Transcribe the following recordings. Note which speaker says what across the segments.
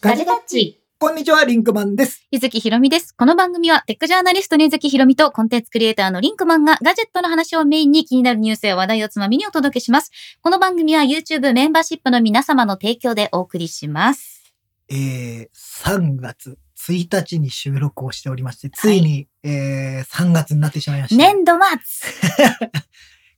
Speaker 1: ガジェタッチ。
Speaker 2: こんにちは、リンクマンです。
Speaker 1: ゆずきひろみです。この番組はテックジャーナリストのゆずきひろみとコンテンツクリエイターのリンクマンがガジェットの話をメインに気になるニュースや話題をつまみにお届けします。この番組は YouTube メンバーシップの皆様の提供でお送りします。
Speaker 2: えー、3月1日に収録をしておりまして、ついに、えー、3月になってしまいました。
Speaker 1: 年度末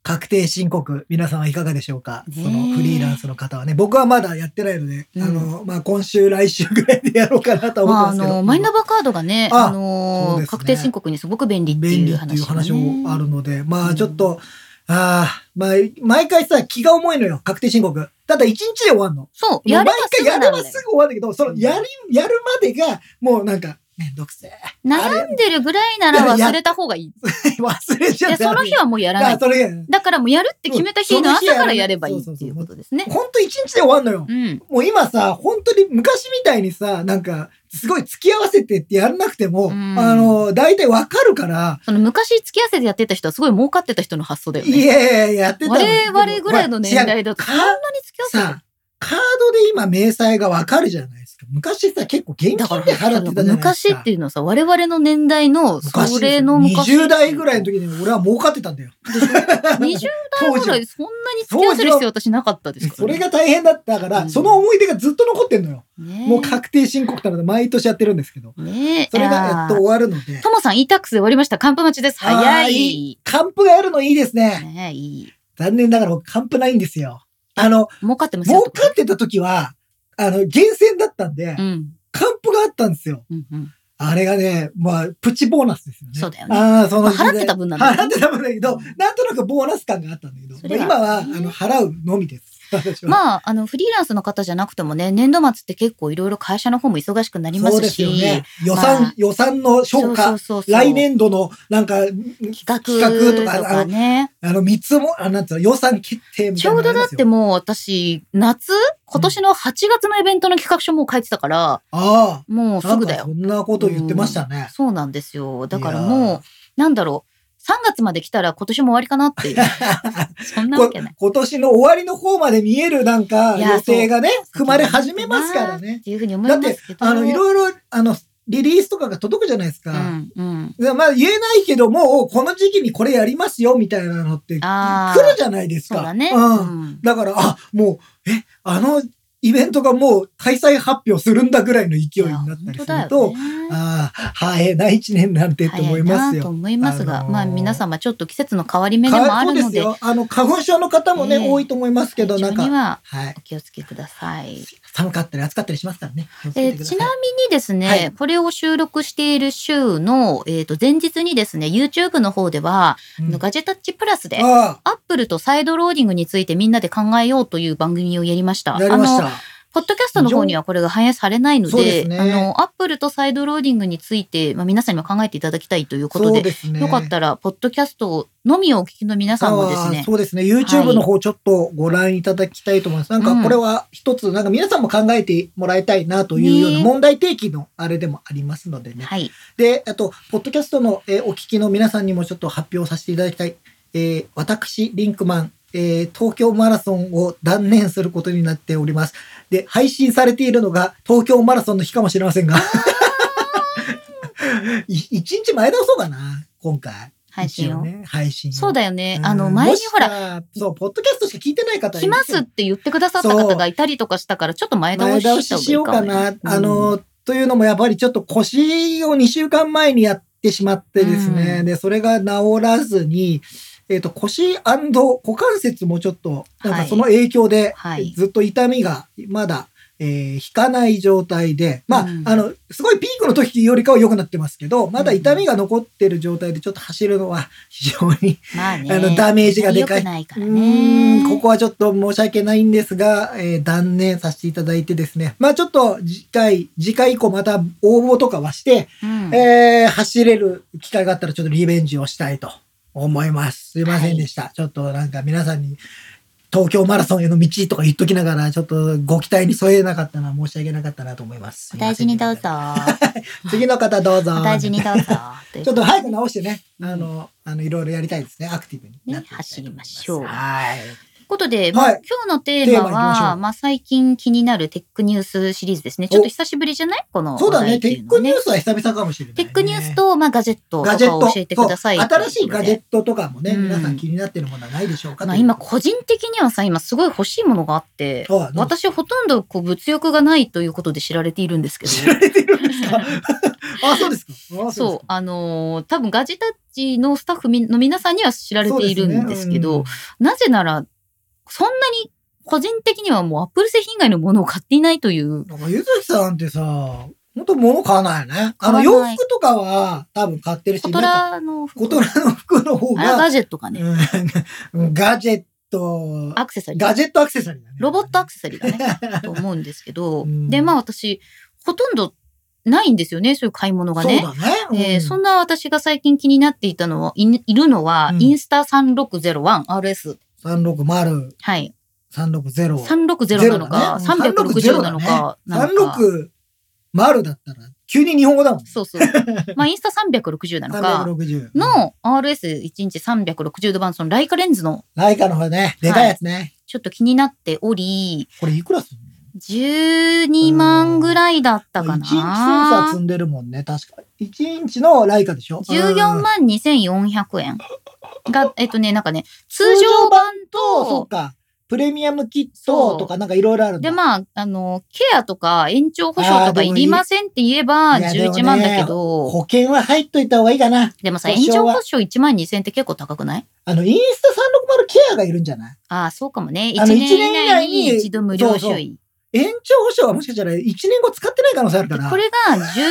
Speaker 2: 確定申告、皆さんはいかがでしょうか、
Speaker 1: ねえ
Speaker 2: そのフリーランスの方はね、僕はまだやってないので、
Speaker 1: うん
Speaker 2: あの、まあ、今週、来週ぐらいでやろうかなとは思
Speaker 1: まあ、
Speaker 2: っ
Speaker 1: あ
Speaker 2: てますけど。
Speaker 1: の、マイナンバーカードがね、
Speaker 2: あ
Speaker 1: あ
Speaker 2: そう
Speaker 1: のー、
Speaker 2: ですね
Speaker 1: 確定申告にすごく便利って
Speaker 2: 便
Speaker 1: い
Speaker 2: 利
Speaker 1: う
Speaker 2: って
Speaker 1: 話、
Speaker 2: い
Speaker 1: ね。
Speaker 2: う話もあるので、まあちょっと、
Speaker 1: う
Speaker 2: ああ、まあ、毎回さ、気が重いのよ、確定申告。ただ一日で終わんの。
Speaker 1: そう、やれば
Speaker 2: 毎
Speaker 1: す
Speaker 2: 回
Speaker 1: ぐ
Speaker 2: や
Speaker 1: な
Speaker 2: れ
Speaker 1: の
Speaker 2: ば
Speaker 1: だ
Speaker 2: す
Speaker 1: よ。
Speaker 2: ぐ終わるんだけど、その、やり、やるまでが、もうなんか、めんどくせえ。
Speaker 1: 悩んでるぐらいなら忘れた方がいい。
Speaker 2: 忘れちゃ
Speaker 1: で、
Speaker 2: った。
Speaker 1: その日はもうやらない
Speaker 2: あ、。それ、
Speaker 1: だからもうやるって決めた日の朝からやればいいっていうことですね。
Speaker 2: ほんと一日で終わんのよ。
Speaker 1: うん。
Speaker 2: もう今さ、本当に昔みたいにさ、なんか、すごい付き合わせてってやらなくても、
Speaker 1: うん
Speaker 2: あの、大体わかるから、
Speaker 1: その昔付き合わせてやってた人はすごい儲かってた人の発想だよ
Speaker 2: いや
Speaker 1: ね。
Speaker 2: いやいや、やってたの
Speaker 1: 我々ぐらいの年
Speaker 2: でもほら違う
Speaker 1: 代だとそんなに付き合わせて
Speaker 2: さ、カードで今、明細がわかるじゃないですか。昔さ、結構現金
Speaker 1: だから
Speaker 2: で払ってたじゃないです
Speaker 1: 昔
Speaker 2: か。
Speaker 1: っていうのはさ、我々の年代の、それの昔。
Speaker 2: 昔20代ぐらいの時に俺は儲かってたんだよ。
Speaker 1: 20代ぐ らいそんなに付き合わせる必要私なかったですか
Speaker 2: そ
Speaker 1: ら、
Speaker 2: れ
Speaker 1: ね。
Speaker 2: が大変だったから、
Speaker 1: うん
Speaker 2: その思い出がずっと残ってんのよ。
Speaker 1: ねえ
Speaker 2: もう確定申告なので毎年やってるんですけど。
Speaker 1: ねえ。
Speaker 2: それが
Speaker 1: いやー
Speaker 2: やっと終わるので
Speaker 1: ト。モさん e タックスで終わりました。カンプ待ちです。早
Speaker 2: あーい
Speaker 1: い。
Speaker 2: 還付があるのいいですね。
Speaker 1: ねえ、いい。
Speaker 2: 残念ながら僕還付ないんですよ。あの、
Speaker 1: 儲かってますよ。
Speaker 2: 儲かってた時は、あの、厳選だったんで
Speaker 1: う、ん。
Speaker 2: 還付があったんですよ。
Speaker 1: うんうん。
Speaker 2: あれがね、まあ、プチボーナスですよね。
Speaker 1: そうだよね
Speaker 2: ああ、そ
Speaker 1: ま
Speaker 2: の
Speaker 1: あ
Speaker 2: 時代
Speaker 1: 払ってた分なんだけど
Speaker 2: 払ってた分だけど、なんとなくボーナス感があったんだけど、
Speaker 1: それは
Speaker 2: まあ今は、あ
Speaker 1: ね
Speaker 2: の、払うのみです。私は
Speaker 1: まあ、あの、フリーランスの方じゃなくてもね、年度末って結構いろいろ会社の方も忙しくなりま
Speaker 2: そう
Speaker 1: す
Speaker 2: です
Speaker 1: し、
Speaker 2: よね。予算、
Speaker 1: まあ
Speaker 2: 予算の消化。
Speaker 1: そうそうそうそう
Speaker 2: 来年度の、なんか、
Speaker 1: 企画と
Speaker 2: 企画とか
Speaker 1: かね。
Speaker 2: あの、三つも、あなんつうの、予算決定み
Speaker 1: ち
Speaker 2: たい
Speaker 1: ょ
Speaker 2: な
Speaker 1: う
Speaker 2: のあ
Speaker 1: ど
Speaker 2: り
Speaker 1: だ
Speaker 2: ま
Speaker 1: っ
Speaker 2: すよ。
Speaker 1: てもう私、夏、今年の8月のイベントの企画書もう書いてたから、
Speaker 2: あ
Speaker 1: もう
Speaker 2: あ、
Speaker 1: すぐだ
Speaker 2: なんか
Speaker 1: よ。
Speaker 2: そんなこと言ってましたね。
Speaker 1: そうなんですよ。だから
Speaker 2: い
Speaker 1: も
Speaker 2: や
Speaker 1: う、なんだろう、3月まで来たら今年も終わりかな っていう。そんなわ
Speaker 2: こ
Speaker 1: けない。
Speaker 2: 今年の終わりの方まで見えるなんか
Speaker 1: いや
Speaker 2: 予定がね、
Speaker 1: そう
Speaker 2: 組まれ始めますからね
Speaker 1: っ。ていうふうに思いますけど。
Speaker 2: あの、いろいろ、あの、リリースとかが届くじゃないですか。
Speaker 1: うん、うん。
Speaker 2: でまあ言えないけど、もうこの時期にこれやりますよみたいなのって来
Speaker 1: あー
Speaker 2: るじゃないですか。
Speaker 1: そうだね。
Speaker 2: うん
Speaker 1: うん
Speaker 2: だから、あ、もう、え、あのイベントがもう開催発表するんだぐらいの勢いになったりす
Speaker 1: いや
Speaker 2: る
Speaker 1: 本当だよ
Speaker 2: と、
Speaker 1: ね
Speaker 2: ああ、早えな一年なんてって思います
Speaker 1: 早なと
Speaker 2: よ。
Speaker 1: 思いますが、
Speaker 2: あのー
Speaker 1: まあ皆様ちょっと季節の変わり目でもある
Speaker 2: そ
Speaker 1: の
Speaker 2: うです
Speaker 1: で、
Speaker 2: よ。あの、花粉症の方もね、
Speaker 1: ね
Speaker 2: 多いと思いますけど、なん
Speaker 1: 体調に
Speaker 2: か、
Speaker 1: は
Speaker 2: はい
Speaker 1: お。気をつけください。
Speaker 2: 寒かったり暑かったりしますからね。気をつけ
Speaker 1: え
Speaker 2: て
Speaker 1: ー
Speaker 2: くださ
Speaker 1: ち
Speaker 2: い
Speaker 1: なみにですね、
Speaker 2: はい
Speaker 1: これを収録している週の、えー、と前日にですね、YouTube の方では、あ
Speaker 2: う
Speaker 1: の
Speaker 2: ん
Speaker 1: ガジェタッチプラスで、
Speaker 2: あ
Speaker 1: アップルとサイドローディングについてみんなで考えようという番組をやりました。
Speaker 2: あ、やりまし
Speaker 1: あの、
Speaker 2: た。
Speaker 1: ポッドキャストの方にはこれが反映されないの
Speaker 2: そうで
Speaker 1: で、
Speaker 2: すね
Speaker 1: あの、アップルとサイドローディングについて、まあ、皆さんにも考えていただきたいということ
Speaker 2: そう
Speaker 1: で、
Speaker 2: ですね。
Speaker 1: よかったら、ポッドキャストのみをお聞きの皆さんもです
Speaker 2: あー
Speaker 1: ね、
Speaker 2: そうですね。YouTube の方ちょっとご覧いただきたいと思います。なん
Speaker 1: うん
Speaker 2: かこれは一つ、なんか皆さんも考えてもらいたいなというような
Speaker 1: ね
Speaker 2: 問題提起のあれでもありますのでね。
Speaker 1: はい。
Speaker 2: で、あと、ポッドキャストの、えーお聞きの皆さんにもちょっと発表させていただきたい。えー私、リンクマン、えー東京マラソンを断念することになっております。で、配信されているのが東京マラソンの日かもしれませんが。 い一日前倒そうかな、今回。
Speaker 1: 配信
Speaker 2: 一応
Speaker 1: を。
Speaker 2: ね、配信を。
Speaker 1: そうだよね。あの、
Speaker 2: うん
Speaker 1: 前に
Speaker 2: もし
Speaker 1: ほら、
Speaker 2: さそう、ポッドキャストしか聞いてない方
Speaker 1: 来ますって言ってくださった方がいたりとかしたから、ちょっと前倒
Speaker 2: 前
Speaker 1: しした方
Speaker 2: 倒
Speaker 1: が
Speaker 2: し
Speaker 1: い
Speaker 2: しよ
Speaker 1: いうか
Speaker 2: か
Speaker 1: もね
Speaker 2: な。あ、の、というのもやっぱりちょっと腰を2週間前にやってしまってですね、
Speaker 1: う
Speaker 2: で、それが治らずに、えっ、と、腰股関節もちょっと、なん
Speaker 1: は
Speaker 2: か
Speaker 1: い
Speaker 2: その影響で、
Speaker 1: はい
Speaker 2: ずっと痛みがまだ、えー引かない状態で、まあ、
Speaker 1: うん
Speaker 2: あの、すごいピークの時よりかは良くなってますけど、まだ痛みが残ってる状態でちょっと走るのは非常に、
Speaker 1: まあね、
Speaker 2: あの、ダメージがでか
Speaker 1: 良
Speaker 2: い
Speaker 1: くないか
Speaker 2: う
Speaker 1: ら
Speaker 2: ー
Speaker 1: ね。
Speaker 2: んここはちょっと申し訳ないんですが、えー断念させていただいてですね。まあちょっと次回、次回以降また応募とかはして、
Speaker 1: うん
Speaker 2: えー走れる機会があったらちょっとリベンジをしたいと思います。すいませんでした。ちょっとなんか皆さんに東京マラソンへの道とか言っときながら、ちょっとご期待に添えなかったのは申し訳なかったなと思います。す
Speaker 1: お
Speaker 2: いま
Speaker 1: 大
Speaker 2: せ
Speaker 1: 事
Speaker 2: ん
Speaker 1: に どうぞ。。
Speaker 2: 次の方どうぞ。
Speaker 1: お大事にど うぞ。という
Speaker 2: ちょっと
Speaker 1: ことで
Speaker 2: 早く直してね、あの、あの、いろいろやりたいですね。アクティブになっていきたいと思います。
Speaker 1: ね走りましょう
Speaker 2: はい。
Speaker 1: ことで、まあ
Speaker 2: はい
Speaker 1: 今日のテーマ
Speaker 2: テーマ行きまし
Speaker 1: は、
Speaker 2: ょう
Speaker 1: まあ、最近気になるテックニュースシリーズですね。ちょっと久しぶりじゃないこの
Speaker 2: そうだ
Speaker 1: 話題っ
Speaker 2: ね。
Speaker 1: て
Speaker 2: テ
Speaker 1: いう
Speaker 2: ッ
Speaker 1: の
Speaker 2: クニュースは久々かもしれない、
Speaker 1: テ
Speaker 2: ね。
Speaker 1: ックニュースと、まあ、ガジェット
Speaker 2: ガ
Speaker 1: と
Speaker 2: ジェ
Speaker 1: か
Speaker 2: ッ
Speaker 1: を
Speaker 2: ト
Speaker 1: 教えてください
Speaker 2: そう新しいガジェッ
Speaker 1: ト。
Speaker 2: トとかもね、
Speaker 1: うん
Speaker 2: 皆さん気になってるものはないでしょうか、
Speaker 1: まあ、
Speaker 2: という
Speaker 1: 今、個人的にはさ、今すごい欲しいものがあって、
Speaker 2: ああどう
Speaker 1: 私ほとんどこう物欲がないということで知られているんですけど。
Speaker 2: 知られてるんですかあそうですかあ
Speaker 1: そう
Speaker 2: う、
Speaker 1: あのー多分ガジタッチのスタッフみの皆さんには知ら
Speaker 2: で
Speaker 1: れ
Speaker 2: すか
Speaker 1: ているんですけど、、なぜなら、そんなに個人的にはもうアップル製品以外のものを買っていないとい
Speaker 2: そ
Speaker 1: う。
Speaker 2: うですねうんなんかゆずきさんってさ本当物買わないよねあの
Speaker 1: 買わ
Speaker 2: 洋
Speaker 1: ない
Speaker 2: 服とかは多分買ってるし
Speaker 1: コ
Speaker 2: な
Speaker 1: ト
Speaker 2: んか
Speaker 1: ラの服
Speaker 2: コトラの服の方
Speaker 1: あれは
Speaker 2: が
Speaker 1: ガジェットかね。
Speaker 2: うんガジェット
Speaker 1: アクセサリ ー。
Speaker 2: ガジェットアクセサリーだね
Speaker 1: ロボットアクセサリーだね。
Speaker 2: ね
Speaker 1: と思うんですけど
Speaker 2: う、ん
Speaker 1: で、まあ私、ほとんどないんですよね、そういう買い物がね。
Speaker 2: そうだね、うん
Speaker 1: えーそんな私が最近気になっていたのは、いいるのは、
Speaker 2: うん
Speaker 1: インスタ 3601RS。
Speaker 2: 360
Speaker 1: はい。
Speaker 2: 360
Speaker 1: 360なのか、
Speaker 2: ゼロだね
Speaker 1: 360なのか、なんか。
Speaker 2: 360だったら急に日本語だもん
Speaker 1: そ うそう。まあ、インスタ360なのか、
Speaker 2: 360
Speaker 1: の RS1 日360度版、そのライカレンズの
Speaker 2: ライカの方ね、でかいやつね。
Speaker 1: ちょっと気になっており、
Speaker 2: これいくらすん
Speaker 1: 12万ぐらいだった
Speaker 2: の
Speaker 1: か
Speaker 2: ?1 日センサー
Speaker 1: な
Speaker 2: 積。んでるもんね、確か。1インチのライカでしょ
Speaker 1: 14
Speaker 2: うん
Speaker 1: 万2400円が、えっとね、なんかね、通常版
Speaker 2: と、そう
Speaker 1: と、
Speaker 2: か。プレミアムキットとかなんかいろいろあるんだ
Speaker 1: で、まあ、あの、ケアとか延長保証とかいりませんって言え
Speaker 2: あ
Speaker 1: ば
Speaker 2: ーでもいい
Speaker 1: 11万だけ
Speaker 2: 保
Speaker 1: ど、
Speaker 2: 険は入っといた方がいいかな。
Speaker 1: でもさ、
Speaker 2: 保
Speaker 1: 延
Speaker 2: 証
Speaker 1: 長
Speaker 2: は
Speaker 1: 保証1万2000って結構高くない
Speaker 2: あの、インスタ360ケアがいるんじゃない
Speaker 1: ああ、そうかもね。
Speaker 2: あ
Speaker 1: 1
Speaker 2: の
Speaker 1: 年以
Speaker 2: 一年以
Speaker 1: 内
Speaker 2: 内に
Speaker 1: に一度無料
Speaker 2: そうそ
Speaker 1: 周
Speaker 2: う
Speaker 1: 囲。
Speaker 2: 延長保証はもしかしたら1年後使ってない可能性あるから。
Speaker 1: これが13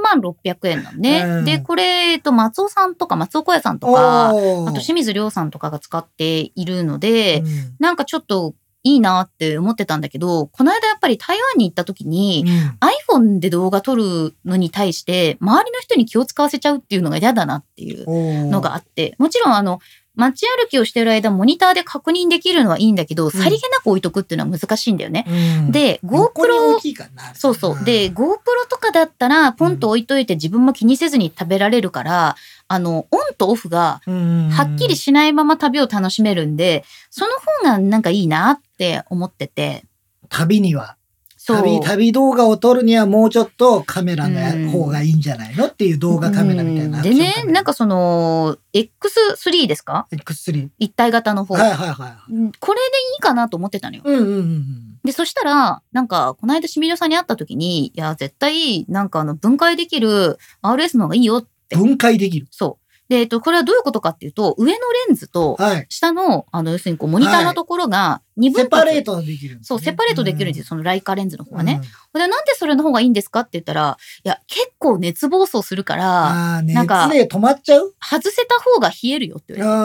Speaker 1: 万600円なのね。
Speaker 2: うん
Speaker 1: で、これ、えっと、松尾さんとか松尾小屋さんとか、あ
Speaker 2: おー、
Speaker 1: と清水亮さんとかが使っているので、
Speaker 2: うん
Speaker 1: なんかちょっといいなって思ってたんだけど、この間やっぱり台湾に行った時に、iPhone で動画撮るのに対して、周りの人に気を使わせちゃうっていうのが嫌だなっていう
Speaker 2: うん
Speaker 1: のがあって、もちろんあの、街歩きをしてる間、モニターで確認できるのはいいんだけど、さりげなく置いとくっていうのは難しいんだよね。
Speaker 2: うん、
Speaker 1: で、
Speaker 2: 横に
Speaker 1: GoPro
Speaker 2: 大きいからな
Speaker 1: そうそう。で、
Speaker 2: ん
Speaker 1: GoPro とかだったら、ポンと置いといて自分も気にせずに食べられるから、あの、オンとオフが、
Speaker 2: うん
Speaker 1: はっきりしないまま旅を楽しめるんで、その方がなんかいいなって思ってて。
Speaker 2: 旅には
Speaker 1: そう。
Speaker 2: 旅旅動画を撮るにはもうちょっとカメラ
Speaker 1: うん
Speaker 2: の方がいいんじゃないのっていう動画カメラみたいな。
Speaker 1: うんでね、なんかその、X3 ですか
Speaker 2: X3。
Speaker 1: 一体型の方。
Speaker 2: はいはいはいはい。
Speaker 1: うんこれでいいかなと思ってたのよ。
Speaker 2: うんうんうん
Speaker 1: で、そしたら、なんか、この間、しみりょさんに会った時に、いや、絶対、なんか、あの、分解できる RS の方がいいよ。
Speaker 2: うん。分解できる。
Speaker 1: そう。で、えっと、これはどういうことかっていうと、上のレンズと、
Speaker 2: はい。
Speaker 1: 下の、あの、要するにこう、モニターのところが、二
Speaker 2: セ
Speaker 1: 分割、
Speaker 2: パレートできるんですね、
Speaker 1: そう、セパレートできるんですよ、そのライカレンズの方
Speaker 2: うん
Speaker 1: がね。で、なんでそれの方がいいんですかって言ったら、いや、結構熱暴走するから、
Speaker 2: ああ、
Speaker 1: なんか
Speaker 2: 熱で止まっちゃう
Speaker 1: 外せた方が冷えるよって言われ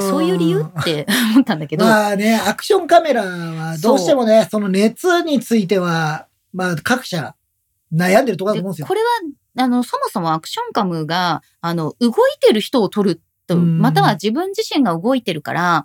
Speaker 2: あ
Speaker 1: て
Speaker 2: ー
Speaker 1: そういう理由って思ったんだけど、
Speaker 2: まあね、アクションカメラはどうしてもね、その熱については、まあ各社悩んでるところだ
Speaker 1: で
Speaker 2: と思うん
Speaker 1: こ
Speaker 2: です
Speaker 1: れ
Speaker 2: よ
Speaker 1: は、。あの、そもそもアクションカムが、あの、動いてる人を撮ると、
Speaker 2: うん
Speaker 1: または自分自身が動いてるから、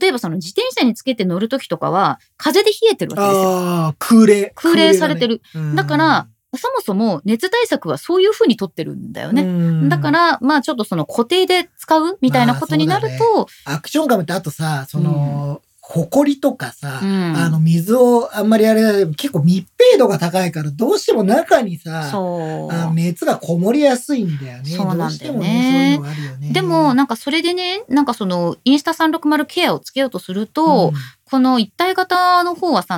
Speaker 1: 例えばその自転車につけて乗るときとかは、風で冷えてるわけですよ。
Speaker 2: ああ、空冷。
Speaker 1: 空冷されて
Speaker 2: る。
Speaker 1: る。
Speaker 2: うん
Speaker 1: だから、そもそも熱対策はそういうふうに撮ってるんだよね。
Speaker 2: ね
Speaker 1: だから、まあちょっとその固定で使うみたいなことになると、
Speaker 2: アクションカムってあとさ、その、埃とかさ、
Speaker 1: うん
Speaker 2: あの、水をあんまりあれだけど、結構密閉度が高いから、どうしても中にさ、
Speaker 1: そ
Speaker 2: あの熱がこもりやすいんだよね。
Speaker 1: そう
Speaker 2: ど
Speaker 1: なんだよね
Speaker 2: うしてもね、そういうのがあるよね。
Speaker 1: う。でも、なんかそれでね、なんかその、インスタ360ケアをつけようとすると、
Speaker 2: うん
Speaker 1: この一体型の方はさ、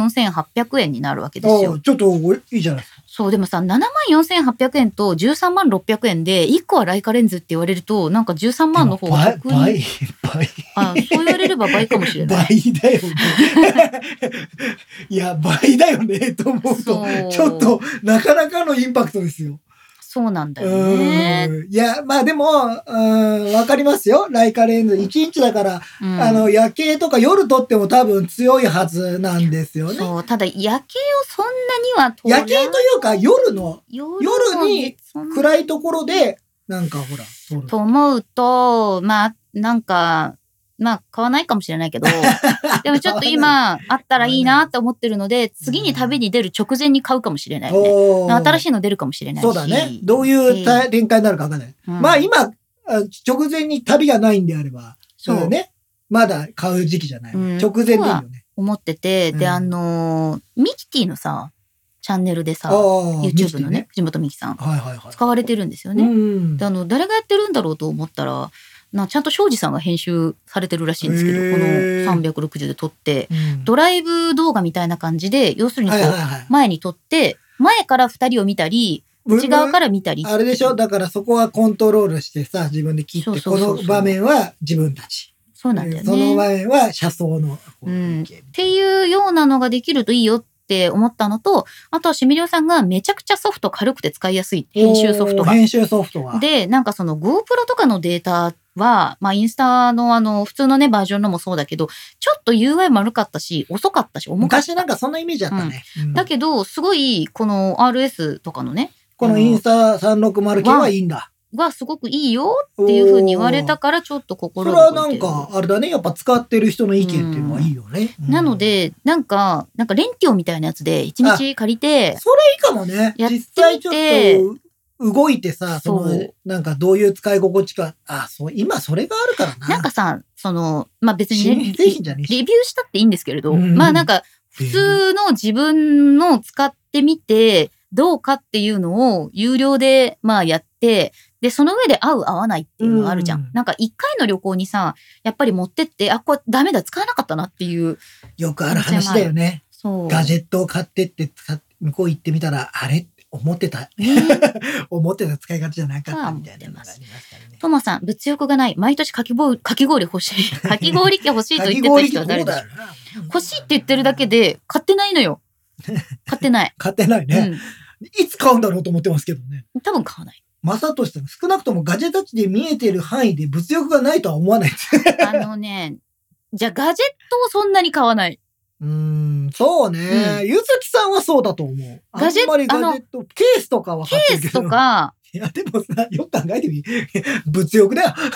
Speaker 1: 74,800円になるわけです
Speaker 2: あ
Speaker 1: よ。
Speaker 2: あちょっとおいいじゃないですか。
Speaker 1: そう、でもさ、74,800円と136,600円で、1個はライカレンズって言われると、なんか13万の方が
Speaker 2: 倍、
Speaker 1: 得に、
Speaker 2: 倍、倍、
Speaker 1: あそう言われれば倍かもしれない。
Speaker 2: 倍だよね。いや、倍だよね、と思うと
Speaker 1: そう、
Speaker 2: ちょっと、なかなかのインパクトですよ。
Speaker 1: そうなんだよね。
Speaker 2: うんいや、まあでも、うん、わかりますよ。ライカレンズ。1インチだから、
Speaker 1: うん
Speaker 2: あの、夜景とか夜撮っても多分強いはずなんですよね。
Speaker 1: そう、ただ夜景をそんなには撮ら
Speaker 2: 夜景というか、夜の
Speaker 1: 夜
Speaker 2: 夜に
Speaker 1: そんな
Speaker 2: 暗いところで、なんかほら、撮る。
Speaker 1: と思うと、まあ、なんか、まあ、買わないかもしれな いけど、でもちょっと今、あったらいいなって思ってるので、次に旅に出る直前に買うかもしれないよね。
Speaker 2: おー
Speaker 1: 新しいの出るかもしれないし。
Speaker 2: そうだね。どういうた展開になるかわかんない。
Speaker 1: うん
Speaker 2: まあ今、あ直前に旅がないんであれば、
Speaker 1: そう
Speaker 2: ね。まだ買う時期じゃない。
Speaker 1: うん
Speaker 2: 直前でいいよね。
Speaker 1: 思ってて、
Speaker 2: う
Speaker 1: で、
Speaker 2: ん
Speaker 1: あのーミキティのさ、チャンネルで
Speaker 2: あ
Speaker 1: さ
Speaker 2: あ、、
Speaker 1: YouTube の
Speaker 2: 見て
Speaker 1: ね、。藤本美貴さん、
Speaker 2: はいはいはい。
Speaker 1: 使われてるんですよ
Speaker 2: う
Speaker 1: ね。
Speaker 2: ん
Speaker 1: で、。あの、誰がやってるんだろうと思ったら、なちゃんと庄司さんが編集されてるらしいんですけど、
Speaker 2: へー
Speaker 1: この360で撮って、
Speaker 2: うん
Speaker 1: ドライブ動画みたいな感じで、要するにこ
Speaker 2: は
Speaker 1: う、
Speaker 2: いはいはい。
Speaker 1: 前に撮って、前から二人を見たり、内側から見たり。
Speaker 2: あれでしょだからそこはコントロールしてさ、自分で切って、
Speaker 1: そうそうそうそう
Speaker 2: この場面は自分たち。
Speaker 1: そうなんだよね。
Speaker 2: その場面は車窓のこう
Speaker 1: うん
Speaker 2: 風景み
Speaker 1: っていうようなのができるといいよって思ったのと、あとはしみりょうさんがめちゃくちゃソフト軽くて使いやすい
Speaker 2: たいな
Speaker 1: 編集ソフト
Speaker 2: おー
Speaker 1: が。
Speaker 2: 編集ソフトが。
Speaker 1: で、なんかその GoPro とかのデータは、まあインスタのあの普通のねバージョンのもそうだけど、ちょっと UI 丸かったし、遅かったし、重かった。
Speaker 2: 昔なんかそんなイメージあったね。うん
Speaker 1: だけど、すごいこの RS とかのね、
Speaker 2: このインスタ360系はいいんだ。
Speaker 1: がすごくいいよっていうふうに言われたからちょっと
Speaker 2: おー
Speaker 1: 心
Speaker 2: それは
Speaker 1: が動い
Speaker 2: な
Speaker 1: て
Speaker 2: ん
Speaker 1: る
Speaker 2: か、あれだね。やっぱ使ってる人の意見っていうのはいいよね。うん
Speaker 1: なの、で、なんか、なんか連休みたいなやつで、一日借りて、
Speaker 2: それいいかもね。
Speaker 1: やってみて
Speaker 2: 実際ちょっと動いてさ、そ
Speaker 1: そ
Speaker 2: の
Speaker 1: う、
Speaker 2: なんかどういう使い心地か。あ、そう、今それがあるからな。
Speaker 1: なんかさ、その、まあ別にね、
Speaker 2: 新製品じゃねえし
Speaker 1: レビューしたっていいんですけれど、
Speaker 2: うん
Speaker 1: まあなんか、普通の自分の使ってみて、どうかっていうのを有料で、まあやって、で、その上で合う合わないっていうのがあるじゃん。
Speaker 2: うん
Speaker 1: なんか一回の旅行にさ、やっぱり持ってって、あ、これダメだ、使わなかったなっていう。
Speaker 2: よくある話だよね。
Speaker 1: そう。
Speaker 2: ガジェットを買ってって使っ向こう行ってみたら、あれって思ってた、
Speaker 1: ね
Speaker 2: 思ってた使い方じゃなかったみたいなのがありますからね。
Speaker 1: トマさん、物欲がない。毎年かき氷、かき氷欲し い。かき氷機欲しいと
Speaker 2: か
Speaker 1: 言
Speaker 2: き
Speaker 1: ってた
Speaker 2: 氷
Speaker 1: 人
Speaker 2: 機
Speaker 1: は
Speaker 2: こ
Speaker 1: 誰
Speaker 2: う
Speaker 1: でしょう
Speaker 2: だよな。
Speaker 1: 欲しいって言ってるだけ。で買ってないの よ。買ってない。
Speaker 2: 買ってないうね。
Speaker 1: ん。
Speaker 2: いつ買うんだろうと思ってますけどね。
Speaker 1: 多分買わない。
Speaker 2: マサトシさん、少なくともガジェタッチで見えてる範囲で物欲がないとは思わないです。
Speaker 1: あのね、じゃあガジェットをそんなに買わない。
Speaker 2: うーん、そうね。ゆずきさんはそうだと思う。あ
Speaker 1: ガ
Speaker 2: ん
Speaker 1: ジェ
Speaker 2: まりガジェット、ケースとかは買っ
Speaker 1: ケ
Speaker 2: て
Speaker 1: ー
Speaker 2: るけ
Speaker 1: ス
Speaker 2: ど
Speaker 1: と。か、
Speaker 2: いや、でもさ、よく考えてみ。物欲だよ。
Speaker 1: だ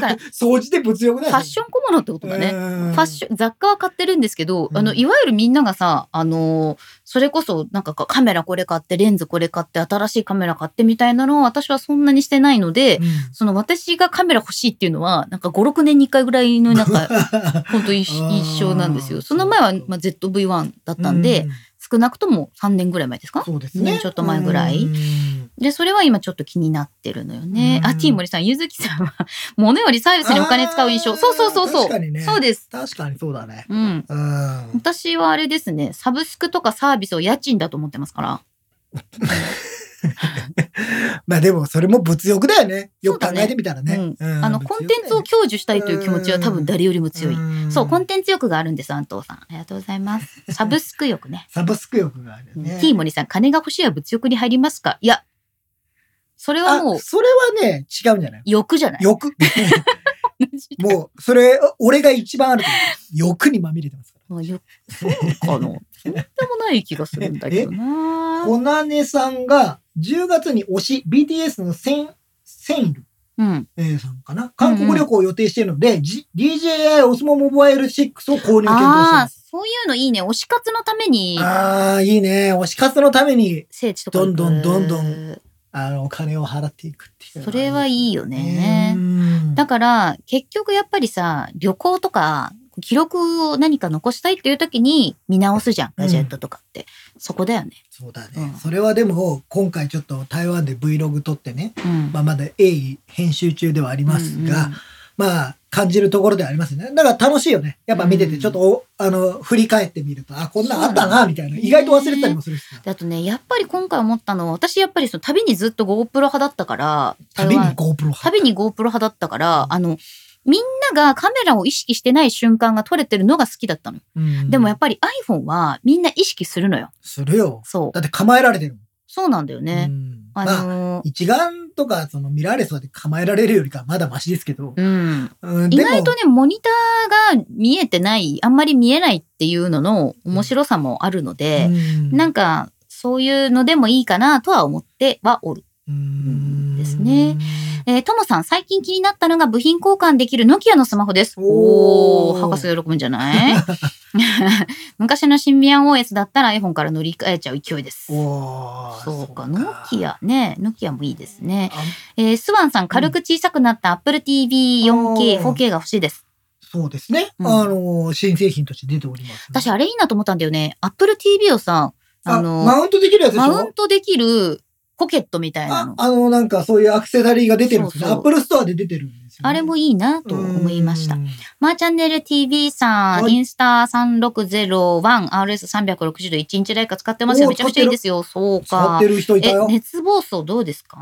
Speaker 1: から
Speaker 2: 掃除で物欲だ
Speaker 1: フ
Speaker 2: よ。
Speaker 1: ァッション小物ってことだね。
Speaker 2: ね
Speaker 1: ファッション、雑貨は買ってるんですけど、
Speaker 2: うん
Speaker 1: あの、いわゆるみんながさ、あのーそれこそなんかカメラこれ買って、レンズこれ買って、新しいカメラ買ってみたいなのを私はそんなにしてないので、その私がカメラ欲しいっていうのは、なんか5、6年に1回ぐらいの なんか、本当一
Speaker 2: あー
Speaker 1: 一緒なんですよ。その前は、まあ、ZV-1 だったんで、、少なくとも3年ぐらい前ですか
Speaker 2: そうですね。
Speaker 1: ねちょっと前ぐらい
Speaker 2: うん
Speaker 1: で、それは今ちょっと気になってるのよね。
Speaker 2: う
Speaker 1: あ、
Speaker 2: ん
Speaker 1: T 森さん、ゆずきさんは、物よりサービスにお金使う印
Speaker 2: あ
Speaker 1: 象。
Speaker 2: ー
Speaker 1: そうそうそうそ
Speaker 2: 確
Speaker 1: う。
Speaker 2: かにね
Speaker 1: そうです。
Speaker 2: 確かにそうだね。
Speaker 1: うん。
Speaker 2: うん。
Speaker 1: 私はあれですね、サブスクとかサービスを家賃だと思ってますから。
Speaker 2: まあでも、それも物欲だよね。よく考えてみたら
Speaker 1: そう
Speaker 2: ね。うん
Speaker 1: あの、コンテンツを享受したいという気持ちは多分誰よりも強い。そう、コン
Speaker 2: ン
Speaker 1: テンツ欲があるんです、安藤さん。ありがとうござ います。サブスク欲ね。
Speaker 2: サブスク欲があるよね。
Speaker 1: T 森さん、金が欲しいは物欲に入りますかいや、それはもう
Speaker 2: あ、それはね、違うんじゃない
Speaker 1: 欲じゃない
Speaker 2: 欲。もう、それ、俺が一番あると思う欲にまみれてますから。
Speaker 1: まあ、よそうかな。 そうでもない気がするんだけどな。
Speaker 2: コナネさんが10月に推し、BTS のセン、センイル。
Speaker 1: うん。
Speaker 2: えーさんかな韓国旅行を予定しているので、じ DJI オスモモバイル6を購入検討してい
Speaker 1: ああ
Speaker 2: ま
Speaker 1: ー、
Speaker 2: す。
Speaker 1: そういうのいいね。推し活のために
Speaker 2: ああー、いいね。推し活のために、
Speaker 1: 聖地とか行く。
Speaker 2: どんどんどんどん。あの、お金を払っていくっていうのがいいですね。
Speaker 1: それはいいよね
Speaker 2: うん
Speaker 1: だから、結局やっぱりさ、旅行とか、記録を何か残したいっていう時に見直すじゃん。ガジェットとかって。そこだよね。
Speaker 2: そうだね、
Speaker 1: うん
Speaker 2: それはでも、今回ちょっと台湾で Vlog 撮ってね、
Speaker 1: うん。
Speaker 2: まあ、まだ鋭意編集中ではありますが、
Speaker 1: うんうん
Speaker 2: まあ、感じるところではありますね。だから楽しいよね。やっぱ見てて、ちょっとお、あの、振り返ってみると、あ、こんなんあった
Speaker 1: そうな
Speaker 2: な、みたいな。意外と忘れてたりもするしさ。
Speaker 1: であとね、やっぱり今回思ったのは、私やっぱりその旅にずっと GoPro 派だったから、
Speaker 2: 旅に
Speaker 1: 台湾
Speaker 2: GoPro 貼
Speaker 1: 旅に GoPro 派だったから、
Speaker 2: うん
Speaker 1: あの、みんながカメラを意識してない瞬間が撮れてるのが好きだったの。でもやっぱり iPhone はみんな意識するのよ。
Speaker 2: するよ。
Speaker 1: そう。
Speaker 2: だって構えられてるもん。
Speaker 1: そうなんだよね
Speaker 2: う。ん
Speaker 1: あ
Speaker 2: まあ、
Speaker 1: のー
Speaker 2: 一眼とかそのミラーレスとかで構えられるよりかはまだマシですけど、
Speaker 1: うん、
Speaker 2: うん、
Speaker 1: 意
Speaker 2: でも
Speaker 1: 外とね、モニターが見えてない、あんまり見えないっていうのの面白さもあるので、
Speaker 2: うん
Speaker 1: なんか、そういうのでもいいかなとは思ってはおる。
Speaker 2: うん
Speaker 1: ですね。えー、ともさん、最近気になったのが部品交換できるノキアのスマホです。
Speaker 2: おー
Speaker 1: おー、博士喜ぶんじ ゃない昔の新ミアン OS だったら iPhone から乗り換えちゃう勢いです。
Speaker 2: おー
Speaker 1: そうか、ノキアね。ノキアもいいですね。
Speaker 2: あ
Speaker 1: えースワンさん、軽く小さくなった Apple TV4K、
Speaker 2: おー
Speaker 1: 4K が欲しいです。
Speaker 2: そうですね。
Speaker 1: うん
Speaker 2: あの、新製品として出ております。
Speaker 1: 私、あれいいなと思ったんだよね。Apple TV をさ、あ
Speaker 2: あ
Speaker 1: の、
Speaker 2: マウントできるやつでし
Speaker 1: マウ
Speaker 2: ょ
Speaker 1: ントできるポケットみたいな
Speaker 2: あ
Speaker 1: の。あ
Speaker 2: あの、なんかそういうアクセサリーが出てるんですね。
Speaker 1: そう
Speaker 2: ア
Speaker 1: そう
Speaker 2: ップルストアで出てるんですよ、ね。
Speaker 1: れもいいなと思いました
Speaker 2: う。ん。
Speaker 1: まーチャンネル TV さん、
Speaker 2: はい
Speaker 1: インスタ3601、RS360 度1日ライカ使ってますよ。
Speaker 2: おー
Speaker 1: めちゃくちゃいいですよ。そう
Speaker 2: 使っ
Speaker 1: か
Speaker 2: て。る人いた
Speaker 1: え、
Speaker 2: よ。
Speaker 1: 熱暴走どうですか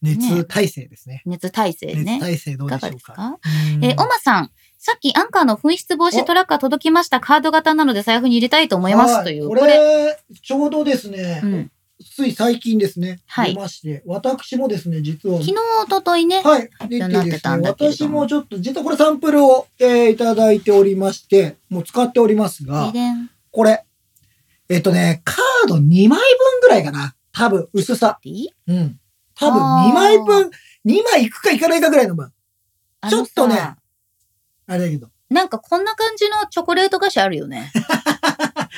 Speaker 2: 熱耐性ですね。
Speaker 1: 熱耐性
Speaker 2: 熱
Speaker 1: ね。
Speaker 2: 耐性ど
Speaker 1: いうか
Speaker 2: でしょ
Speaker 1: がで
Speaker 2: う
Speaker 1: す
Speaker 2: か。
Speaker 1: か
Speaker 2: うん
Speaker 1: えー、おまさん、さっきアンカーの紛失防止トラッカー届きました。カード型なので財布に入れたいと思います。
Speaker 2: は
Speaker 1: という。
Speaker 2: これ、ちょうどですね、
Speaker 1: うん、
Speaker 2: つい最近ですね、
Speaker 1: はい
Speaker 2: 出まして、私もですね、実は
Speaker 1: 昨、日、おとといね。
Speaker 2: はい、出
Speaker 1: なって
Speaker 2: てです
Speaker 1: たん
Speaker 2: ね、
Speaker 1: だけれど
Speaker 2: 私
Speaker 1: も
Speaker 2: もちょっと、実はこれサンプルを、えーいただいておりまして、もう使っておりますが
Speaker 1: 遺、伝
Speaker 2: これ、えっとね、カード2枚分ぐらいかな。多分、薄さ。うん。多分、
Speaker 1: あー
Speaker 2: 2枚分、2枚いくかいかないかぐらいの分。ちょっと。
Speaker 1: あの
Speaker 2: ね
Speaker 1: さ
Speaker 2: あれだけど。
Speaker 1: なんかこんな感じのチョコレート菓子あるよね。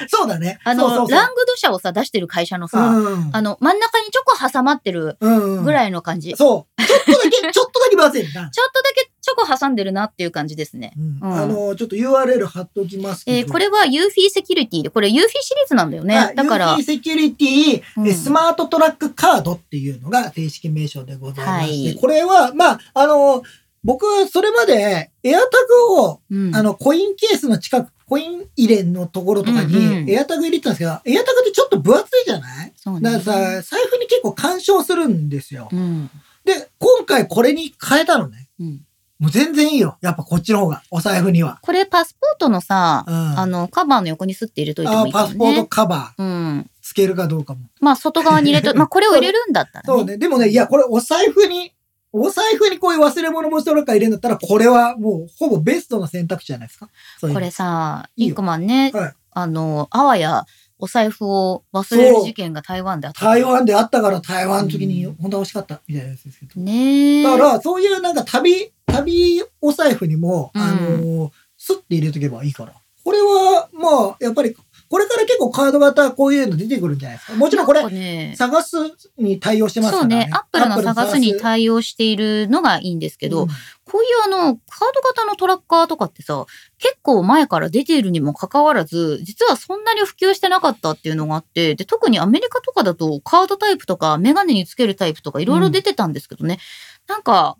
Speaker 2: そうだね。
Speaker 1: あ
Speaker 2: そう
Speaker 1: の、
Speaker 2: そうそう
Speaker 1: ラングド社をさ、出してる会社のさ、
Speaker 2: うん
Speaker 1: あの、真ん中にチョコ挟まってる
Speaker 2: うんうん
Speaker 1: ぐらいの感じ。ちょ
Speaker 2: そう。ちょっとだけ、ちょっとだけ分厚いな。
Speaker 1: っとだけチョコ挟んでるなっていう感じですね。
Speaker 2: うん
Speaker 1: うん
Speaker 2: あの、ちょっと URL 貼っておきますけど。
Speaker 1: えーこれはユーフィーセキュリティで、これユーフィーシリーズなんだよ
Speaker 2: は
Speaker 1: ね。
Speaker 2: い
Speaker 1: だか
Speaker 2: UC
Speaker 1: ら、
Speaker 2: セキュリティ、
Speaker 1: うん
Speaker 2: えスマートトラックカードっていうのが正式名称でございまして、
Speaker 1: はい
Speaker 2: これは、まあ、あの、僕はそれまでエアタグを、
Speaker 1: うん
Speaker 2: あの、コインケースの近く、コイン入れのところとか
Speaker 1: うんうん
Speaker 2: にエアタグ入れてたんですけど、エアタグってちょっと分厚いじゃない
Speaker 1: そう
Speaker 2: だ
Speaker 1: ね
Speaker 2: からさ、財布に結構干渉するんですよ
Speaker 1: う。ん。
Speaker 2: で、今回これに変えたのね。
Speaker 1: うん
Speaker 2: もう全然いいよ。やっぱこっちの方が、お財布には。
Speaker 1: これパスポートのさ、
Speaker 2: うん
Speaker 1: あの、カバーの横にスッて入れといて
Speaker 2: あ
Speaker 1: も
Speaker 2: あ
Speaker 1: いいか
Speaker 2: パ
Speaker 1: も
Speaker 2: スポート
Speaker 1: ね。
Speaker 2: カバー
Speaker 1: うん。
Speaker 2: つけるかどうかも。
Speaker 1: まあ、外側に 入れと、まあ、これを入れるんだったらね。
Speaker 2: そうね。でもね、いや、これお財布に、お財布にこういう忘れ物持ちとか入れるんだったら、これはもうほぼベストの選択肢じゃないですか。そういう
Speaker 1: こ
Speaker 2: の
Speaker 1: れさ、
Speaker 2: いい
Speaker 1: リ
Speaker 2: よ
Speaker 1: ンクマンね、
Speaker 2: はい
Speaker 1: あの、あわやお財布を忘れる事件が台湾であった。
Speaker 2: 台湾であったから台湾の時に
Speaker 1: うん
Speaker 2: 本当は惜しかったみたいなやつですけど。
Speaker 1: ねえ。
Speaker 2: だから、そういうなんか旅、旅お財布にも、
Speaker 1: うん
Speaker 2: あのースッて入れとけばいいから。これは、まあ、やっぱり、これから結構カード型こういうの出てくるんじゃないですか。もちろんこれ
Speaker 1: なん、かね、
Speaker 2: 探すに対応してます
Speaker 1: そ
Speaker 2: か
Speaker 1: う
Speaker 2: らね。
Speaker 1: ね、アップルの探すに
Speaker 2: 応
Speaker 1: 対応しているのがいいんですけど、こういうあの、カード型のトラッカーとかってさ、結構前から出ているにもかかわらず、実はそんなに普及してなかったっていうのがあって、で、特にアメリカとかだと、カードタイプとか、メガネにつけるタイプとか、いろいろ出てたんですけどね、なんか、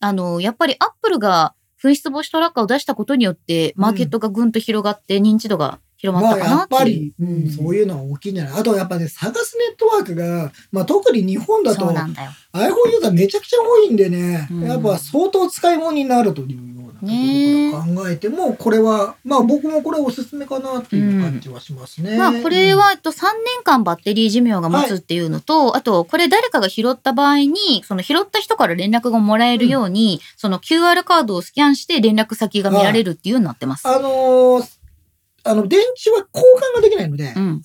Speaker 1: あの、やっぱりアップルが紛失防止トラッカーを出したことによって、マーケットがぐんと広がって、認知度が広ま
Speaker 2: ま
Speaker 1: っ
Speaker 2: あ
Speaker 1: たか
Speaker 2: や
Speaker 1: な
Speaker 2: っ
Speaker 1: っていう。
Speaker 2: ぱり、うん
Speaker 1: うん
Speaker 2: そういうのは大きいんじゃないあとやっぱね、探すネットワークが、まあ特に日本だと
Speaker 1: そうな
Speaker 2: iPhone
Speaker 1: んだよ。
Speaker 2: ユーザーめちゃくちゃ多いんでね、
Speaker 1: うん
Speaker 2: やっぱ相当使い物になるというようなところから考えても、これは、まあ僕もこれおすすめかなっていう感じはしますね。
Speaker 1: まあこれはえっと3年間バッテリー寿命が持つっていうのと、あとこれ誰かが拾った場合にその拾った人から連絡がもらえるように、その QR カードをスキャンして連絡先が見られるっていうようになってます。
Speaker 2: あのーあの、電池は交換ができないので、
Speaker 1: うん、
Speaker 2: 3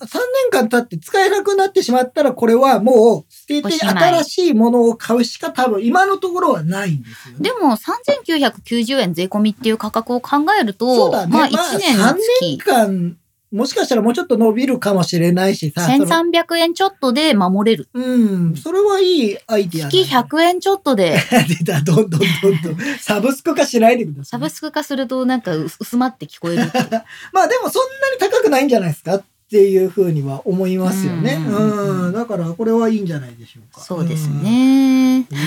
Speaker 2: 年間経って使えなくなってしまったら、これはもう捨て
Speaker 1: お
Speaker 2: て
Speaker 1: しまい
Speaker 2: 新しいものを買うしか多分今のところはないんですよね。
Speaker 1: でも3990円税込みっていう価格を考える
Speaker 2: そ
Speaker 1: と、
Speaker 2: うだね
Speaker 1: まあ1
Speaker 2: まあ
Speaker 1: 年の月
Speaker 2: 間、もしかしたらもうちょっと伸びるかもしれないしさ。その
Speaker 1: 1300円ちょっとで守れる。
Speaker 2: うん、それはいいアイディアだ
Speaker 1: 月100円ちょっとで
Speaker 2: 出た、 どんどんどんどん。サブスク化しないでくださ
Speaker 1: サ
Speaker 2: い。
Speaker 1: ブスク化するとなんか薄薄まって聞こえ るっていう。
Speaker 2: まあでもそんなに高くないんじゃないですかっていうふうには思いますよね。
Speaker 1: うんうんうんうん
Speaker 2: うん、だからこれはいいんじゃないでしょうか。
Speaker 1: そうですね。
Speaker 2: うん。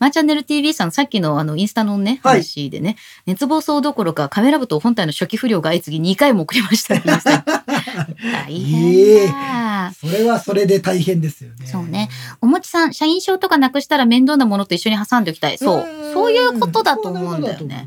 Speaker 1: マーチャンネル TV さん、さっきのあのインスタのね、
Speaker 2: はい
Speaker 1: 話でね、熱暴走どころかカメラ部と本体の初期不良が相次ぎ2回も送りましたって言いました大変だ。
Speaker 2: それはそれで大変ですよね。
Speaker 1: そうね。おもちさん、社員証とかなくしたら面倒なものと一緒に挟んでおきたい。そう。そういうことだと思うんだよね。。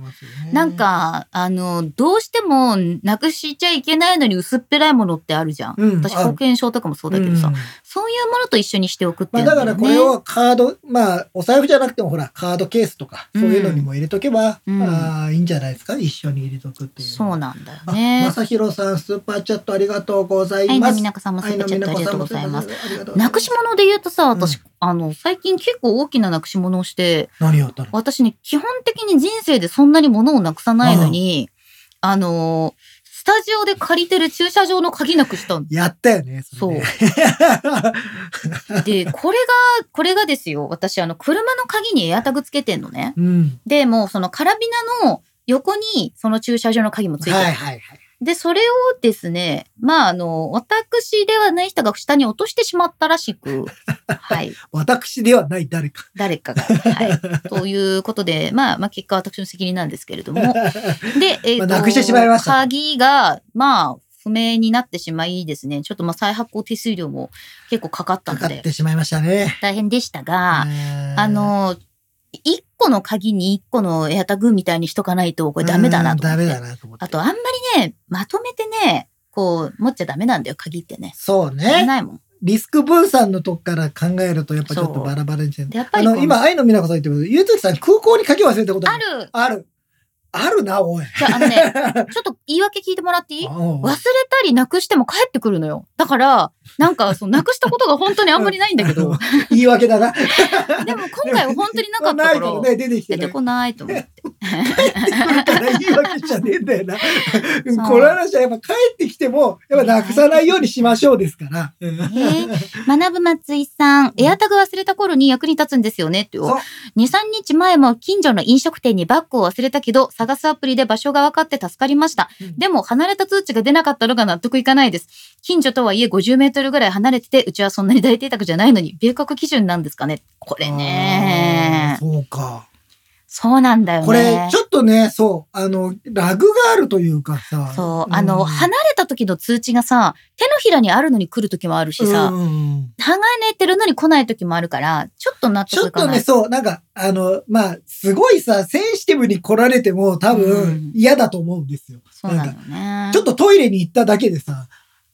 Speaker 1: なん、か、あの、どうしてもなくしちゃいけないのに薄っぺらいものってあるじゃん。
Speaker 2: うん
Speaker 1: 私、
Speaker 2: ある
Speaker 1: 保険証とかもそうだけどさ、
Speaker 2: うん
Speaker 1: そういうものと一緒にしておくって
Speaker 2: ま
Speaker 1: い
Speaker 2: あ、
Speaker 1: うの
Speaker 2: だ
Speaker 1: も
Speaker 2: か
Speaker 1: ね
Speaker 2: らこれをカード、まあ、お財布じゃなくてもほら、カードケースとか、そういうのにも入れとけば、
Speaker 1: うん
Speaker 2: ああいいんじゃないですか一緒に入れとくっていう。
Speaker 1: そうなんだよ
Speaker 2: あ
Speaker 1: ね
Speaker 2: ま。さひろさん、スーパーチャットありがとうござい
Speaker 1: はい、
Speaker 2: ま
Speaker 1: な
Speaker 2: す。
Speaker 1: みなかさんもすべちゃってありがとうございます。
Speaker 2: ありがとうございます。
Speaker 1: なくし物で言うとさ、私、
Speaker 2: う
Speaker 1: あの、最近結構大きななくし物をして、
Speaker 2: 何やったの
Speaker 1: 私ね、基本的に人生でそんなに物をなくさないのに、あのー、スタジオで借りてる駐車場の鍵なくしたん
Speaker 2: やったよね。れね
Speaker 1: で、これが、これがですよ、私、あの、車の鍵にエアタグつけてんのね。
Speaker 2: うん。
Speaker 1: で、もうそのカラビナの、横にその駐車場の鍵もついてる。
Speaker 2: はいはいはい。
Speaker 1: で、それをですね、まあ、あの、私ではない人が下に落としてしまったら しく、はい、
Speaker 2: 私ではない誰か。
Speaker 1: 誰か が。はい。ということで、まあ、まあ、結果は私の責任なんですけれども。で、えーと
Speaker 2: まあなくしてしまいました
Speaker 1: 鍵が、まあ、不明になってしまいですね、ちょっとまあ再発行手数料も結構かかっ
Speaker 2: か
Speaker 1: たの
Speaker 2: かっ
Speaker 1: で、
Speaker 2: てしまいましたね。
Speaker 1: 大変でしたが、あ
Speaker 2: あ、
Speaker 1: の、1個の鍵に1個のエアタグみたいにしとかないと、こ
Speaker 2: こ
Speaker 1: れダメだなと思
Speaker 2: ダ
Speaker 1: っ
Speaker 2: メ
Speaker 1: て。
Speaker 2: だなと思って。
Speaker 1: あと、あんまりね、まとめてね、こう、持っちゃダメなんだよ、鍵ってね。
Speaker 2: そう
Speaker 1: 危
Speaker 2: ね。
Speaker 1: ないもん。
Speaker 2: リスク分散のとこから考えると、やっぱちょっとバラバラにしてる
Speaker 1: でやっぱ
Speaker 2: あ
Speaker 1: りこ
Speaker 2: の、今、愛の美奈子さん言ってるけど、ゆうときさん空港に鍵忘れたこと
Speaker 1: あ
Speaker 2: る。
Speaker 1: る
Speaker 2: ある。あるな、おい。
Speaker 1: じゃあ、 あのね、ちょっと言い訳聞いてもらっていい
Speaker 2: おう
Speaker 1: 忘れたりなくしても帰ってくるのよ。だから、なんか、その、なくしたことが本当にあんまりないんだ けど、
Speaker 2: 言い訳だな。
Speaker 1: でも今回は本当になかった
Speaker 2: な
Speaker 1: か
Speaker 2: いから
Speaker 1: ら、
Speaker 2: ね、出てきてな
Speaker 1: 出て
Speaker 2: い。
Speaker 1: こないと思って。
Speaker 2: から言い訳じゃねえんだよ な。
Speaker 1: う
Speaker 2: この話はやっぱ帰ってきても、やっぱなくさないようにしましょうですから。
Speaker 1: ね学ぶ松井さん、エアタグ忘れた頃に役に立つんですよねって。
Speaker 2: そう
Speaker 1: 2、3日前も近所の飲食店にバッグを忘れたけど、探すアプリで場所が分かって助かりました。
Speaker 2: うん
Speaker 1: でも、離れた通知が出なかったのが納得いかないです。近所とはいえ50メートルぐらい離れてて、うちはそんなに大邸宅じゃないのに、米国基準なんですかね。これね
Speaker 2: あ。ーそうか。
Speaker 1: そうなんだよね。
Speaker 2: これ、ちょっとね、そう、あの、ラグがあるというかさ。
Speaker 1: そう。あの、
Speaker 2: うん
Speaker 1: 離れた時の通知がさ、手のひらにあるのに来る時もあるしさ、
Speaker 2: うんうんうん
Speaker 1: 離れてるのに来ない時もあるから、ちょっと納
Speaker 2: ちょ
Speaker 1: 得
Speaker 2: っ
Speaker 1: いか
Speaker 2: と
Speaker 1: な
Speaker 2: ね、
Speaker 1: い。
Speaker 2: そう、なんか、あの、まあ、すごいさ、センシティブに来られても多
Speaker 1: うん
Speaker 2: 分嫌だと思うんですよ。
Speaker 1: そうなのよね。
Speaker 2: ちょっとトイレに行っただけでさ、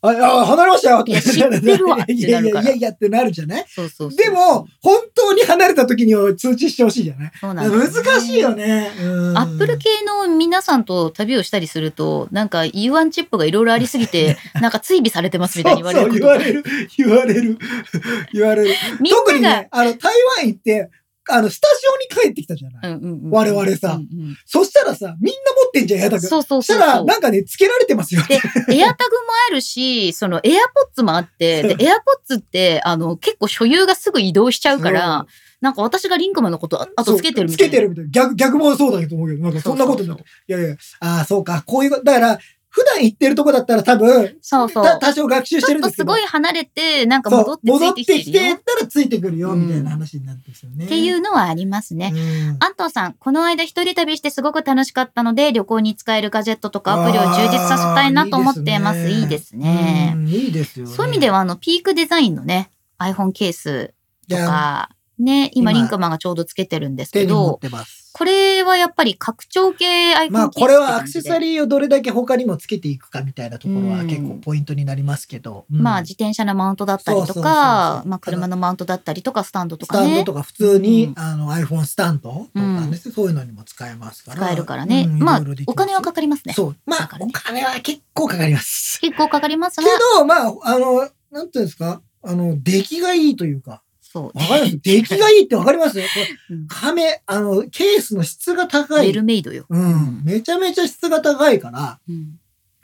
Speaker 2: あ、あ離れましたよとか
Speaker 1: いや知ってるわ
Speaker 2: いやい
Speaker 1: ってなるか
Speaker 2: や
Speaker 1: ら
Speaker 2: いやいやってなるじゃない
Speaker 1: そうそうそう
Speaker 2: でも、、本当に離れた時には通知してほしいじゃない
Speaker 1: そうなんだよね
Speaker 2: 難しいよ。ね。うん
Speaker 1: アップル系の皆さんと旅をしたりすると、なんか U1 チップがいろいろありすぎて、 なんか追尾されてますみたいに言われること
Speaker 2: そうそう言われる、 言われる、言われる。
Speaker 1: みんなが
Speaker 2: 特にね、あの、台湾行って、あの、スタジオに帰ってきたじゃない、
Speaker 1: うんうんうん
Speaker 2: 我々さ
Speaker 1: うんうん
Speaker 2: そしたらさ、みんな持ってんじゃん、エアタグ。
Speaker 1: そうそうそ
Speaker 2: した
Speaker 1: うそ
Speaker 2: ら、
Speaker 1: う。
Speaker 2: なんかね、つけられてますよ。
Speaker 1: で、エアタグもあるし、そのエアポッツもあって、 で、エアポッツって、あの、結構所有がすぐ移動しちゃうから、なんか私がリンクマンのこと、ああとつけてるみ
Speaker 2: みた
Speaker 1: たい
Speaker 2: いつけ
Speaker 1: な。
Speaker 2: てるみたいな。逆、逆もそうだと思うけど、なんかそんなことになって。いやいや、ああ、そうか。こういうこと、だから、普段行ってるとこだったら多分、
Speaker 1: そうそう。
Speaker 2: た多少学習し
Speaker 1: ち
Speaker 2: て
Speaker 1: ょ
Speaker 2: る
Speaker 1: っ
Speaker 2: ん
Speaker 1: と
Speaker 2: ですけど。
Speaker 1: すごい離れて、なんか
Speaker 2: そう
Speaker 1: 戻ってついてきてるよ
Speaker 2: 戻ってきてたらついてくるよ、
Speaker 1: うん
Speaker 2: みたいな話になってますよね。
Speaker 1: っていうのはありますね。
Speaker 2: うん
Speaker 1: 安藤さん、この間一人旅してすごく楽しかったので、旅行に使えるガジェットとかアプリを充実させたいなと思ってます。
Speaker 2: あー
Speaker 1: いいですね。
Speaker 2: うんいいですよね。
Speaker 1: そういう意味では、あの、ピークデザインのね、iPhone ケースとか、ね、今、
Speaker 2: 今
Speaker 1: リンクマンがちょうどつけてるんです
Speaker 2: 手
Speaker 1: け
Speaker 2: に持っ
Speaker 1: ど、
Speaker 2: てます。
Speaker 1: これはやっぱり拡張系 iPhone ケース
Speaker 2: まあこれはアクセサ
Speaker 1: リ
Speaker 2: リーをどれだけ他にもつけていくかみたいなところ
Speaker 1: う
Speaker 2: は
Speaker 1: ん
Speaker 2: 結構ポイントになりますけど、うん
Speaker 1: まあ自転車のマウントだったりと
Speaker 2: そうそうそうそう
Speaker 1: か、まあ車のマウントだったりとか、スタンドと
Speaker 2: ス
Speaker 1: か
Speaker 2: タンド
Speaker 1: ね。
Speaker 2: とか普通に、
Speaker 1: うん
Speaker 2: あの iPhone スタンドとかね、そういうのにも使えますから
Speaker 1: 使えるからね。
Speaker 2: うん
Speaker 1: ま
Speaker 2: い
Speaker 1: あ
Speaker 2: ろいろできす
Speaker 1: お金はかかりますね。
Speaker 2: そうま
Speaker 1: だ
Speaker 2: あ
Speaker 1: から
Speaker 2: お
Speaker 1: ね
Speaker 2: 金は結構かかります
Speaker 1: 結構かかります
Speaker 2: け
Speaker 1: が、
Speaker 2: どまああのなんていうんですかあの出来がいいというか
Speaker 1: そう。
Speaker 2: わかり ます出来がいいってわかりますよ
Speaker 1: うん
Speaker 2: 亀あのケースの質が高
Speaker 1: ベ
Speaker 2: い
Speaker 1: ルメイドよ。
Speaker 2: うんめちゃめちゃ質が高いから
Speaker 1: うん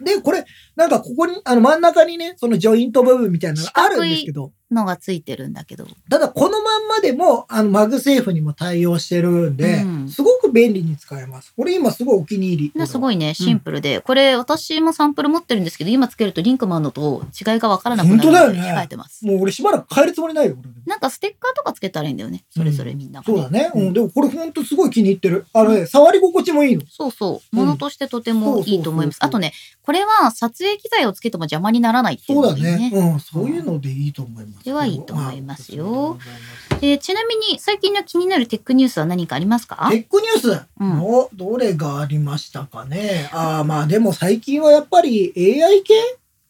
Speaker 2: で、これ、なんかここに、あの真ん中にね、そのジョイント部分みたいなのがあるんですけど、
Speaker 1: のがついてるんだけど。
Speaker 2: ただこのまんまでも、あのマグセーフにも対応してるんで、
Speaker 1: うん
Speaker 2: すごく便利に使えます。これ今すごいお気に入り。
Speaker 1: すごいね、シンプルで。これ、私もサンプル持ってるんですけど、今つけるとリンクマンのと違いがわからなくなるので
Speaker 2: 本当だよね
Speaker 1: 控えてます。
Speaker 2: もう俺しばらく変えるつもりないよ、俺。
Speaker 1: なんかステッカーとかつけたらいいんだよね。それぞれみんなが
Speaker 2: そう
Speaker 1: ね、
Speaker 2: だね。
Speaker 1: う
Speaker 2: うんん、でもこれほんとすごい気に入ってる。あのね、触り心地もいいの。
Speaker 1: そうそう。ものとしてとてもいいと思います。
Speaker 2: うん
Speaker 1: あとね、これは撮影機材をつけても邪魔にならないってい
Speaker 2: そ
Speaker 1: うの
Speaker 2: う
Speaker 1: が
Speaker 2: だ
Speaker 1: いいね。
Speaker 2: ね。うん、そういうのでいいと思います。
Speaker 1: ではいいと思いますよ
Speaker 2: はいそうでございます
Speaker 1: えーちなみに、最近の気になるテックニュースは何かありますか
Speaker 2: テックニュース。
Speaker 1: うん。
Speaker 2: のどれがありましたかね。ああまあでも最近はやっぱり AI 系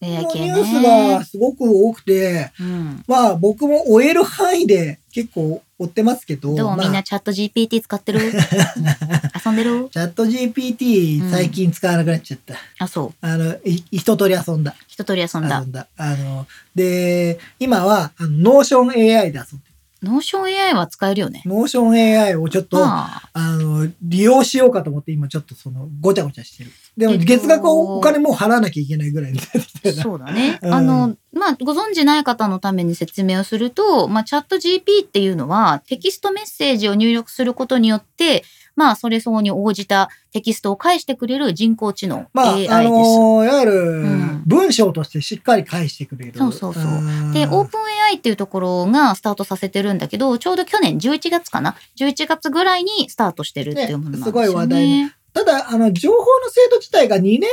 Speaker 2: の
Speaker 1: AI 系
Speaker 2: ニ
Speaker 1: ね。
Speaker 2: ュースがすごく多くて、
Speaker 1: うん。
Speaker 2: まあ僕も追える範囲で結構追ってますけど、
Speaker 1: どう、
Speaker 2: まあ
Speaker 1: みんなチャット GPT 使ってる、うん遊んでる
Speaker 2: チャット
Speaker 1: うん
Speaker 2: GPT 最近使わなくなっちゃった。
Speaker 1: あ、そう。
Speaker 2: あの、い一通り遊んだ。
Speaker 1: 一通り遊んだ
Speaker 2: 遊。んだ。あの、で、今はあのノーション AI だそうで
Speaker 1: ノーション AI は使えるよね
Speaker 2: す。。ノーション AI をちょっと、
Speaker 1: まあ、
Speaker 2: あの、利用しようかと思って今ちょっとそのごちゃごちゃしてる。で
Speaker 1: え
Speaker 2: も
Speaker 1: っと
Speaker 2: 月額をお金もう払わなきゃいけないぐらいになってきてる
Speaker 1: そうだね。
Speaker 2: うん
Speaker 1: あの、まあ、ご存知ない方のために説明をすると、まあ、チャット GP っていうのは、テキストメッセージを入力することによって、まあ、それそうに応じたテキストを返してくれる人工知能、
Speaker 2: まあ、
Speaker 1: AI です。
Speaker 2: あのーいわゆる
Speaker 1: ん
Speaker 2: 文章としてしっかり返してくれる。
Speaker 1: そうそうそうんで、オープン AI っていうところがスタートさせてるんだけど、ちょうど去年11月かな ?11 月ぐらいにスタートしてるっていうものなんですよ、ね。
Speaker 2: ねすごい話題ただ、あの、情報の精度自体が2年前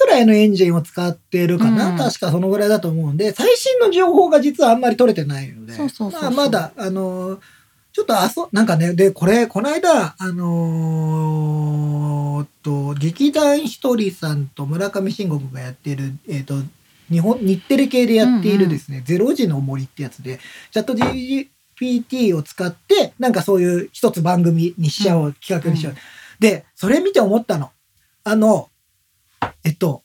Speaker 2: くらいのエンジンを使ってるかな、
Speaker 1: うん
Speaker 2: 確かそのぐらいだと思うんで、最新の情報が実はあんまり取れてないので、
Speaker 1: そうそうそうそう
Speaker 2: まあ、まだ、あのーちょっとあそ、なんかね、で、これ、この間、あのーと、劇団ひとりさんと村上信五君がやってる、えっ、と、日本、日テレ系でやっているですね、ゼロ時の森ってやつで、チャット GPT を使って、なんかそういう一つ番組にしちゃおう、企画にしちゃおう。で、それ見て思ったの。あの、えっと、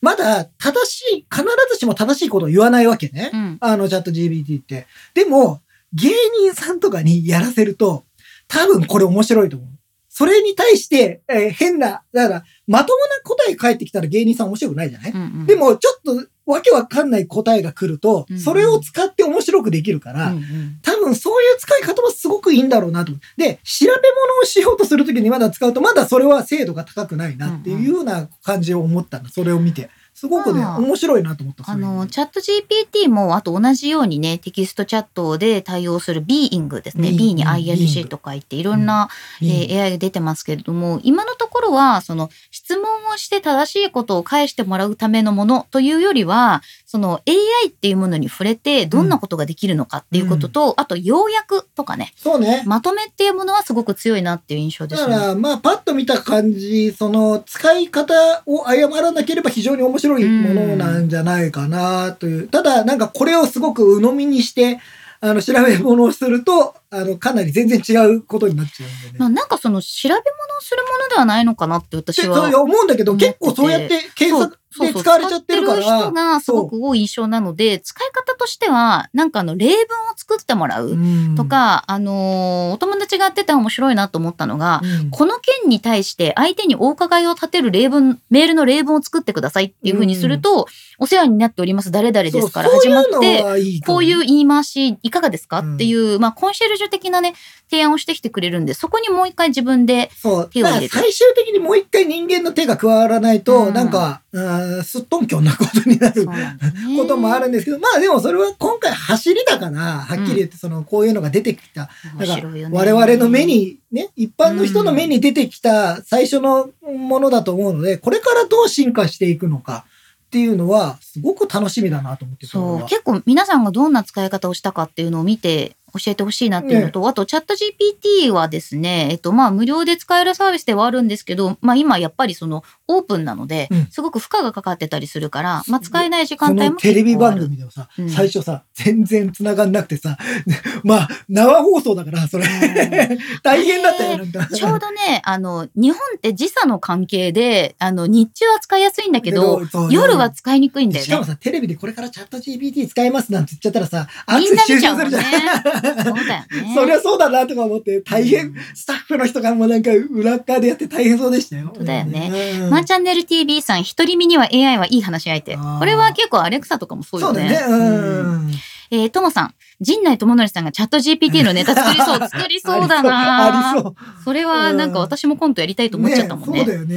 Speaker 2: まだ正しい、必ずしも正しいことを言わないわけね。
Speaker 1: うん。
Speaker 2: あのチャット GPT って。でも、芸人さんとかにやらせると、多分これ面白いと思う。それに対して、えー変な、だから、まともな答え返ってきたら芸人さん面白くないじゃない、
Speaker 1: うんうん
Speaker 2: で、も、ちょっと、わけわかんない答えが来ると
Speaker 1: う、ん
Speaker 2: それを使って面白くできるか
Speaker 1: う
Speaker 2: ら、
Speaker 1: んうん
Speaker 2: 多分そういう使い方はすごくいいんだろうなと思って。で、調べ物をしようとするときにまだ使うと、まだそれは精度が高くないなっていうような感じを思ったの、それを見て。すごくね、
Speaker 1: ああ
Speaker 2: 面白いなと思った。そ
Speaker 1: あ
Speaker 2: ういう
Speaker 1: の、チャット GPT も、あと同じようにね、テキストチャットで対応する Being ですね。
Speaker 2: Being
Speaker 1: B に
Speaker 2: Being
Speaker 1: IRC と書いて、いろんな、
Speaker 2: うん
Speaker 1: えー AI が出てますけれども、今のところは、その、質問をして正しいことを返してもらうためのものというよりは、その AI っていうものに触れて、どんなことができるのかっていうことと、あと、要約とかね、
Speaker 2: そうね。
Speaker 1: まとめっていうものはすごく強いなっていう印象で
Speaker 2: だ
Speaker 1: す
Speaker 2: か
Speaker 1: ね。
Speaker 2: ら、まあ、パッと見た感じ、その、使い方を誤らなければ非常に面白いものなんじゃないかなという。ただ、なんかこれをすごく鵜呑みにして、あの、調べ物をすると、あの、かなり全然違うことになっちゃうんでね
Speaker 1: まあ。なんかその調べ物をするものではないのかなって私は
Speaker 2: そうそう思うんだけど、
Speaker 1: 思って
Speaker 2: 結
Speaker 1: て
Speaker 2: 構そうやって検索
Speaker 1: そう
Speaker 2: で
Speaker 1: そう
Speaker 2: 使われちゃってるか
Speaker 1: 使ってる人
Speaker 2: ら。
Speaker 1: がすごく多い印象なので、使い方としては、なんかあの、例文を作ってもらうとか、あのーお友達がやってて面白いなと思ったのが、
Speaker 2: うん、
Speaker 1: この件に対して相手にお伺いを立てる例文、メールの例文を作ってくださいっていうふうにすると、お世話になっております、誰々ですから
Speaker 2: そう
Speaker 1: 始まって、
Speaker 2: そういうのはいいかも
Speaker 1: こういう言い回しいかがですか、
Speaker 2: うん
Speaker 1: っていう、まあ、コンシェルジュ的なね、提案をしてきてくれるんで、そこにもう一回自分で、
Speaker 2: そう。
Speaker 1: 手を入れて
Speaker 2: だから最終的にもう一回人間の手が加わらないと、
Speaker 1: うん
Speaker 2: なんか、うんすっとんきょんなことになる
Speaker 1: なんですね
Speaker 2: こともあるんですけど、まあでもそれは今回走りだから、はっきり言って、その、こういうのが出てきた。
Speaker 1: 面白いよね
Speaker 2: 我々の目に、ね、一般の人の目に出てきた最初のものだと思うので、これからどう進化していくのかっていうのは、すごく楽しみだなと思って
Speaker 1: そう
Speaker 2: そ
Speaker 1: 結構皆さんがどんな使い方をしたかっていうのを見て教えてほしいなっていうのと、あとチャット GPT はですね、えっとまあ、無料で使えるサービスではあるんですけど、まあ、今やっぱりそのオープンなので、
Speaker 2: うん
Speaker 1: すごく負荷がかかってたりするから、まあ、使えない時間
Speaker 2: こ
Speaker 1: 帯
Speaker 2: の
Speaker 1: も
Speaker 2: テレビ
Speaker 1: 結構あ
Speaker 2: 番
Speaker 1: る
Speaker 2: 組でもさ、
Speaker 1: うん
Speaker 2: 最初さ、全然繋がんなくてさ、 まあ、生放送だから、それ、 大変だったよ、なんか。
Speaker 1: ちょうどねあの日本って時差の関係であの日中は使いやすいんだ けど
Speaker 2: そう
Speaker 1: 夜は使いにくいんだよ
Speaker 2: しかも
Speaker 1: ね。
Speaker 2: さ、テレビでこれからチャット GPT 使いますなんて言っちゃったらさ、アク
Speaker 1: みん
Speaker 2: セ
Speaker 1: な
Speaker 2: ス
Speaker 1: 見
Speaker 2: 集
Speaker 1: ちゃう
Speaker 2: 中
Speaker 1: も
Speaker 2: す
Speaker 1: ん
Speaker 2: る
Speaker 1: ね
Speaker 2: じゃん。。
Speaker 1: そうだよね。
Speaker 2: そりゃそうだなとか思って、大変、
Speaker 1: うん
Speaker 2: スタッフの人がもうなんか裏っ側でやって大変そうでしたよ。
Speaker 1: 本当だよね
Speaker 2: うん
Speaker 1: マーチャンネル TV さん、独り身には AI はいい話し相手。
Speaker 2: あー
Speaker 1: これは結構アレクサとかもそう
Speaker 2: そ
Speaker 1: よ
Speaker 2: うだ
Speaker 1: ね。
Speaker 2: ね。
Speaker 1: ん
Speaker 2: うん。
Speaker 1: えー、ともさん、陣内智則さんがチャット GPT のネタ作り そう、作りそうだな
Speaker 2: ありそう。
Speaker 1: それはなんか私もコントやりたいと思っちゃったもんね。
Speaker 2: そうだよね。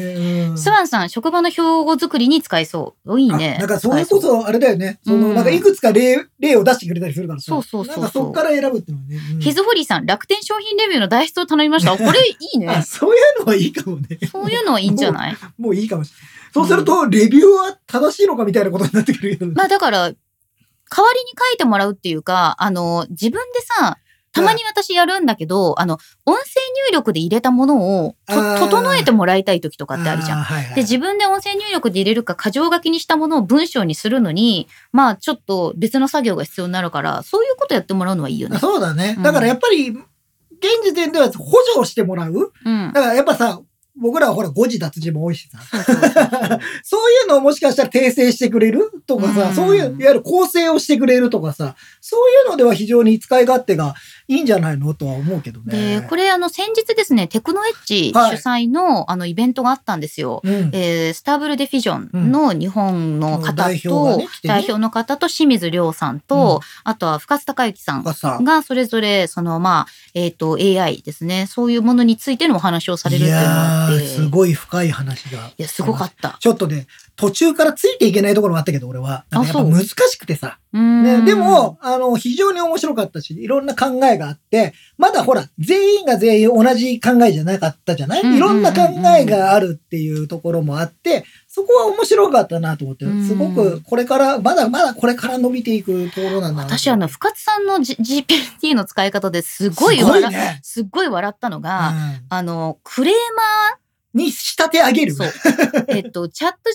Speaker 2: うん
Speaker 1: スワンさん、職場の標語作りに使えそう。おいいね。
Speaker 2: あなんかそれこ
Speaker 1: 使え
Speaker 2: そあれだよね。その、
Speaker 1: うん
Speaker 2: なんかいくつか例、例を出してくれたりするからさ
Speaker 1: そうそうそうそう
Speaker 2: なんかそっから選ぶっていうのはね。うん
Speaker 1: ヒズホリーさん、楽天商品レビューの代筆を頼 みました。あこれいい
Speaker 2: あ、
Speaker 1: ね。
Speaker 2: そういうのはいいかもね。
Speaker 1: そういうのはいいんじゃない
Speaker 2: もういいかもしれない。そうすると、レビューは正しいのかみたいなことになってくるけどね。
Speaker 1: まあだから、代わりに書いてもらうっていうか、あの、自分でさ、たまに私やるんだけど、あの、音声入力で入れたものをと
Speaker 2: あー
Speaker 1: 整えてもらいたい時とかってあるじゃん。
Speaker 2: ーはいはい
Speaker 1: で、自分で音声入力で入れるか、箇条書きにしたものを文章にするのに、まあちょっと別の作業が必要になるから、そういうことやってもらうのはいいよね。
Speaker 2: そうだね
Speaker 1: う。ん
Speaker 2: だからやっぱり、現時点では補助をしてもらう。
Speaker 1: うん
Speaker 2: だ。からやっぱさ、僕らはほら、誤字脱字も多いしさ。
Speaker 1: そうそうそう
Speaker 2: そういうのをもしかしたら訂正してくれるとか
Speaker 1: う
Speaker 2: さ、
Speaker 1: ん
Speaker 2: そういう、いわゆる構成をしてくれるとかさ、そういうのでは非常に使い勝手がいいんじゃないのとは思うけどね。
Speaker 1: で、これあの先日ですね、テクノエッジ主
Speaker 2: はい
Speaker 1: 催の、あのイベントがあったんですよ。
Speaker 2: うん、
Speaker 1: えースターブルディフィジョンの日本の方と、
Speaker 2: うん代表がね来てね
Speaker 1: 代表の方と清水亮さんと、あとは深津貴之さん
Speaker 2: がさ、
Speaker 1: がそれぞれそのまあ、えっと AI ですねそういうものについてのお話をされるっ
Speaker 2: い
Speaker 1: ていうのが
Speaker 2: や
Speaker 1: あっ
Speaker 2: ー、
Speaker 1: てい
Speaker 2: すごい深い話が。
Speaker 1: やすごかった。
Speaker 2: ちょっとね、途中からついていけないところもあったけど、俺は。なんかやっぱ
Speaker 1: あそう
Speaker 2: 難しくてさ。
Speaker 1: ね
Speaker 2: ね、でも、あの、非常に面白かったし、いろんな考えがあって、まだほら、全員が全員同じ考えじゃなかったじゃない、
Speaker 1: うんうんうんうん
Speaker 2: いろんな考えがあるっていうところもあって、そこは面白かったなと思って
Speaker 1: うん、
Speaker 2: すごくこれから、まだまだこれから伸びていくところなんだなと
Speaker 1: 私あの、深津さんの、G、GPT の使い方ですごい
Speaker 2: すご
Speaker 1: 笑
Speaker 2: いね。
Speaker 1: すっごい笑ったのが、
Speaker 2: うん
Speaker 1: あのクレーマー
Speaker 2: に仕立て上げる。
Speaker 1: そう。えっと、チャット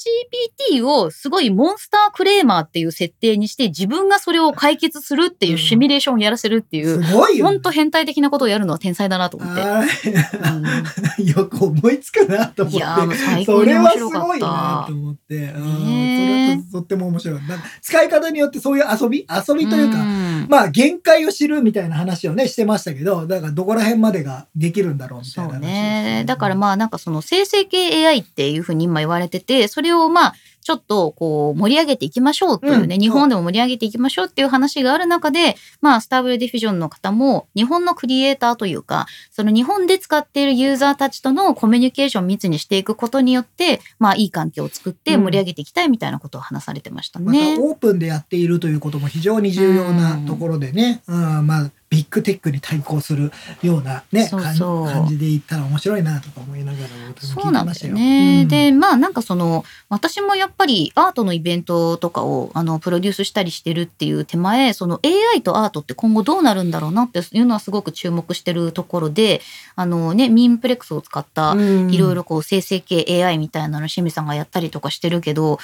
Speaker 1: GPT をすごいモンスタークレーマーっていう設定にして、自分がそれを解決するっていうシミュレーションをやらせるってい
Speaker 2: す
Speaker 1: う、
Speaker 2: ごいよ、
Speaker 1: ほんと変態的なことをやるのは天才だなと思って。
Speaker 2: あー よく思いつくなと
Speaker 1: うん
Speaker 2: 思っ
Speaker 1: い
Speaker 2: て。
Speaker 1: やー、もう最
Speaker 2: そ
Speaker 1: 高に
Speaker 2: れ
Speaker 1: 面
Speaker 2: はす
Speaker 1: 白か
Speaker 2: ご
Speaker 1: っ
Speaker 2: いな
Speaker 1: た
Speaker 2: と。思って、うん、そ
Speaker 1: ねえ
Speaker 2: れはとっても面白い。なんか使い方によってそういう遊び遊びというか、
Speaker 1: ん
Speaker 2: まあ限界を知るみたいな話をね、してましたけど、だからどこら辺までができるんだろうみた
Speaker 1: そ
Speaker 2: いな話
Speaker 1: う
Speaker 2: です
Speaker 1: ね。だからまあなんかその生成系 AI っていうふうに今言われてて、それをまあちょっとこう盛り上げていきましょうというね、
Speaker 2: うん
Speaker 1: 日本でも盛り上げていきましょうっていう話がある中で、まあスターブルディフュージョンの方も日本のクリエイターというか、その日本で使っているユーザーたちとのコミュニケーションを密にしていくことによって、まあいい環境を作って盛り上げていきたいみたいなことを話されてました
Speaker 2: また
Speaker 1: ね。
Speaker 2: オープンでやっているということも非常に重要なところでね、うんまあビッグテックに対抗するようなね、
Speaker 1: そうそう
Speaker 2: 感感じでいったら面白いなとか思いながら私も
Speaker 1: そ
Speaker 2: 聞
Speaker 1: う
Speaker 2: い
Speaker 1: な
Speaker 2: て
Speaker 1: ん
Speaker 2: ま
Speaker 1: で
Speaker 2: した
Speaker 1: す
Speaker 2: よ。
Speaker 1: よね。
Speaker 2: うん
Speaker 1: で、まあなんかその、私もやっぱりアートのイベントとかをあのプロデュースしたりしてるっていう手前、その AI とアートって今後どうなるんだろうなっていうのはすごく注目してるところで、あのね、ミームプレックスを使ったいろいろこう生成系 AI みたいなの清水さんがやったりとかしてるけど、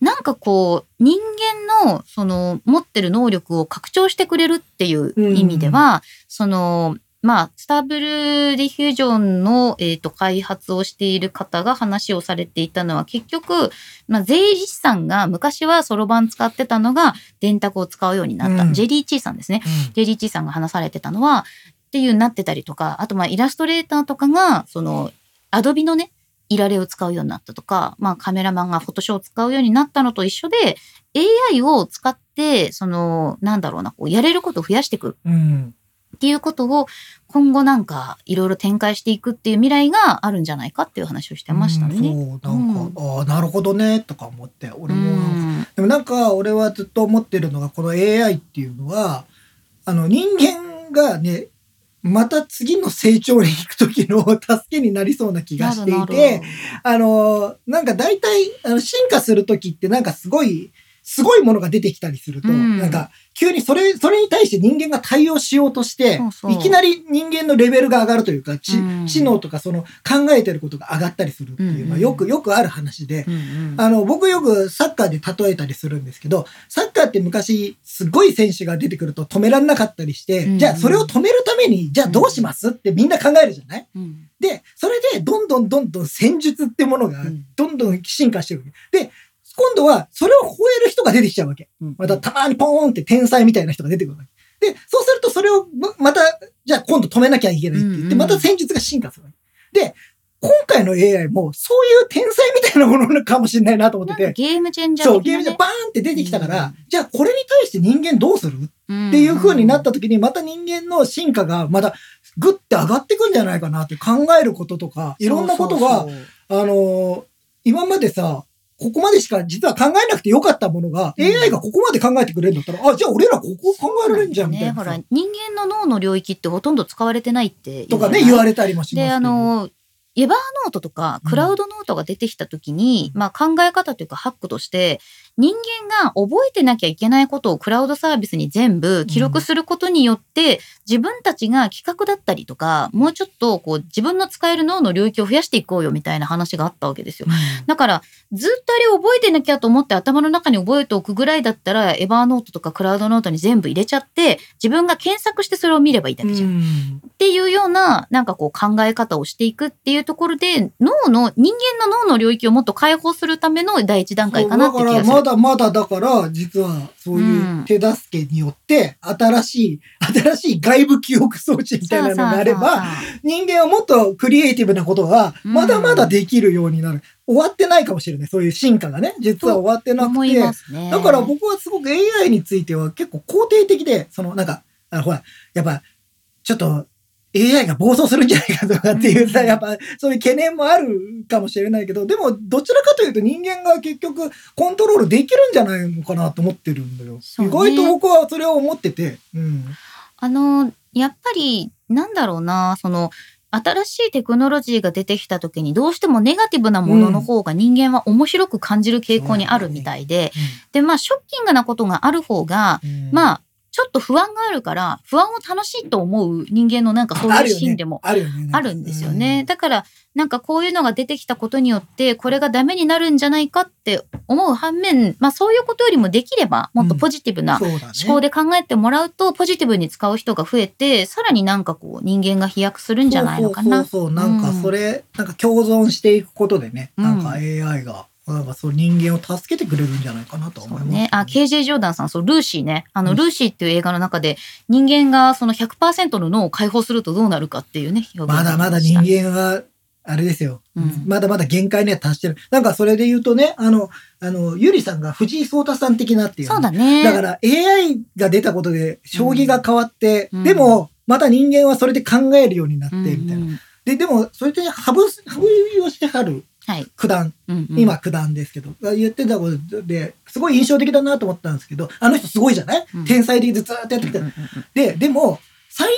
Speaker 1: なんかこう人間のその持ってる能力を拡張してくれるっていう意味では、そのまあスターブルディフュージョンの、えー、と開発をしている方が話をされていたのは結局、まあ、税理士さんが昔はそろばん使ってたのが電卓を使うようになった、
Speaker 2: うん
Speaker 1: ジェリー・チーさんですね
Speaker 2: うん
Speaker 1: ジェリー・チーさんが話されてたのはっていうなってたりとかあとまあイラストレーターとかがそのアドビのねいられを使うようになったとか、まあ、カメラマンがフォトショーを使うようになったのと一緒で AI を使ってそのなんだろうなこうやれることを増やしていく
Speaker 2: うん
Speaker 1: っていうことを今後なんかいろいろ展開していくっていう未来があるんじゃないかっていう話をしてましたね。
Speaker 2: うんそうなんか、ああなるほどねとか思って俺もなんか、
Speaker 1: うん
Speaker 2: でもなんか俺はずっと思ってるのがこの AI っていうのはあの人間がねまた次の成長に行く時の助けになりそうな気がしていて、あのなんか大体あの進化する時ってなんかすごいすごいものが出てきたりすると、
Speaker 1: うん
Speaker 2: なんか急にそれそれに対して人間が対応しようとして
Speaker 1: そうそう
Speaker 2: いきなり人間のレベルが上がるというか知,、
Speaker 1: うん
Speaker 2: 知能とかその考えてることが上がったりするっていうのはよく、
Speaker 1: うん
Speaker 2: よくある話で、
Speaker 1: うんうん
Speaker 2: あの、僕よくサッカーで例えたりするんですけど、サッカーって昔、すごい選手が出てくると止められなかったりして、
Speaker 1: うん
Speaker 2: じゃあそれを止めるために、じゃあどうしますってみんな考えるじゃない
Speaker 1: うん
Speaker 2: で、それでどんどんどんどん戦術ってものが
Speaker 1: うん
Speaker 2: どんどん進化してくる。で、今度はそれを超える人が出てきちゃうわけ。
Speaker 1: うん
Speaker 2: またたまにポーンって天才みたいな人が出てくるわけ。で、そうするとそれをままた、じゃあ今度止めなきゃいけないって
Speaker 1: う
Speaker 2: 言
Speaker 1: ん
Speaker 2: っ
Speaker 1: うんう
Speaker 2: て、
Speaker 1: ん
Speaker 2: また戦術が進化するわけ。で、今回の AI もそういう天才みたいなものかもしれないなと思
Speaker 1: な
Speaker 2: っ
Speaker 1: んか
Speaker 2: てて、
Speaker 1: ゲームチェンジャ
Speaker 2: そう、
Speaker 1: ー的
Speaker 2: ゲー
Speaker 1: な
Speaker 2: ム
Speaker 1: ね
Speaker 2: でバーンって出てきたか
Speaker 1: う
Speaker 2: ら
Speaker 1: ん、
Speaker 2: じゃあこれに対して人間どうする
Speaker 1: うん
Speaker 2: っていう風になった時にまた人間の進化がまたグッて上がってくんじゃないかなって考えることとかいろんなことが
Speaker 1: そうそうそう
Speaker 2: あのー今までさここまでしか実は考えなくてよかったものが、
Speaker 1: うん
Speaker 2: AI がここまで考えてくれるんだったらあじゃあ俺らここ考えられるんじゃんみた
Speaker 1: ね、
Speaker 2: い
Speaker 1: ほ
Speaker 2: な
Speaker 1: ら
Speaker 2: さ
Speaker 1: 人間の脳の領域ってほとんど使われてないって
Speaker 2: とかね
Speaker 1: 言
Speaker 2: 言
Speaker 1: われ
Speaker 2: われたりもしますけど
Speaker 1: であのエバーノートとか
Speaker 2: うん
Speaker 1: クラウドノートが出てきた時に、まあ、考え方というかハックとして人間が覚えてなきゃいけないことをクラウドサービスに全部記録することによって、自分たちが企画だったりとか、もうちょっとこう自分の使える脳の領域を増やしていこうよみたいな話があったわけですよ。だから、ずっとあれを覚えてなきゃと思って頭の中に覚えておくぐらいだったら、エバーノートとかクラウドノートに全部入れちゃって、自分が検索してそれを見ればいいだけじゃん。
Speaker 2: うん
Speaker 1: っていうような、なんかこう考え方をしていくっていうところで、脳の、人間の脳の領域をもっと解放するための第一段階かなって気
Speaker 2: そう
Speaker 1: が
Speaker 2: だ
Speaker 1: す
Speaker 2: からま
Speaker 1: る。
Speaker 2: だまだだから実はそういう手助けによって新しい、新しい外部記憶装置みたいなのがあれば人間はもっとクリエイティブなことが
Speaker 1: うん
Speaker 2: まだまだできるようになる、終わってないかもしれないそういう進化がね実は終わってなく
Speaker 1: 思い
Speaker 2: て
Speaker 1: ますね。
Speaker 2: だから僕はすごく AI については結構肯定的でそのなんかあのほらやっぱちょっと AI が暴走するんじゃないかとかっていうさ、
Speaker 1: うん
Speaker 2: やっぱそういう懸念もあるかもしれないけど、でもどちらかというと人間が結局コントロールできるんじゃないのかなと思ってるんだよ。
Speaker 1: そう
Speaker 2: 意
Speaker 1: ね
Speaker 2: 外と僕はそれを思ってて。うん。
Speaker 1: あの、やっぱり、なんだろうな、その、新しいテクノロジーが出てきた時にどうしてもネガティブなものの方が人間は面白く感じる傾向にあるみたいで、で、まあ、ショッキングなことがある方が、ま
Speaker 2: あ、
Speaker 1: あ、ちょっと不安があるから、不安を楽しいと思う人間のなんかそう
Speaker 2: あ
Speaker 1: いう
Speaker 2: るよ
Speaker 1: シーン
Speaker 2: ね
Speaker 1: でも。
Speaker 2: あるよね。
Speaker 1: あるんですよね。だから、なんかこういうのが出てきたことによって、これがダメになるんじゃないかって思う反面、まあそういうことよりもできれば、もっとポジティブ
Speaker 2: うん。
Speaker 1: な
Speaker 2: そうだね。
Speaker 1: 思考で考えてもらうと、ポジティブに使う人が増えて、さらになんかこう人間が飛躍するんじゃないのかな。
Speaker 2: そうそうそうなんかそれ、なんか共存していくことでね、
Speaker 1: うん
Speaker 2: なんか AI が、なんかそう人間を助けてくれるんじゃないかなとは
Speaker 1: そ
Speaker 2: 思いうます、
Speaker 1: ね。あ、KJ ジョーダンさん、そう、ルーシーね。あの、
Speaker 2: うん
Speaker 1: ルーシーっていう映画の中で、人間がその100%の脳を解放するとどうなるかっていうね、表現
Speaker 2: まだまだ人
Speaker 1: があり
Speaker 2: 間は、あれですよ、
Speaker 1: うん
Speaker 2: まだまだ限界には達してる。なんかそれで言うとね、あの、あの、ゆりさんが藤井聡太さん的なって
Speaker 1: ま
Speaker 2: い
Speaker 1: し
Speaker 2: う、
Speaker 1: たそうだね。
Speaker 2: だから AI が出たことで、将棋が変わって、
Speaker 1: うん
Speaker 2: でも、また人間はそれで考えるようになって、みたいな。
Speaker 1: うんうん
Speaker 2: で、でも、それで羽生、羽生善治
Speaker 1: はい。
Speaker 2: 九段
Speaker 1: うんうん
Speaker 2: 今九段ですけど、言ってたことですごい印象的だなと思ったんですけどあの人すごいじゃない、
Speaker 1: うん
Speaker 2: 天才的でずーっとやってきた、
Speaker 1: うんうん
Speaker 2: ででも才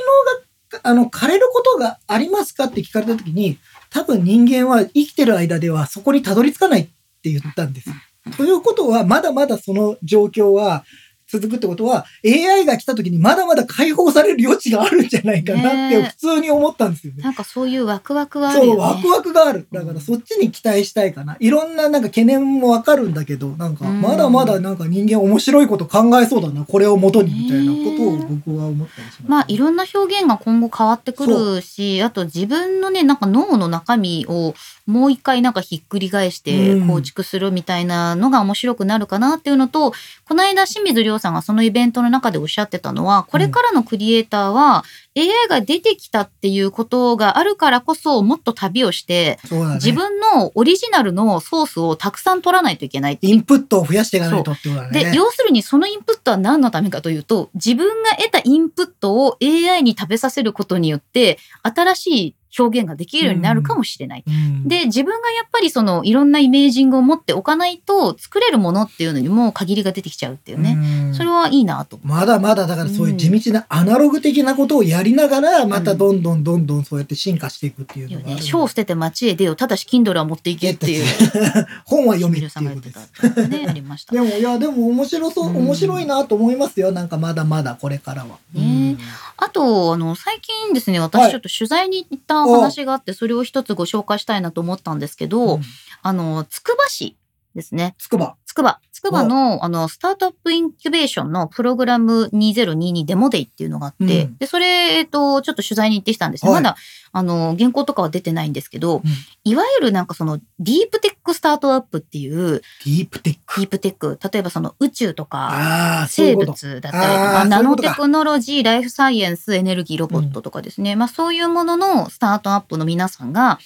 Speaker 2: 能があの枯れることがありますかって聞かれた時に多分人間は生きてる間ではそこにたどり着かないって言ったんですよ。ということはまだまだその状況は続くってことは AI が来た時にまだまだ解放される余地があるんじゃないかなって
Speaker 1: ねえ
Speaker 2: 普通に思ったんですよね
Speaker 1: うん。なんかそういうワクワクはあるよね。
Speaker 2: そう、ワクワクがある。だか
Speaker 1: うん
Speaker 2: らそっちに期待したいかな。いろんななんか懸念もわかるんだけど、なんか
Speaker 1: うん
Speaker 2: まだまだなんか人間面白いこと考えそうだな。これを元にみたいなことを
Speaker 1: ね
Speaker 2: 僕は思ったりします。
Speaker 1: まあいろんな表現が今後変わってくるしあと自分のねなんか脳の中身をもう一回なんかひっくり返して
Speaker 2: うん
Speaker 1: 構築するみたいなのが面白くなるかなっていうのと、この間清水亮さんがそのイベントの中でおっしゃってたのはこれからのクリエイターは AI が出てきたっていうことがあるからこそもっと旅をして
Speaker 2: そうだね。
Speaker 1: 自分のオリジナルのソースをたくさん取らないといけないって
Speaker 2: インプットを増やしていかないとってことだね。
Speaker 1: で、要するにそのインプットは何のためかというと、自分が得たインプットを AI に食べさせることによって、新しい表現ができるようになるかもしれない。
Speaker 2: うん、
Speaker 1: で、自分がやっぱりそのいろんなイメージングを持っておかないと、作れるものっていうのにも限りが出てきちゃうっていうね。
Speaker 2: うん
Speaker 1: それはいいなと思う。
Speaker 2: まだまだだからそういう地道なアナログ的なことをやりながら、またどんどんどんどんそうやって進化していくっていう
Speaker 1: いいよ
Speaker 2: のがある。
Speaker 1: ね。書を捨てて街へ出よう。ただし、Kindle は持っていけっていう。
Speaker 2: 本は読め
Speaker 1: み
Speaker 2: っ
Speaker 1: る
Speaker 2: て
Speaker 1: さん
Speaker 2: い
Speaker 1: が
Speaker 2: うこ
Speaker 1: 言っ
Speaker 2: と
Speaker 1: て
Speaker 2: です。
Speaker 1: た。ね、ありました。
Speaker 2: でもいやでも面白そう、
Speaker 1: うん
Speaker 2: 面白いなと思いますよなんかまだまだこれからは。
Speaker 1: ねあと、あの、最近ですね、
Speaker 2: は
Speaker 1: 私
Speaker 2: い
Speaker 1: ちょっと取材に行ったお話があって、それを一つご紹介したいなと思ったんですけ
Speaker 2: う
Speaker 1: ど、
Speaker 2: ん、
Speaker 1: あの、つくば市ですね。
Speaker 2: つくば。
Speaker 1: つくば。つくばの、あの、スタートアップインキュベーションのプログラム2022デモデイっていうのがあって、
Speaker 2: うん
Speaker 1: で、それ、えっと、ちょっと取材に行ってきたんですね。
Speaker 2: はい
Speaker 1: まだ、あの、原稿とかは出てないんですけ
Speaker 2: う
Speaker 1: ど、
Speaker 2: ん
Speaker 1: いわゆるなんかその、ディープテックスタートアップっていう、
Speaker 2: ディープテック。
Speaker 1: ディープテック、例えばその宇宙とか、
Speaker 2: ああそうい
Speaker 1: 生
Speaker 2: うこと。
Speaker 1: 物だったりと
Speaker 2: あ
Speaker 1: か、
Speaker 2: ー
Speaker 1: ナ
Speaker 2: そういうこ
Speaker 1: ノ
Speaker 2: とか
Speaker 1: テクノロジー、ライフサイエンス、エネルギー、ロボットとかですね、まあそういうもののスタートアップの皆さんが、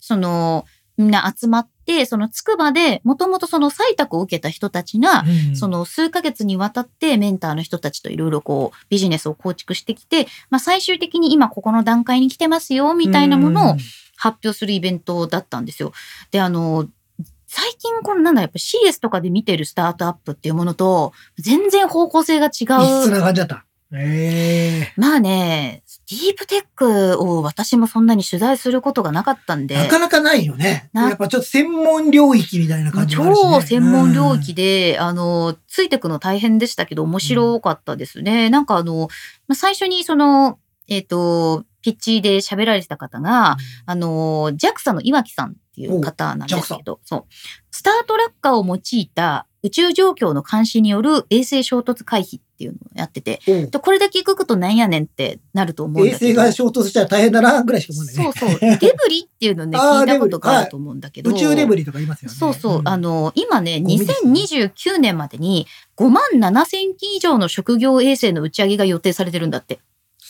Speaker 1: その、みんな集まって、そのつくばで、もともとその採択を受けた人たちが、
Speaker 2: うん
Speaker 1: その数ヶ月にわたってメンターの人たちといろいろこうビジネスを構築してきて、まあ最終的に今ここの段階に来てますよ、みたいなものを
Speaker 2: うん
Speaker 1: 発表するイベントだったんですよ。で、あの、最近このなんだ、やっぱ CS とかで見てるスタートアップっていうものと、全然方向性が違
Speaker 2: 異質
Speaker 1: う。
Speaker 2: な感じだった。え
Speaker 1: まあね、ディープテックを私もそんなに取材することがなかったん
Speaker 2: え
Speaker 1: で、
Speaker 2: なかなかないよね。
Speaker 1: な
Speaker 2: やっぱちょっと専門領域みたいな
Speaker 1: まあ
Speaker 2: 感じもあるし、ね。
Speaker 1: 超専門領域で、あの、ついてくの大変でしたけど、面白かったですね。なんかあの、まあ、最初にその、えっ、と、ピッチで喋られてた方が、あの、JAXA の岩木さんっていう方なんですけど、そう。スタートラッカーを用いた宇宙状況の監視による衛星衝突回避っていうのをやってて、
Speaker 2: うん。おう
Speaker 1: とこれだけ聞くとなんやねんってなると思うん
Speaker 2: 衛
Speaker 1: だけ
Speaker 2: 星
Speaker 1: ど。
Speaker 2: が衝突したら大変だな、ぐらいしか思わないね。
Speaker 1: そうそう。デブリっていうの ね、
Speaker 2: あー
Speaker 1: 聞いたことがあ
Speaker 2: デブリ
Speaker 1: ると思うんだけど。
Speaker 2: 宇宙デブリとか言いますよね。
Speaker 1: そうそう、
Speaker 2: ん
Speaker 1: あの今ね
Speaker 2: ゴミですね
Speaker 1: 2029年までに5万7,000機以上の職業衛星の打ち上げが予定されてるんだって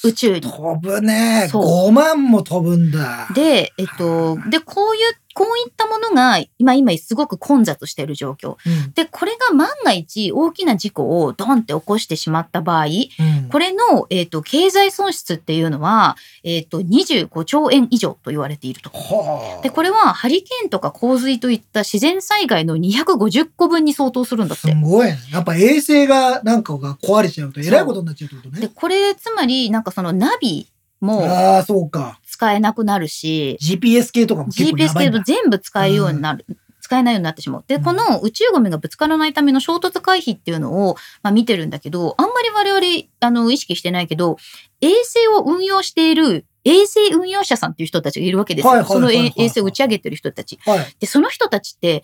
Speaker 1: 宇宙に。
Speaker 2: 飛ぶね。
Speaker 1: そ
Speaker 2: 5万も飛ぶんだ。
Speaker 1: で、えっと、で、こういう、こういったものが、今、今、すごく混雑している状況。
Speaker 2: うん、
Speaker 1: で、これが万が一、大きな事故をドンって起こしてしまった場合、
Speaker 2: うん
Speaker 1: これの、えっと、経済損失っていうのは、えっと、25兆円以上と言われていると。
Speaker 2: はあ
Speaker 1: で、これは、ハリケーンとか洪水といった自然災害の250個分に相当するんだって
Speaker 2: す。ごいね。やっぱ衛星がなんかが壊れちゃうと、えらいことになっちゃうってこと
Speaker 1: で、
Speaker 2: ね。
Speaker 1: これ、つまり、なんかそのナビも
Speaker 2: ああ、そうか。
Speaker 1: 使えなくなるし、
Speaker 2: GPS 系とかも結構や
Speaker 1: GPS
Speaker 2: ばい
Speaker 1: 系
Speaker 2: んだ
Speaker 1: も全部使えるようになる。使えないようになってしまう。で、
Speaker 2: うん
Speaker 1: この宇宙ゴミがぶつからないための衝突回避っていうのを、まあ、見てるんだけど、あんまり我々、あの、意識してないけど、衛星を運用している衛星運用者さんっていう人たちがいるわけですよ。
Speaker 2: はいはいはいはい
Speaker 1: その衛衛星を打ち上げてる人たち。
Speaker 2: はい。
Speaker 1: で、その人たちって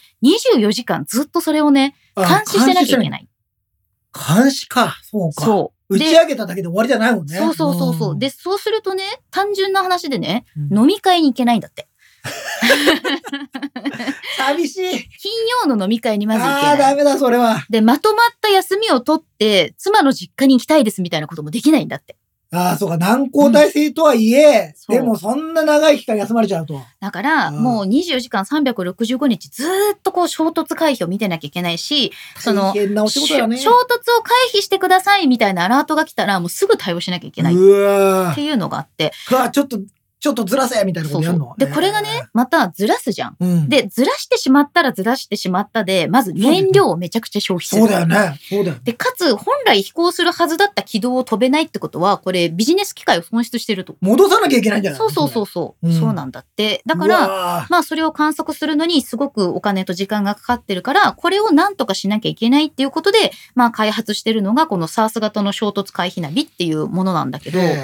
Speaker 1: 24時間ずっとそれをね、
Speaker 2: あ
Speaker 1: 監視してなきゃいけ
Speaker 2: い。
Speaker 1: ない。
Speaker 2: 監視か。そうか。
Speaker 1: そう。
Speaker 2: 打
Speaker 1: で
Speaker 2: ち上げただけで終わりじゃないもんね。
Speaker 1: そうそうそうそう。
Speaker 2: ん
Speaker 1: で、、そうするとね、単純な話でね、
Speaker 2: うん
Speaker 1: 飲み会に行けないんだって。
Speaker 2: 寂しい。
Speaker 1: 金曜の飲み会にまず行
Speaker 2: ああー、
Speaker 1: けな
Speaker 2: ダ
Speaker 1: い。
Speaker 2: メだ、それは。
Speaker 1: で、まとまった休みを取って、妻の実家に行きたいですみたいなこともできないんだって。
Speaker 2: ああ、そうか。難航体制とはいえ、
Speaker 1: うん
Speaker 2: でもそんな長い期間休まれちゃうと。
Speaker 1: だから、
Speaker 2: うん
Speaker 1: もう24時間365日ずーっとこう衝突回避を見てなきゃいけないし、その
Speaker 2: 大変なお仕事だね。
Speaker 1: 衝突を回避してくださいみたいなアラートが来たら、もうすぐ対応しなきゃいけないっ
Speaker 2: うわ
Speaker 1: ていうのがあって。
Speaker 2: ーうわちょっと、ちょっとずらせみたいなこ
Speaker 1: そ
Speaker 2: と
Speaker 1: う
Speaker 2: やん
Speaker 1: そう
Speaker 2: の。。
Speaker 1: で、これがね、またずらすじゃん。
Speaker 2: えー、うん。
Speaker 1: で、ずらしてしまったらずらしてしまったで、まず燃料をめちゃくちゃ消費する。
Speaker 2: そうだよね。そうだよね。
Speaker 1: で、かつ、本来飛行するはずだった軌道を飛べないってことは、これ、ビジネス機会を損失してると。
Speaker 2: 戻さなきゃいけないんじゃない
Speaker 1: そうそうそうそう。
Speaker 2: うん
Speaker 1: そうなんだって。だ
Speaker 2: だ
Speaker 1: から、
Speaker 2: ら、
Speaker 1: まあ、それを観測するのにすごくお金と時間がかかってるから、これをなんとかしなきゃいけないっていうことで、まあ、開発してるのが、この SARS 型の衝突回避ナビっていうものなんだけど、衛
Speaker 2: へ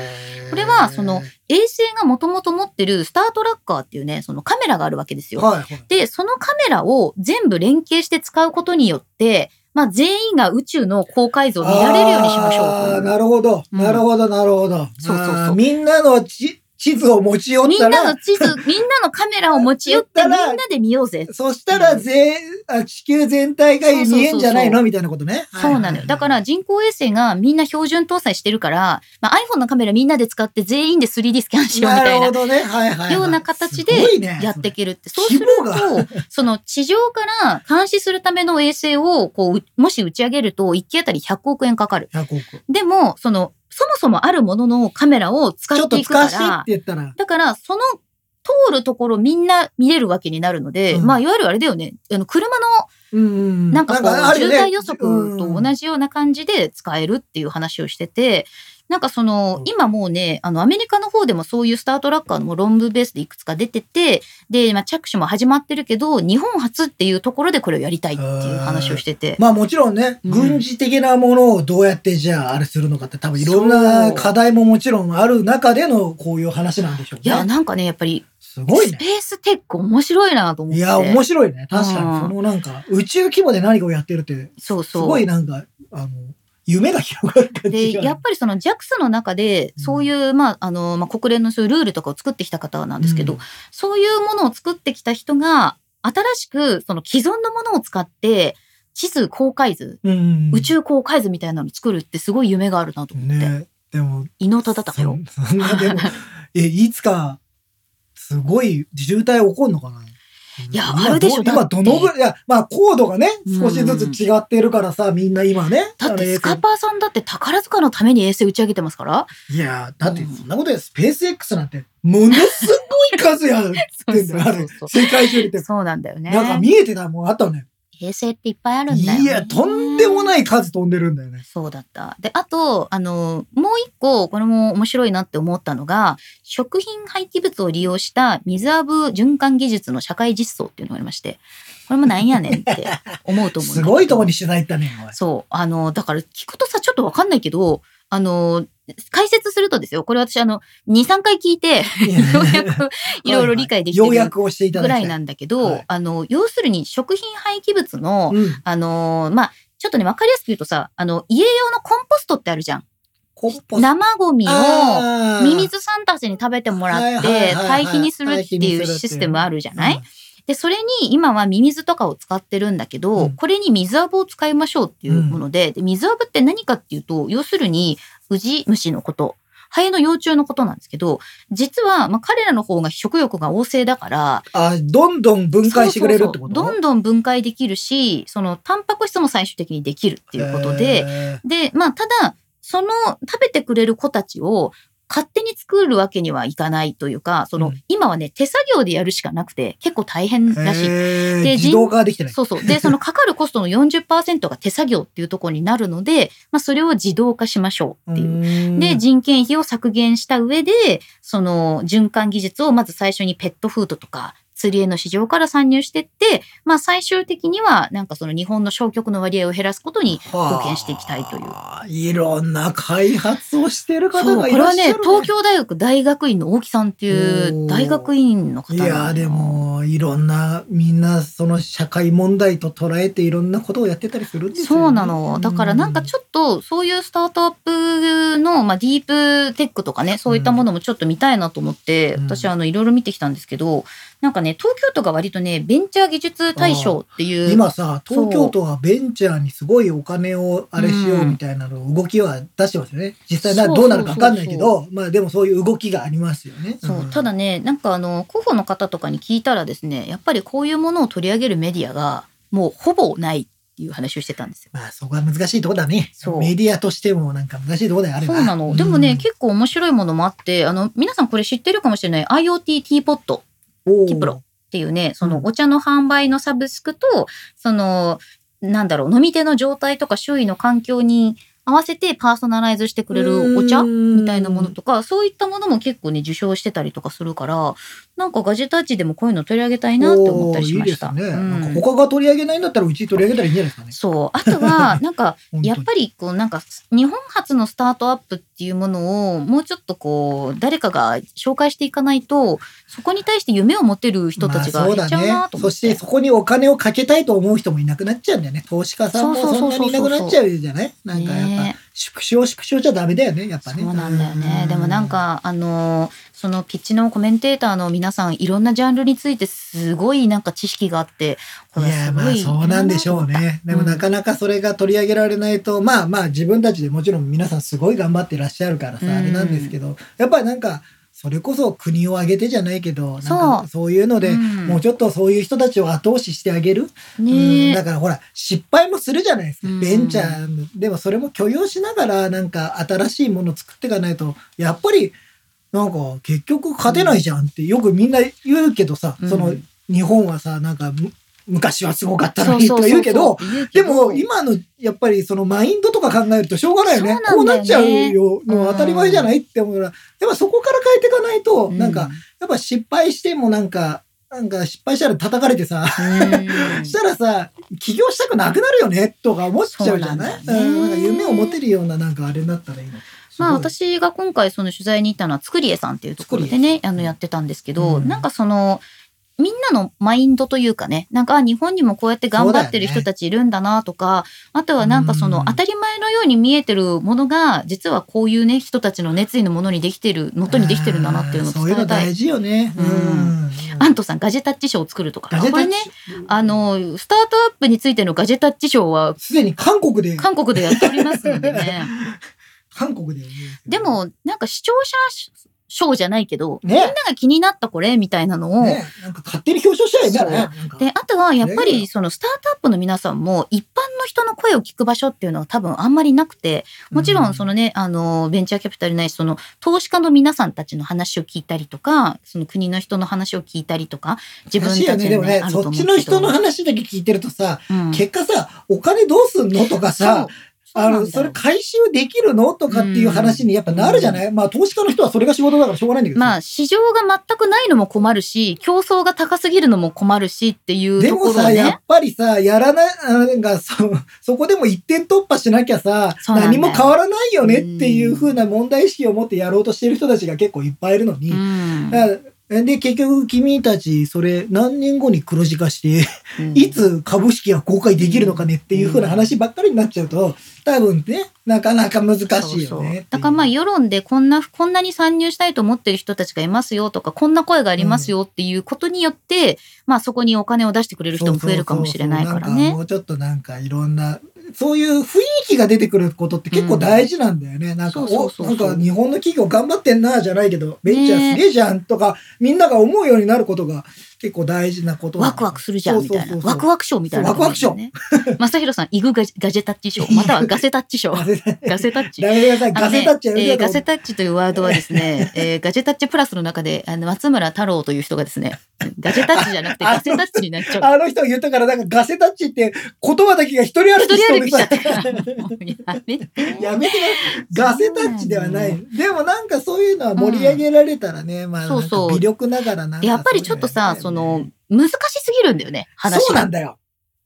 Speaker 2: ー
Speaker 1: これはその、星がもともと持ってるスタートラッカーっていうね、そのカメラがあるわけですよ。
Speaker 2: はいはい。
Speaker 1: で、そのカメラを全部連携して使うことによって、まあ、全員が宇宙の高解像を見られるようにしましょう
Speaker 2: あー
Speaker 1: という。
Speaker 2: なるほど。
Speaker 1: うん
Speaker 2: なるほど、なるほど。
Speaker 1: そうそうそう
Speaker 2: あーみんなのち地図を持ち寄っ
Speaker 1: み
Speaker 2: た
Speaker 1: んなの
Speaker 2: ら、
Speaker 1: 地図、みんなのカメラを持ち寄って、
Speaker 2: 言っ
Speaker 1: みん
Speaker 2: たら
Speaker 1: なで見ようぜ。
Speaker 2: そしたら全、あ地球全体が
Speaker 1: そうそうそうそう
Speaker 2: 見えんじゃないのみたいなことね。
Speaker 1: そうなのよ。だから人工衛星がみんな標準搭載してるから、まあ、iPhone のカメラみんなで使って全員で 3D スキャンしようみ
Speaker 2: な
Speaker 1: たい
Speaker 2: るほ
Speaker 1: な
Speaker 2: どね。はいはいはい。
Speaker 1: ような形
Speaker 2: すごい
Speaker 1: で
Speaker 2: ね
Speaker 1: やっていけるって。そうす
Speaker 2: 規
Speaker 1: る
Speaker 2: 模が。
Speaker 1: と、 その地上から監視するための衛星をこうう、もし打ち上げると1機あたり100億円かかる。
Speaker 2: 100億
Speaker 1: でも、その、そもそもあるもののカメラを使
Speaker 2: ちょっ
Speaker 1: っ
Speaker 2: と
Speaker 1: ていく
Speaker 2: 使わ
Speaker 1: か
Speaker 2: せてって
Speaker 1: ら、
Speaker 2: 言ったら、
Speaker 1: だから、その、通るところみんな見れるわけになるので、
Speaker 2: うん
Speaker 1: まあ、いわゆるあれだよね、あの、車の
Speaker 2: うんうん
Speaker 1: なんかこう、
Speaker 2: ある
Speaker 1: 渋
Speaker 2: よね
Speaker 1: 滞予測と
Speaker 2: うん
Speaker 1: 同じような感じで使えるっていう話をしてて、なんかその
Speaker 2: うん、
Speaker 1: 今もうね、あの、アメリカの方でもそういうスタートラッカーの論文ベースでいくつか出てて、で、まあ、着手も始まってるけど、日本初っていうところでこれをやりたいっていう話をしてて。
Speaker 2: まあもちろんね、
Speaker 1: うん
Speaker 2: 軍事的なものをどうやってじゃああれするのかって多分いろん
Speaker 1: そ
Speaker 2: な
Speaker 1: う
Speaker 2: 課題ももちろんある中でのこういう話なんでしょうね。
Speaker 1: いや、なんかね、やっぱり、
Speaker 2: すごい
Speaker 1: ス
Speaker 2: ね
Speaker 1: ペ。ーステック面白いなと思っ
Speaker 2: い
Speaker 1: て。
Speaker 2: や、面白いね。確か
Speaker 1: う
Speaker 2: に、
Speaker 1: ん
Speaker 2: そのなんか、宇宙規模で何かをやってるって、
Speaker 1: そう
Speaker 2: す
Speaker 1: そう。
Speaker 2: ごいなんか、あの、夢が広がる感
Speaker 1: で、
Speaker 2: じが。
Speaker 1: やっぱりその JAXA の中で、
Speaker 2: うん
Speaker 1: そういう、まあ、あの、まあ、国連のそういうルールとかを作ってきた方なんですけど、
Speaker 2: うん
Speaker 1: そういうものを作ってきた人が、新しくその既存のものを使って、地図公開図、
Speaker 2: うん
Speaker 1: 宇宙公開図みたいなのを作るってすごい夢があるなと思って。
Speaker 2: ね。でも、
Speaker 1: 伊能忠敬よ。
Speaker 2: そん そんな、でも、え、いつか、すごい渋滞起こるのかな。
Speaker 1: いや
Speaker 2: 今
Speaker 1: あるでしょ
Speaker 2: ど
Speaker 1: だ
Speaker 2: 今
Speaker 1: っ
Speaker 2: ど
Speaker 1: て
Speaker 2: のぐらい、いや、まあ、高度がね、
Speaker 1: うん
Speaker 2: 少しずつ違ってるからさ、みんな今ね。
Speaker 1: だっ
Speaker 2: あ
Speaker 1: て
Speaker 2: れ
Speaker 1: スカパーさんだって宝塚のために衛星打ち上げてますから。
Speaker 2: いや、だって
Speaker 1: うん
Speaker 2: そんなことでスペース X なんて、ものすごい数やってんだよ、あれ。世界中で。
Speaker 1: そうなんだよね。
Speaker 2: なんか見えてたもんあったのよ。
Speaker 1: え平成っていっぱいあるんだよ、ね。
Speaker 2: いや、とんでもない数飛んでるんだよね。
Speaker 1: そうだった。で、あと、あの、もう一個、これも面白いなって思ったのが、食品廃棄物を利用した水あぶ循環技術の社会実装っていうのがありまして、これもなんやねんって思うと思うんだけ
Speaker 2: す
Speaker 1: ど
Speaker 2: ごいとこに取材行ったね。おい
Speaker 1: そう。あの、だから聞くとさ、ちょっとわかんないけど、あの、解説するとですよ、これ私あの、2、3回聞い て、 ようやくいろいろ理解できて
Speaker 2: ようや
Speaker 1: る
Speaker 2: く押していただき
Speaker 1: ぐら
Speaker 2: た
Speaker 1: い
Speaker 2: い。
Speaker 1: なんだけど、
Speaker 2: はい
Speaker 1: あの、要するに食品廃棄物の、
Speaker 2: うん、
Speaker 1: あの、まあ、ちょっとね、わかりやすく言うとさ、あの、家用のコンポストってあるじゃん。
Speaker 2: コンポスト
Speaker 1: 生ゴミを、
Speaker 2: あー
Speaker 1: ミミズさんたちに食べてもらっ
Speaker 2: はいはい
Speaker 1: て、
Speaker 2: はいはい
Speaker 1: 堆肥にするって
Speaker 2: 堆肥にす
Speaker 1: い
Speaker 2: る
Speaker 1: う
Speaker 2: っていう
Speaker 1: システムあるじゃない、
Speaker 2: うん
Speaker 1: で、それに今はミミズとかを使ってるんだけど、
Speaker 2: うん
Speaker 1: これに水あぶを使いましょうっていうもので,、で、水あぶって何かっていうと、要するに、ウジ虫のこと、ハエの幼虫のことなんですけど、実は、まあ、彼らの方が食欲が旺盛だから、
Speaker 2: あどんどん分解してくれるってこと
Speaker 1: そうそうそうどんどん分解できるし、その、タンパク質も最終的にできるっていうことで、
Speaker 2: へ
Speaker 1: で、まあ、ただ、その食べてくれる子たちを勝手に作るわけにはいかないというか、その、
Speaker 2: うん
Speaker 1: 今はね、手作業でやるしかなくて、結構大変
Speaker 2: ー
Speaker 1: らしい。
Speaker 2: へー
Speaker 1: で
Speaker 2: 自動化はできてない。
Speaker 1: そうそう。で、そのかかるコストの40%が手作業っていうところになるので、まあ、それを自動化しましょうっていう。
Speaker 2: う
Speaker 1: で、
Speaker 2: ん
Speaker 1: 人件費を削減した上で、その循環技術をまず最初にペットフードとか、釣りへの市場から参入してって、まあ最終的にはなんかその日本の消極の割合を減らすことに貢献していきたいという
Speaker 2: はあいろんな開発をしてる
Speaker 1: そ
Speaker 2: 方
Speaker 1: う、こ
Speaker 2: がい
Speaker 1: れ
Speaker 2: らっ
Speaker 1: は
Speaker 2: しゃ
Speaker 1: ね
Speaker 2: る、、
Speaker 1: 東京大学大学院の大木さんってい
Speaker 2: お
Speaker 1: う
Speaker 2: ー
Speaker 1: 大学院の方
Speaker 2: い
Speaker 1: なの
Speaker 2: やでもいろんなみんなその社会問題と捉えていろんなことをやってたりするんですよ、ね、
Speaker 1: そうなの。だからなんかち
Speaker 2: ょっ
Speaker 1: ょっと、そういうスタートアップの、まあ、ディープテックとかね、そういったものもちょっと見たいなと思って、
Speaker 2: うん
Speaker 1: 私、あの、いろいろ見てきたんですけど、なんかね、東京都が割とね、ベンチャー技術大賞っていう、
Speaker 2: 今さ東京都はベンチャーにすごいお金をあれしようみたいなの動きは出してますよね実際な
Speaker 1: そう
Speaker 2: どうなるか分かんないけ
Speaker 1: そ
Speaker 2: どまあでもそういう動きがありますよね
Speaker 1: そう、
Speaker 2: ん
Speaker 1: ただね、なんかあの、候補の方とかに聞いたらですね、やっぱりこういうものを取り上げるメディアが、もうほぼないっていう話をしてたんですよ
Speaker 2: まあそこは難しいとこだね
Speaker 1: そう
Speaker 2: メディアとしてもなんか難しいとこであれ
Speaker 1: そ
Speaker 2: ば
Speaker 1: うなの。でもね、結構面白いものもあって、あの、皆さんこれ知ってるかもしれない。IoT ティーポット
Speaker 2: 構
Speaker 1: キプロっていうね、その
Speaker 2: うん
Speaker 1: お茶の販売のサブスクと、その、なんだろう、飲み手の状態とか周囲の環境に合わせてパーソナライズしてくれるお茶み
Speaker 2: み
Speaker 1: たいなものとか、そういったものも結構ね、受賞してたりとかするから、なんかガジェタッチでもこういうの取り上げたいなって思ったりしました。
Speaker 2: いいですね。
Speaker 1: うん
Speaker 2: なんか他が取り上げないんだったらうち取り上げたらいいんじゃないですかね。
Speaker 1: そう。あとは、なんか、
Speaker 2: 本当に
Speaker 1: やっぱりこうなんか日本初のスタートアップっていうものをもうちょっとこう誰かが紹介していかないとそこに対して夢を持てる人たち
Speaker 2: ま
Speaker 1: が
Speaker 2: あ
Speaker 1: い
Speaker 2: そうだ
Speaker 1: っちゃうなと思
Speaker 2: ね。そ
Speaker 1: っ
Speaker 2: して
Speaker 1: て。
Speaker 2: そこにお金をかけたいと思う人もいなくなっちゃうんだよね。投資家さんも
Speaker 1: そうそうそ
Speaker 2: そ
Speaker 1: うんそ
Speaker 2: な
Speaker 1: うそう
Speaker 2: にいなくなっちゃうじゃないなんかやっ
Speaker 1: ね
Speaker 2: ぱ縮小縮小じゃダメだよね。やっぱね。
Speaker 1: そうなんだよね
Speaker 2: う
Speaker 1: でもなん。かあのーそのピッチのコメンテーターの皆さんいろんなジャンルについてすごいなんか知識があってこ
Speaker 2: い
Speaker 1: れは
Speaker 2: や
Speaker 1: すごい
Speaker 2: まあそうなんでしょうね。でもなかなかそれが取り上げられないと、まあまあ自分たちでもちろん皆さんすごい頑張ってらっしゃるからさ、
Speaker 1: うん
Speaker 2: あれなんですけど、やっぱりなんかそれこそ国を挙げてじゃないけど、なん
Speaker 1: そう
Speaker 2: かそういうので、
Speaker 1: うん
Speaker 2: もうちょっとそういう人たちを後押ししてあげるうん
Speaker 1: ね
Speaker 2: だからほら失敗もするじゃないですか、
Speaker 1: うん
Speaker 2: ベンチャーでもそれも許容しながらなんか新しいものを作っていかないとやっぱりなんか結局勝てないじゃんってよくみんな言うけどさ、
Speaker 1: うん
Speaker 2: その日本はさなんかむ昔はすごかった
Speaker 1: そ
Speaker 2: の
Speaker 1: う
Speaker 2: に
Speaker 1: そ
Speaker 2: と
Speaker 1: う
Speaker 2: か
Speaker 1: そ
Speaker 2: 言
Speaker 1: う
Speaker 2: うけど
Speaker 1: そう言うけ
Speaker 2: で
Speaker 1: ど
Speaker 2: も今のやっぱりそのマインドとか考えるとしょうがないよね
Speaker 1: そ
Speaker 2: こ
Speaker 1: う
Speaker 2: う
Speaker 1: なんだよね
Speaker 2: なっちゃうよも
Speaker 1: う
Speaker 2: うん当たり前じゃないって思うからやっぱそこから変えていかないと、
Speaker 1: う
Speaker 2: なんかやっぱ失敗してもなんかなんか失敗したら叩かれてさ
Speaker 1: うん
Speaker 2: したらさ起業したくなくなるよねとか思っちゃうじゃない
Speaker 1: そうなんだよね
Speaker 2: うんなんか夢を持てるようななんかあれになったらいいの
Speaker 1: まあ、私が今回その取材に行ったのはつくりえさんっていうところでねあのやってたんですけど、
Speaker 2: うん
Speaker 1: なんかそのみんなのマインドというかねなんかあ日本にもこうやって頑張ってる
Speaker 2: そうだよね
Speaker 1: 人たちいるんだなとか、あとはなんかその
Speaker 2: うん
Speaker 1: 当たり前のように見えてるものが実はこういうね人たちの熱意のものにできてる元にできてるんだなっていうのを
Speaker 2: そういう
Speaker 1: 伝え
Speaker 2: の
Speaker 1: たい。
Speaker 2: 大事よねうん、
Speaker 1: うんアントさんガジェタッチ賞を作るとか
Speaker 2: ガジェ
Speaker 1: こ
Speaker 2: タッ
Speaker 1: れ
Speaker 2: チ
Speaker 1: ねあのスタートアップについてのガジェタッチ賞は
Speaker 2: すでに韓国で
Speaker 1: 韓国でやっておりますのでね。
Speaker 2: 韓国で
Speaker 1: でもなんか視聴者賞じゃないけど、
Speaker 2: ね
Speaker 1: みんなが気になったこれみたいなのを、
Speaker 2: ね、なんか勝手に表彰しちゃえばいいんだよね。なんか
Speaker 1: で、あとはやっぱ
Speaker 2: いやい
Speaker 1: りそのスタートアップの皆さんも一般の人の声を聞く場所っていうのは多分あんまりなくて、もちろんそのね、あの、ベンチャーキャピタルないし、その投資家の皆さんたちの話を聞いたりとか、その国の人の話を聞いたりとか、自分
Speaker 2: 難しいよ
Speaker 1: た
Speaker 2: ね
Speaker 1: ち
Speaker 2: で
Speaker 1: の
Speaker 2: も
Speaker 1: ね、
Speaker 2: ね
Speaker 1: あると
Speaker 2: そ
Speaker 1: 思
Speaker 2: っ
Speaker 1: う
Speaker 2: ち
Speaker 1: け
Speaker 2: の
Speaker 1: ど
Speaker 2: 人の話だけ聞いてるとさ、
Speaker 1: うん
Speaker 2: 結果さお金どうすんのとかさ
Speaker 1: そう
Speaker 2: あ
Speaker 1: うなんだよ
Speaker 2: のそれ回収できるのとかっていう話にやっぱなるじゃない、まあ投資家の人はそれが仕事だからしょうがないんだけどさ、
Speaker 1: まあ、市場が全くないのも困るし、競争が高すぎるのも困るしっていう
Speaker 2: で
Speaker 1: ところ
Speaker 2: も
Speaker 1: をね。
Speaker 2: さ、やっぱりさ、やらな、あなんかそ、そこでも一点突破しなきゃさ、
Speaker 1: そうなんだ
Speaker 2: 何
Speaker 1: よ
Speaker 2: も変わらないよねっていう風な問題意識を持ってやろうとしてる人たちが結構いっぱいいるのに。
Speaker 1: うん
Speaker 2: だからで、結局君たち、それ何年後に黒字化して、
Speaker 1: うん
Speaker 2: いつ株式が公開できるのかねっていう風な話ばっかりになっちゃうと、多分ね、なかなか難しいよねっていう。
Speaker 1: そうそうだからまあ世論でこんなこんなに参入したいと思ってる人たちがいますよとかこんな声がありますよっていうことによって、まあそこにお金を出してくれる人も増えるかもしれないか
Speaker 2: そう
Speaker 1: ら
Speaker 2: そうそうなん
Speaker 1: ね
Speaker 2: かも。うちょっとなんかいろんな、そういう雰囲気が出てくることって結構大事なんだよね。なんか、
Speaker 1: そうそう
Speaker 2: お、
Speaker 1: そう
Speaker 2: なんか日本の企業頑張ってんな、じゃないけど、ベンチャー
Speaker 1: ね
Speaker 2: すげえじゃんとか、みんなが思うようになることが結構大事なことなん
Speaker 1: ワ
Speaker 2: だ
Speaker 1: クワクするじゃんみたいな。ワクワク賞みたいな、
Speaker 2: そうワクワク賞
Speaker 1: ね。まさひろさん、イグガジガジェタッチ賞、またはガセタッ チ賞。ガセタッチ
Speaker 2: ダ。メださい、
Speaker 1: あの
Speaker 2: ガ
Speaker 1: ね
Speaker 2: セタッチやめ
Speaker 1: えー
Speaker 2: て
Speaker 1: ガセタッチというワードはですね、 えーガジェタッチプラスの中で、あの、松村太郎という人がですね、ガジェタッチじゃなくて
Speaker 2: あ
Speaker 1: ガセタッチになっちゃう。
Speaker 2: あの人が言ったから、なんかガセタッチって言葉だけが一人歩
Speaker 1: 一
Speaker 2: きし
Speaker 1: 人
Speaker 2: て
Speaker 1: 歩
Speaker 2: る
Speaker 1: きしちゃったから、もうやめて。
Speaker 2: やめてねガセタッチではない。でもなんかそういうのは盛り上げられたらね、まあ、
Speaker 1: そうそう
Speaker 2: なんか微力ながらなんか
Speaker 1: でやっぱりちょっとさ、そ
Speaker 2: そういうのやり
Speaker 1: の、難しすぎるんだよね、
Speaker 2: たいよね
Speaker 1: 話
Speaker 2: そうな
Speaker 1: が
Speaker 2: ん。だよ。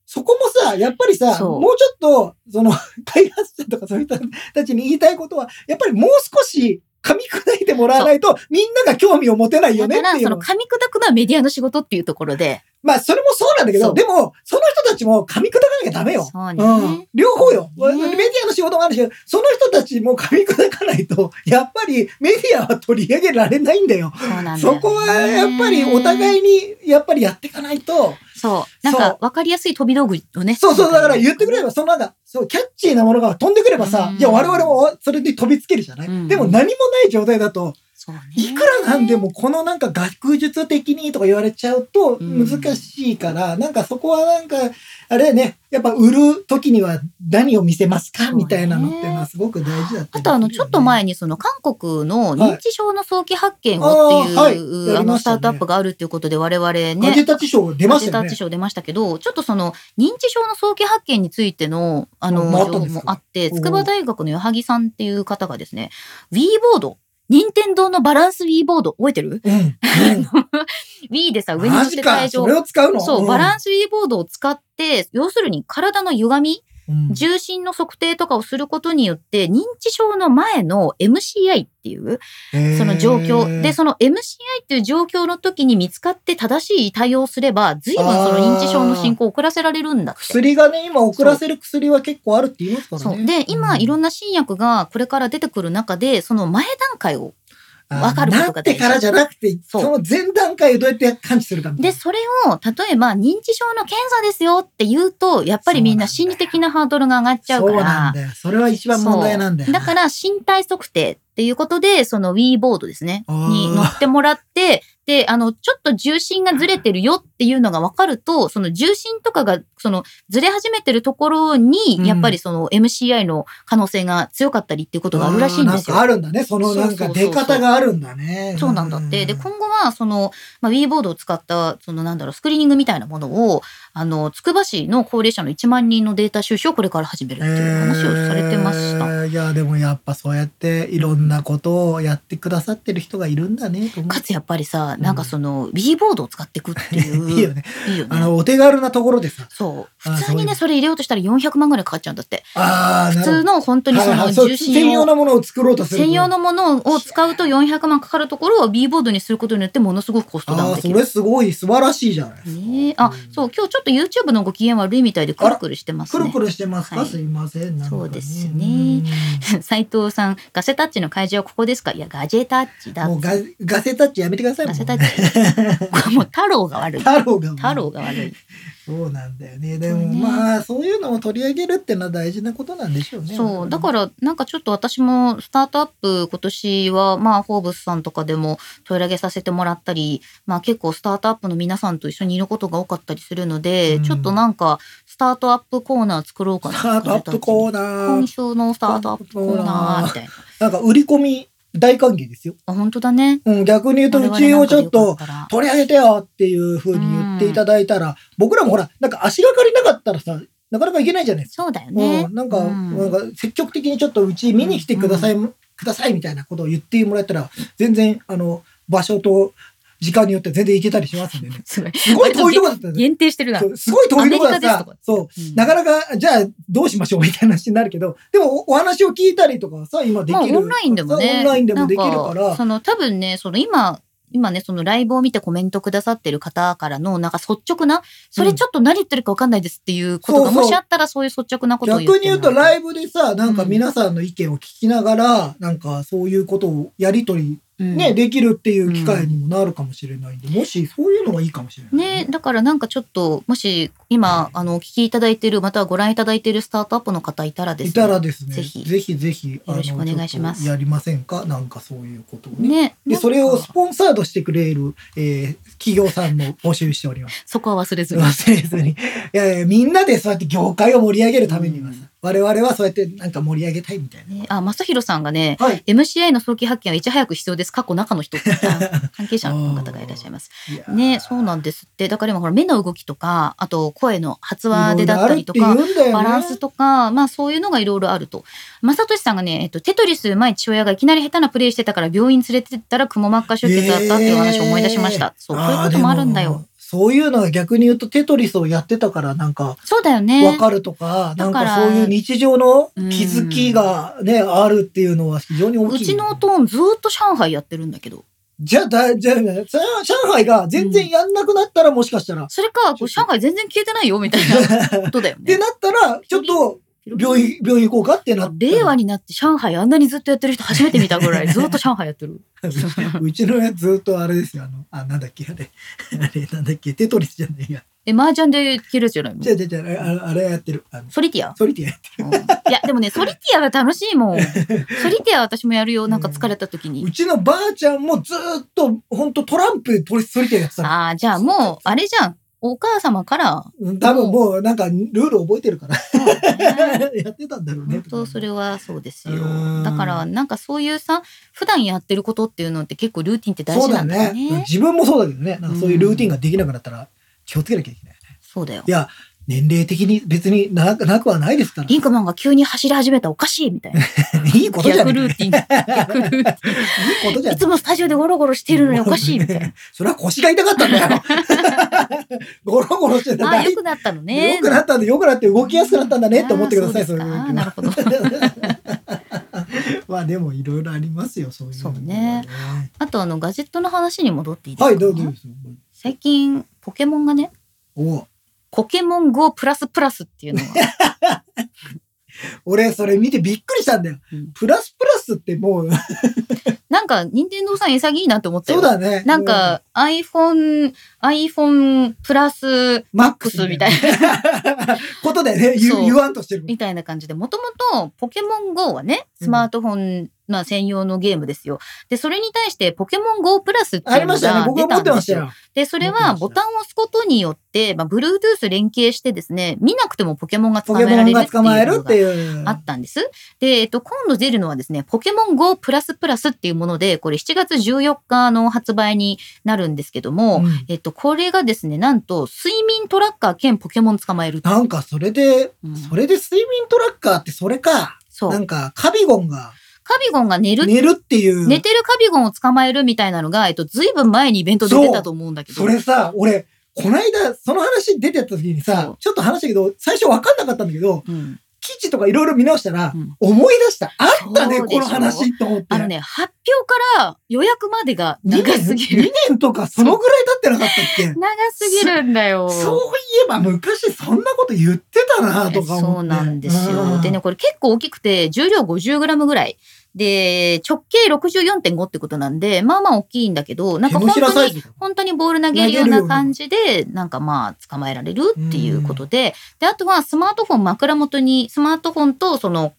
Speaker 2: そこもさ、やっぱりさ、
Speaker 1: そう
Speaker 2: もうちょっと、その、 開発者とかそういう人たちに言いたいことは、やっぱりもう少し噛み砕いてもらわないと、みんなが興味を持てないよ
Speaker 1: だ
Speaker 2: ね
Speaker 1: か
Speaker 2: っ
Speaker 1: ら、
Speaker 2: てい
Speaker 1: そうの
Speaker 2: の。
Speaker 1: 噛み砕くのはメディアの仕事っていうところで。
Speaker 2: まあ、それもそうなんだけ
Speaker 1: そ
Speaker 2: ど、
Speaker 1: う
Speaker 2: でも、その人たちも噛み砕かなきゃダメよ。
Speaker 1: そう
Speaker 2: うん
Speaker 1: ね。、
Speaker 2: 両方よ、
Speaker 1: ね
Speaker 2: メディアの仕事もあるし、その人たちも噛み砕かないと、やっぱりメディアは取り上げられないんだよ。
Speaker 1: そうなんだよね
Speaker 2: そこはやっぱりお互いにやっぱりやっていかないと、
Speaker 1: そう。なん
Speaker 2: そう
Speaker 1: か、わかりやすい飛び道具をね。
Speaker 2: そうそう、だから言ってくれれば、そのなんか、そう、キャッチーなものが飛んでくればさ
Speaker 1: う、ん
Speaker 2: いや、我々もそれに飛びつけるじゃない、
Speaker 1: うん
Speaker 2: でも何もない状態だと、
Speaker 1: そうね。
Speaker 2: いくらなんでもこのなんか学術的にとか言われちゃうと
Speaker 1: うん
Speaker 2: 難しいから、なんかそこはなんか、あれね、やっぱ売る時には何を見せますか
Speaker 1: そうね
Speaker 2: みたいなのってのはすごく大事だった
Speaker 1: あ
Speaker 2: り
Speaker 1: とあの、
Speaker 2: する
Speaker 1: ち
Speaker 2: よ
Speaker 1: ょ
Speaker 2: ね
Speaker 1: っと前にその韓国の認知症の早期発見をっていう、
Speaker 2: はいあ
Speaker 1: あ,、
Speaker 2: ーはいやりま
Speaker 1: の
Speaker 2: し
Speaker 1: ス
Speaker 2: たね
Speaker 1: タートアップがあるっていうことで我々ね、
Speaker 2: ガジェタッチ賞出まし
Speaker 1: デー
Speaker 2: た
Speaker 1: タ
Speaker 2: よ
Speaker 1: ッ
Speaker 2: ね
Speaker 1: チ。賞出ましたけど、ちょっとその認知症の早期発見についてのあの
Speaker 2: ああ
Speaker 1: 情
Speaker 2: ったん
Speaker 1: 報
Speaker 2: ですか
Speaker 1: もあって、
Speaker 2: おう
Speaker 1: 筑波大学の矢作さんっていう方がですね、Wii ボード、任天堂のバランス Wii ボード、覚えてる
Speaker 2: うん。
Speaker 1: ?Wii でさ、
Speaker 2: うん
Speaker 1: 上に乗
Speaker 2: マ
Speaker 1: せ
Speaker 2: ジ
Speaker 1: て
Speaker 2: か、
Speaker 1: 体
Speaker 2: そ
Speaker 1: 重
Speaker 2: れを使うの
Speaker 1: そう、バラ
Speaker 2: ン
Speaker 1: ンス Wii ボードを使って、要するに体の歪み、
Speaker 2: ス、うん
Speaker 1: 重心の測定とかをすることによって、認知症の前の MCI っていう、その状況。で、、その MCI っていう状況の時に見つかって正しい対応をすれば、随分その認知症の進行を遅らせられるんだって。
Speaker 2: 薬がね、今遅らせる薬は結構あるって言いますから
Speaker 1: そ
Speaker 2: ね。
Speaker 1: うで今いろんな新薬がこれから出てくる中でその前段階を
Speaker 2: あー
Speaker 1: わかることが
Speaker 2: なっ
Speaker 1: 大
Speaker 2: て
Speaker 1: 事
Speaker 2: からじゃなくて、
Speaker 1: そ
Speaker 2: そうの前段階をどうやって感知するかみたい
Speaker 1: で
Speaker 2: な。
Speaker 1: それを例えば認知症の検査ですよって言うとやっぱりみんな
Speaker 2: そう
Speaker 1: 心
Speaker 2: なんだよ
Speaker 1: 理的なハードルが上がっちゃう
Speaker 2: そ
Speaker 1: か
Speaker 2: うな
Speaker 1: ら
Speaker 2: んだよ。それは一番問題なんだよな。
Speaker 1: だから身体測定っていうことでその Wii ボードですね
Speaker 2: あー
Speaker 1: に乗ってもらってであのちょっと重心がずれてるよっていうのが分かるとその重心とかがそのずれ始めてるところ
Speaker 2: うん
Speaker 1: にやっぱりその MCI の可能性が強かったりっていうことがあるらしいんですよ
Speaker 2: あーなんか。あるんだね。そのなんか
Speaker 1: そうそうそう
Speaker 2: 出
Speaker 1: そう
Speaker 2: 方があるんだね。
Speaker 1: そうなんだって。で、今後は、その、まあ、ウィーボードを使った、その、なんだろう、スクリーニングみたいなものを、あの、つくば市の高齢者の1万人のデータ収集をこれから始めるっていう話をされてました。
Speaker 2: えーいや、でもやっぱそうやっていろんなことをやってくださってる人がいるんだね。と思う
Speaker 1: かつやっぱりさ、なんかその、ウィーボードを使っていくっていう。
Speaker 2: いいよね。
Speaker 1: いいよね
Speaker 2: あの、お手軽なところでさ。
Speaker 1: そう。
Speaker 2: あー
Speaker 1: 普通にね、
Speaker 2: そ
Speaker 1: それ入れようとしたら400万ぐらいかかっちゃうんだって。
Speaker 2: ああ、
Speaker 1: 普
Speaker 2: なるほ
Speaker 1: 通
Speaker 2: ど。
Speaker 1: の本当にそ
Speaker 2: はいは
Speaker 1: の
Speaker 2: いそう
Speaker 1: 重
Speaker 2: 専
Speaker 1: 心
Speaker 2: 用
Speaker 1: を。
Speaker 2: なものを作ろうとする。
Speaker 1: 専用のものを使うと400万かかるところを B ボードにすることによってものすごくコストダ
Speaker 2: あ
Speaker 1: ウン
Speaker 2: あ、
Speaker 1: で
Speaker 2: そ
Speaker 1: きる。
Speaker 2: れすごい素晴らしいじゃないですか。
Speaker 1: ねえあ、そう、今日ちょっと YouTube のご機嫌悪いみたいでくるくるしてます
Speaker 2: く
Speaker 1: ね。
Speaker 2: るくるしてますか、
Speaker 1: はい
Speaker 2: すいません。なんか
Speaker 1: そうですね 斉藤さん、ガセタッチの会場はここですかいや、ガジェタッチ
Speaker 2: うん
Speaker 1: だ
Speaker 2: も。うガガセタッチやめてください。
Speaker 1: ガセせたい。こ れもう太郎が悪 い。
Speaker 2: 太郎が
Speaker 1: 太郎が悪い。
Speaker 2: そうなんだよねで
Speaker 1: そう
Speaker 2: も
Speaker 1: ね
Speaker 2: まあそういうのを取り上げるってのは大事なことなんでしょうね
Speaker 1: そう。だから、なんかちょっと私もスタートアップ今年は、まあ、フォーブスさんとかでも取り上げさせてもらったり、まあ結構スタートアップの皆さんと一緒にいることが多かったりするので、
Speaker 2: うん
Speaker 1: ちょっとなんか、スタートアップコーナー作ろうかな。
Speaker 2: スタートアップコーナ
Speaker 1: 今
Speaker 2: ー
Speaker 1: 週のスタートアップコーナーみたいな。
Speaker 2: なんか売り込み大歓迎ですよ、
Speaker 1: あ、本当だね。
Speaker 2: うん、逆に言うとう
Speaker 1: 我
Speaker 2: ち
Speaker 1: 々な
Speaker 2: を
Speaker 1: ん
Speaker 2: ち
Speaker 1: かで
Speaker 2: ょっと
Speaker 1: よかたら
Speaker 2: 取り上げてよっていう風に言っていただいたら、僕らもほらなんか足がかりなかったらさなかなかいけないじゃないですか
Speaker 1: そうだよね
Speaker 2: う。ん、なんか、
Speaker 1: うん
Speaker 2: なんか積極的にちょっとうち見に来てください、くださいみたいなことを言ってもらえたら、全然、あの、場所と時間によって全然行けたりしますんで ね。
Speaker 1: すごい。
Speaker 2: すごい遠いとこだったんで
Speaker 1: 限定してるな。
Speaker 2: そうすごい遠いとこだっ
Speaker 1: アメリカです
Speaker 2: た
Speaker 1: とか。
Speaker 2: そうう。
Speaker 1: ん
Speaker 2: なかなか、じゃあどうしましょうみたいな話になるけど、でもおお話を聞いたりとかさ、今で
Speaker 1: まあ、
Speaker 2: きる。
Speaker 1: オンラインでもね。
Speaker 2: そうオンラインでもできるから
Speaker 1: なんその、多分ね、その今、今ね、そのライブを見てコメントくださってる方からの、なんか率直な、それちょっと何言ってるかわかんないですっていうことが、
Speaker 2: そうそう
Speaker 1: もしあったらそういう率直なことを言って
Speaker 2: 逆に言うとラ
Speaker 1: イ
Speaker 2: イブでさ、なんか皆さんの意見を聞きながら、なんかそういうことをやりとり、
Speaker 1: ブ
Speaker 2: ね、できるっていう機会にもなるかもしれないんで、もしそういうのがいいかもしれない。
Speaker 1: ね、だからなんかちょっと、もし今、あの、お聞きいただいている、またはご覧いただいているスタートアップの方いたらですね。
Speaker 2: いたらですね、ぜ
Speaker 1: ぜひ
Speaker 2: ひぜひぜひ、あの
Speaker 1: よろしくお願いします
Speaker 2: ちょっとやりませんかなんかそういうことをね。
Speaker 1: ね。
Speaker 2: で、
Speaker 1: なんか
Speaker 2: それをスポンサードしてくれる、えー企業さんも募集しております。
Speaker 1: そこは忘れずに。
Speaker 2: 忘れずに。いやいや、みんなでそうやって業界を盛り上げるためにはさ、
Speaker 1: うん
Speaker 2: 我々はそうやってなんか盛り上げたいみたい
Speaker 1: ねあ、正弘さんがね、
Speaker 2: な。はい。
Speaker 1: MCI の早期発見はいち早く必要です。過去中 の人ってあ関係者の方がいらっしゃいます。
Speaker 2: いやー
Speaker 1: ね、そうなんですって。だから今ほら目の動きとか、あと声の発話でだったりと
Speaker 2: いろい
Speaker 1: か
Speaker 2: ろ、あるって言うんだよね
Speaker 1: バランスとか、まあそういうのがいろいろあると。正俊さんがね、えっと、テトリス前父親がいきなり下手なプレイしてたから病院連れてったらくも膜下出血だったっていう話を思い出しました。そう、こういうこともあるんだ。
Speaker 2: ーで
Speaker 1: よ。
Speaker 2: そういうのは逆に言うとテトリスをやってたからなんか
Speaker 1: そうだよね。
Speaker 2: わかるとか、
Speaker 1: だ
Speaker 2: なん
Speaker 1: から
Speaker 2: かそういう日常の気づきがね、あるっていうのは非常に大
Speaker 1: う
Speaker 2: きい。
Speaker 1: ちのおとんずーっと上海やってるんだけど。
Speaker 2: じゃあだ、じゃあ、上上海が全然やんなくなったらもしかしたら、っ
Speaker 1: それか、こう上海全然消えてないよみたい なことだよ
Speaker 2: て
Speaker 1: ね。
Speaker 2: なったら、ちょっと病院、病院行こうかってなったら。
Speaker 1: 令和になって上海あんなにずっとやってる人初めて見たぐらいずっと上海やってる。
Speaker 2: うちのやつずっとあれですよ、あの、あ、なんだっけ、あれ、あれ、なんだっけ、テトリスじゃないや。
Speaker 1: え、麻雀で消えるやつじゃないの
Speaker 2: じゃあじゃあじゃああれ、あれやってる。あの
Speaker 1: ソリティア
Speaker 2: ソリティア。
Speaker 1: うん いや、でもね、ソリティアは楽し いもん。ソリティアは私もやるよ。なんか疲れた時
Speaker 2: う
Speaker 1: に。
Speaker 2: ちのばあちゃんもずっと、ほんとトランプ取りソリティアやってたの。
Speaker 1: ああ、じゃあもう、あれじゃん。お母 様から。
Speaker 2: うん多分もうなんかルール覚えてるから、 やってたんだろうね。
Speaker 1: 本当それはそうですよ
Speaker 2: う。ん
Speaker 1: だから、なんかそういうさ、普段やってることっていうのって結構ルーティンって大事なんだよ
Speaker 2: そうだ
Speaker 1: ね。
Speaker 2: 自分もそうだけどね。なんかそういうルーティンができなくなったら気をつけなきゃいけない。
Speaker 1: そうだよ
Speaker 2: い。や、年齢的に別になくなくはないですから。
Speaker 1: リンクマンが急に走り始めたらおかしいみたいな。
Speaker 2: いい ことじゃ
Speaker 1: 逆
Speaker 2: ねえ
Speaker 1: ルーティン。逆ルー ティン。
Speaker 2: いいことじゃ
Speaker 1: いつもスタジオでゴロゴロしてるのにおかしい みたいな。
Speaker 2: それは腰が痛かったんだよ。 ゴロゴロしてた
Speaker 1: あ
Speaker 2: ら
Speaker 1: あ、
Speaker 2: 大
Speaker 1: 良くなったのね。
Speaker 2: 良くなったんで、良くなって動きやすくなったんだねって思ってください、
Speaker 1: あーそうですか
Speaker 2: の時は
Speaker 1: なるほど。
Speaker 2: まあでもいろいろありますよ、そういうの
Speaker 1: そうね。あとあのガジェットの話に戻っていいですか、
Speaker 2: はい、どうぞどうぞ。
Speaker 1: 最近ポケモンがね、
Speaker 2: お
Speaker 1: ポケモン GO プラスプラスっていうの が
Speaker 2: 俺、それ見てびっくりしたんだよ
Speaker 1: うん。
Speaker 2: プラスプラスってもう、
Speaker 1: なんか任天堂さん潔いなって思っ
Speaker 2: そ
Speaker 1: たよ。
Speaker 2: うだね。
Speaker 1: なんか iPhone、iPhone プラス
Speaker 2: マッ
Speaker 1: ク
Speaker 2: ク
Speaker 1: ス
Speaker 2: ス
Speaker 1: み
Speaker 2: み
Speaker 1: た
Speaker 2: た
Speaker 1: い
Speaker 2: いなことでね、言う
Speaker 1: そう
Speaker 2: 言わんとしてる。
Speaker 1: みたいな感じで、もともとポケモン GO はね、スマートフォン、まあ専用のゲームですよ。で、それに対してポケモン GO プラスって
Speaker 2: あ
Speaker 1: い
Speaker 2: り
Speaker 1: うの
Speaker 2: ましたよね。
Speaker 1: が
Speaker 2: 僕
Speaker 1: 出
Speaker 2: は持
Speaker 1: た
Speaker 2: っ
Speaker 1: ん
Speaker 2: て
Speaker 1: で
Speaker 2: ますした
Speaker 1: よ。
Speaker 2: よ。
Speaker 1: で、それ
Speaker 2: 持って
Speaker 1: は
Speaker 2: ました
Speaker 1: ボタンを押すことによって、まあ、Bluetooth 連携してですね、見なくてもポケモンが捕
Speaker 2: ポ
Speaker 1: まえ
Speaker 2: ケモ
Speaker 1: られ
Speaker 2: ン
Speaker 1: るっ
Speaker 2: が
Speaker 1: てい
Speaker 2: 捕まえ
Speaker 1: う
Speaker 2: る
Speaker 1: の
Speaker 2: っ
Speaker 1: が
Speaker 2: ていう。
Speaker 1: あったんです。で、えっと、今度出るのはですね、ポケモン GO プラスプラスっていうもので、これ7月14日の発売になるんですけども、
Speaker 2: うん
Speaker 1: えっと、これがですね、なんと、睡眠トラッカー兼ポケモン捕まえる。
Speaker 2: なんかそれで、
Speaker 1: うん
Speaker 2: それで睡眠トラッカーってそれか。
Speaker 1: そう。
Speaker 2: な
Speaker 1: カ
Speaker 2: んかカビゴンが
Speaker 1: ビゴンが寝る、
Speaker 2: 寝るっていう。
Speaker 1: 寝てるカビゴンを捕まえるみたいなのが、えっと、ずいぶん前にイベントで出たと思うんだけど。
Speaker 2: それさ、俺、この間、その話出てた時に
Speaker 1: そ
Speaker 2: さ
Speaker 1: う、
Speaker 2: ちょっと話したけど、最初分かんなかったんだけど、
Speaker 1: うん。
Speaker 2: 記事とかいろいろ見直したら、
Speaker 1: うん
Speaker 2: 思い出した。あったね、
Speaker 1: そうでしょ
Speaker 2: この話と思って。
Speaker 1: あのね、発表から予約までが
Speaker 2: 2
Speaker 1: 長すぎる
Speaker 2: 年。2。年とかそのぐらい経ってなかったっけ
Speaker 1: 長すぎるんだよ。
Speaker 2: そういえば昔そんなこと言ってたなとか思って。
Speaker 1: そうなんですよ。でね、これ結構大きくて、重量50グラムぐらい。で、直径64.5ってことなんで、まあまあ大きいんだけど、なんか
Speaker 2: 手
Speaker 1: 本
Speaker 2: のひら
Speaker 1: 当
Speaker 2: サ
Speaker 1: に
Speaker 2: イズ。
Speaker 1: 本当にボール投げるような感じで、なんかまあ捕まえられるっていうことで、で、あとはスマートフォン枕元に、スマートフォンとその、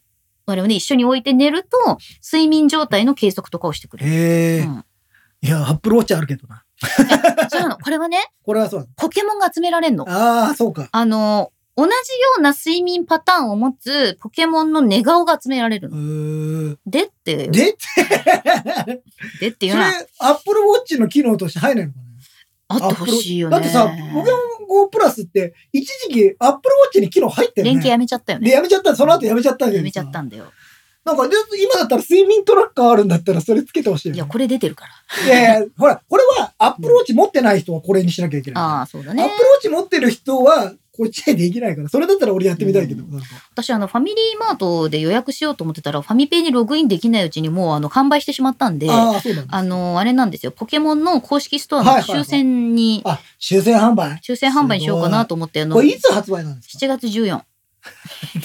Speaker 1: 我々ね、一緒に置いて寝ると、睡眠状態の計測とかをしてくれる。
Speaker 2: へえ、
Speaker 1: うん
Speaker 2: いや、アップルウォッチあるけどな。
Speaker 1: そうなの。これはね、
Speaker 2: これはそう
Speaker 1: ポケモンが集められるの。
Speaker 2: ああ、そうか。
Speaker 1: あの、同じような睡眠パターンを持つポケモンの寝顔が集められる
Speaker 2: う
Speaker 1: の。
Speaker 2: ー
Speaker 1: でって、
Speaker 2: でって、
Speaker 1: でってい
Speaker 2: そうれ
Speaker 1: のは、、
Speaker 2: アップルウォッチの機能として入らないのかな
Speaker 1: あってほしいよね。
Speaker 2: だってさ、ポケモン GO プラスって、一時期アップルウォッチに機能入ってるね。
Speaker 1: 連携やめちゃったよ
Speaker 2: で、
Speaker 1: ね。
Speaker 2: やめちゃった、その後やめちゃったじゃ
Speaker 1: や
Speaker 2: ん
Speaker 1: めちゃった。んだよ。
Speaker 2: なんか、で今だったら睡眠トラッカーあるんだったら、それつけてほしいよ
Speaker 1: い
Speaker 2: ね、
Speaker 1: や、これ出てるから。
Speaker 2: いやいや、ほら、これはアップルウォッチ持ってない人はこれにしなきゃいけない。
Speaker 1: ああ、そうだ
Speaker 2: アッ
Speaker 1: ね
Speaker 2: プ。ルウォッチ持ってる人は、こっちでできないから、それだったら俺やってみたいけど。
Speaker 1: う
Speaker 2: なんか
Speaker 1: 私、あの、ファミリーマートで予約しようと思ってたら、ファミペイにログインできないうちにもう、あの、完売してしまったんで、あ
Speaker 2: ああ、そうなんだ。
Speaker 1: の、あれなんですよ。ポケモンの公式ストアの
Speaker 2: はいはいはい
Speaker 1: 抽選に、
Speaker 2: あ、修正販売
Speaker 1: 抽選販売にしようかなと思って、あの、
Speaker 2: これい
Speaker 1: 7
Speaker 2: つ発売なんですか
Speaker 1: 月14。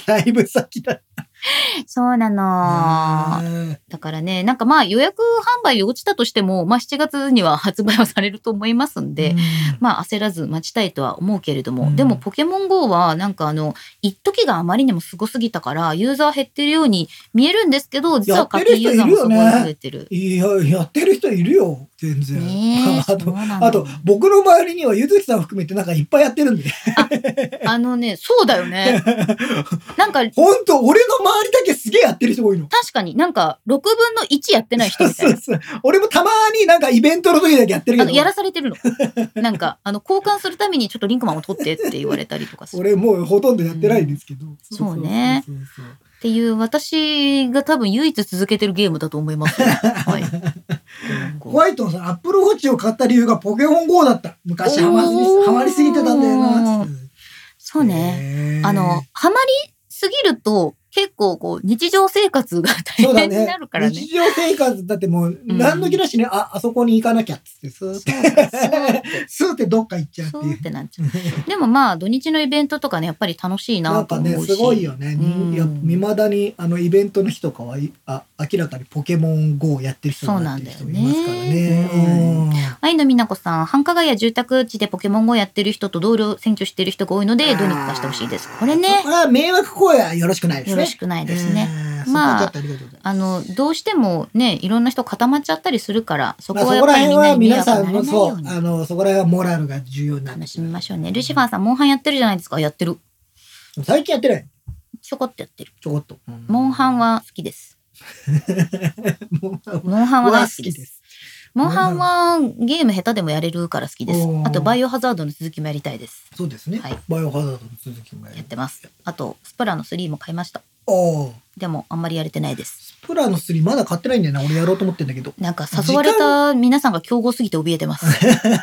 Speaker 2: だいぶ先だ。
Speaker 1: そうなの。
Speaker 2: あ。
Speaker 1: だからね、なんかまあ予約販売落ちたとしても、まあ7月には発売はされると思いますんで、
Speaker 2: うん、
Speaker 1: まあ焦らず待ちたいとは思うけれども、
Speaker 2: うん
Speaker 1: でもポケモン GO はなんかあの、一時があまりにもすごすぎたから、ユーザー減ってるように見えるんですけど、実は課金ユーザーもすごい増えてる。
Speaker 2: いや、やってる人いるよ、全然。
Speaker 1: ね え、
Speaker 2: あ
Speaker 1: そう
Speaker 2: と、
Speaker 1: なの
Speaker 2: あと、僕の周りにはゆずきさん含めてなんかいっぱいやってるんで。
Speaker 1: あのね、そうだよ ね。なんか、
Speaker 2: ほんと、俺の周りだけすげえやってる人多いの。
Speaker 1: 確かになんか、6分の1やってない人みたいな。
Speaker 2: そうそう俺もたまになんかイベントの時だけやってるけ
Speaker 1: あの、
Speaker 2: ど。
Speaker 1: やらされてるの。なんか、あの、交換するためにちょっとリンクマンを取ってって言われたりとかする。
Speaker 2: 俺もうほとんどやってないんですけど。
Speaker 1: そうね
Speaker 2: そうそうそう
Speaker 1: っていう、私が多分唯一続けてるゲームだと思いま す。はい。
Speaker 2: ホワイトンさん、アップルウォッチを買った理由がポケモン GO だった。昔ハマりすぎ
Speaker 1: おー
Speaker 2: ハマりすぎてたんだよな。
Speaker 1: そうね。
Speaker 2: ね
Speaker 1: あの、ハマりすぎると、結構こう、日常生活が
Speaker 2: そ
Speaker 1: 大
Speaker 2: うだ
Speaker 1: 変
Speaker 2: ね
Speaker 1: になるからね
Speaker 2: 日。常生活だってもう、
Speaker 1: ん
Speaker 2: 何の気なしに、あ、あそこに行かなきゃっつって、スーって、スーってどっか行っちゃうって
Speaker 1: そう
Speaker 2: い
Speaker 1: っ
Speaker 2: う。
Speaker 1: てなっちゃう。でもまあ、土日のイベントとかね、やっぱり楽しい
Speaker 2: な
Speaker 1: なんと
Speaker 2: か
Speaker 1: 思うし。
Speaker 2: ね、すごいよね。
Speaker 1: うん
Speaker 2: いや、未だに、あの、イベントの日とかはい、あ、明らかにポケモン GO をやってる人になってる人もいますからね。
Speaker 1: そうなんだよね
Speaker 2: うん
Speaker 1: 愛の美奈子さん、繁華街や住宅地でポケモン GO やってる人と同僚選挙してる人が多いので、どうにかしてほしいです。これね
Speaker 2: こ、れは迷惑行為はよろしくないですね。
Speaker 1: よろしくないですね。
Speaker 2: ね
Speaker 1: まあ
Speaker 2: ちょっとありがとうございます。
Speaker 1: あの、どうしてもね、いろんな人固まっちゃったりするから、そ
Speaker 2: まあ
Speaker 1: こ
Speaker 2: そ
Speaker 1: はや
Speaker 2: こ
Speaker 1: っ
Speaker 2: ら
Speaker 1: ぱり
Speaker 2: 辺
Speaker 1: みんな
Speaker 2: は
Speaker 1: に
Speaker 2: 皆さん
Speaker 1: 迷惑がないよ
Speaker 2: の、そうう、
Speaker 1: に
Speaker 2: あの、そこら辺はモラルが重要になる
Speaker 1: 楽しみましょうね。ルシファーさん、モンハンやってるじゃないですか。やってる。
Speaker 2: 最近やってない。
Speaker 1: ちょこっとやってる。
Speaker 2: ちょこっと。
Speaker 1: モンハンは好きです。
Speaker 2: モンハン
Speaker 1: モンハンは大好きです。
Speaker 2: す。
Speaker 1: モンハンはゲーム下手でもやれるから好きです
Speaker 2: お。ー
Speaker 1: あと、バイオハザードの続きもやりたいです。
Speaker 2: そうですね。
Speaker 1: はい
Speaker 2: バイオハザードの続きもや
Speaker 1: やってます。あと、スプラの3も買いました。
Speaker 2: おお。
Speaker 1: でも、あんまりやれてないです。
Speaker 2: プラの3まだ買ってないんだよな。俺やろうと思ってんだけど。
Speaker 1: なんか、誘われた皆さんが強豪すぎて怯えてます。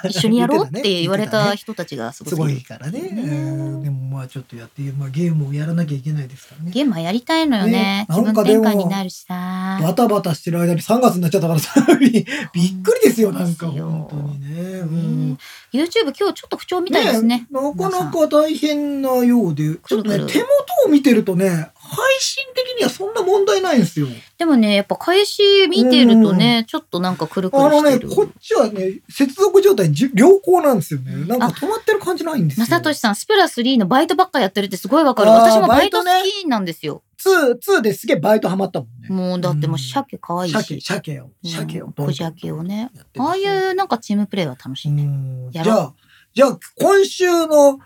Speaker 1: 一緒にやろうって言われた人たちがすご
Speaker 2: す
Speaker 1: す
Speaker 2: ご
Speaker 1: ぎ
Speaker 2: い
Speaker 1: る。
Speaker 2: からね。
Speaker 1: ね
Speaker 2: うんでもまあちょっとやって、まあゲームをやらなきゃいけないですからね。
Speaker 1: ゲームはやりたいのよね
Speaker 2: ね。
Speaker 1: 気分
Speaker 2: なんか
Speaker 1: 転
Speaker 2: でも
Speaker 1: 換になるしさ。
Speaker 2: バタバタしてる間に3月になっちゃったからさ、びびっくりですよ、なんか。
Speaker 1: ですよ
Speaker 2: 本当にね。うん
Speaker 1: ね YouTube 今日ちょっと不調みたいですね。
Speaker 2: なかなか大変なようで、ちょっとね、
Speaker 1: くるくる
Speaker 2: 手元を見てるとね、配信的にはそんな問題ないんですよ。
Speaker 1: でもね、やっぱ開始見てるとね、ちょっとなんかくるくる
Speaker 2: あの
Speaker 1: して
Speaker 2: ね、
Speaker 1: る。
Speaker 2: こっちはね、接続状態じゅ良好なんですよね。なんか
Speaker 1: あ
Speaker 2: 止まってる感じないんですよ。
Speaker 1: まさとしさん、スプラ3のバイトばっかやってるってすごいわかる。
Speaker 2: あー
Speaker 1: 私もバイト好
Speaker 2: バイトね
Speaker 1: きなんですよ。
Speaker 2: 2、2ですげえバイトハマったもんね。
Speaker 1: もうだってもう鮭可愛い
Speaker 2: 鮭、
Speaker 1: し。
Speaker 2: 鮭を、
Speaker 1: うん
Speaker 2: 鮭を。
Speaker 1: 小鮭をね。
Speaker 2: やって
Speaker 1: あ
Speaker 2: ま
Speaker 1: あ
Speaker 2: す
Speaker 1: い
Speaker 2: よ。
Speaker 1: うなんかチームプレーは楽しいね。
Speaker 2: うんじ
Speaker 1: や
Speaker 2: ゃ
Speaker 1: ろう
Speaker 2: あ、じゃあ、今週の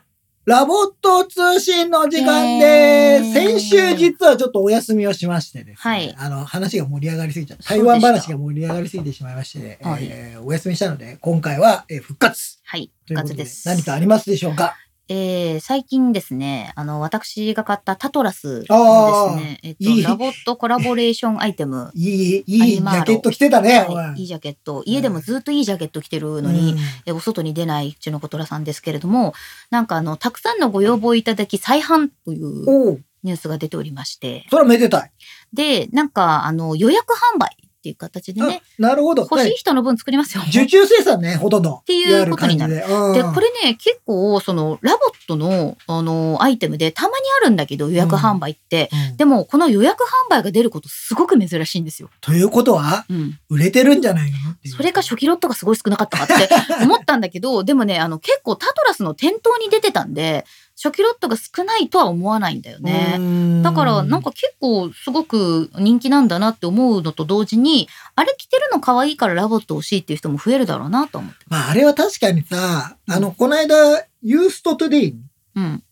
Speaker 2: ラボット通信の時間で
Speaker 1: イ
Speaker 2: す。
Speaker 1: エー
Speaker 2: 先
Speaker 1: イ
Speaker 2: 週実はちょっとお休みをしましてですね。
Speaker 1: はい
Speaker 2: あの、話が盛り上がりすぎちゃった。
Speaker 1: そう
Speaker 2: 台
Speaker 1: でした
Speaker 2: 湾話が盛り上がりすぎてしまいまして、
Speaker 1: はい
Speaker 2: えーお休みしたので、今回は、えー復活
Speaker 1: はい、
Speaker 2: ということ
Speaker 1: 復活
Speaker 2: で。
Speaker 1: です。
Speaker 2: 何かありますでしょうか
Speaker 1: えー、最近ですね、あの、私が買ったタトラス
Speaker 2: あ
Speaker 1: の
Speaker 2: ー
Speaker 1: ですね、えっ
Speaker 2: い
Speaker 1: と、
Speaker 2: い。
Speaker 1: ラボットコラボレーションアイテム
Speaker 2: いい、いいジ
Speaker 1: アニマーロ
Speaker 2: ャケット着てた ね、お
Speaker 1: はい、いい
Speaker 2: い。
Speaker 1: ジャケット。家でもずっといいジャケット着てるのに、えお外に出ないうちのことらさんですけれども、なんかあの、たくさんのご要望いただき、再販という
Speaker 2: うんおう
Speaker 1: ニュースが出ておりまして、
Speaker 2: それはめでたい。
Speaker 1: で、なんかあの、予約販売っていう形でね、
Speaker 2: なるほど。
Speaker 1: 欲しい人の分作りますよ。
Speaker 2: 受注生産ね、ほとんど。って
Speaker 1: いうことになる
Speaker 2: る感じ
Speaker 1: で、
Speaker 2: でうん
Speaker 1: これね、結構、その、ラボットの、あの、アイテムで、たまにあるんだけど、予約販売って。
Speaker 2: うん
Speaker 1: でも、この予約販売が出ること、すごく珍しいんですよ。
Speaker 2: ということは、
Speaker 1: うん。
Speaker 2: 売れてるんじゃないのっていう
Speaker 1: それか初期ロットがすごい少なかった かって思ったんだけど、でもね、あの、結構タトラスの店頭に出てたんで、初期ロットが少ないとは思わないんだよね。だからなん
Speaker 2: か、
Speaker 1: か結構すごく人気なんだなって思うのと同時にあれ着てるの可愛いからラボット欲しいっていう人も増えるだろうなと思って。
Speaker 2: まあ、あれは確かにさ、あの、この間、ユーストトゥデイに
Speaker 1: うん。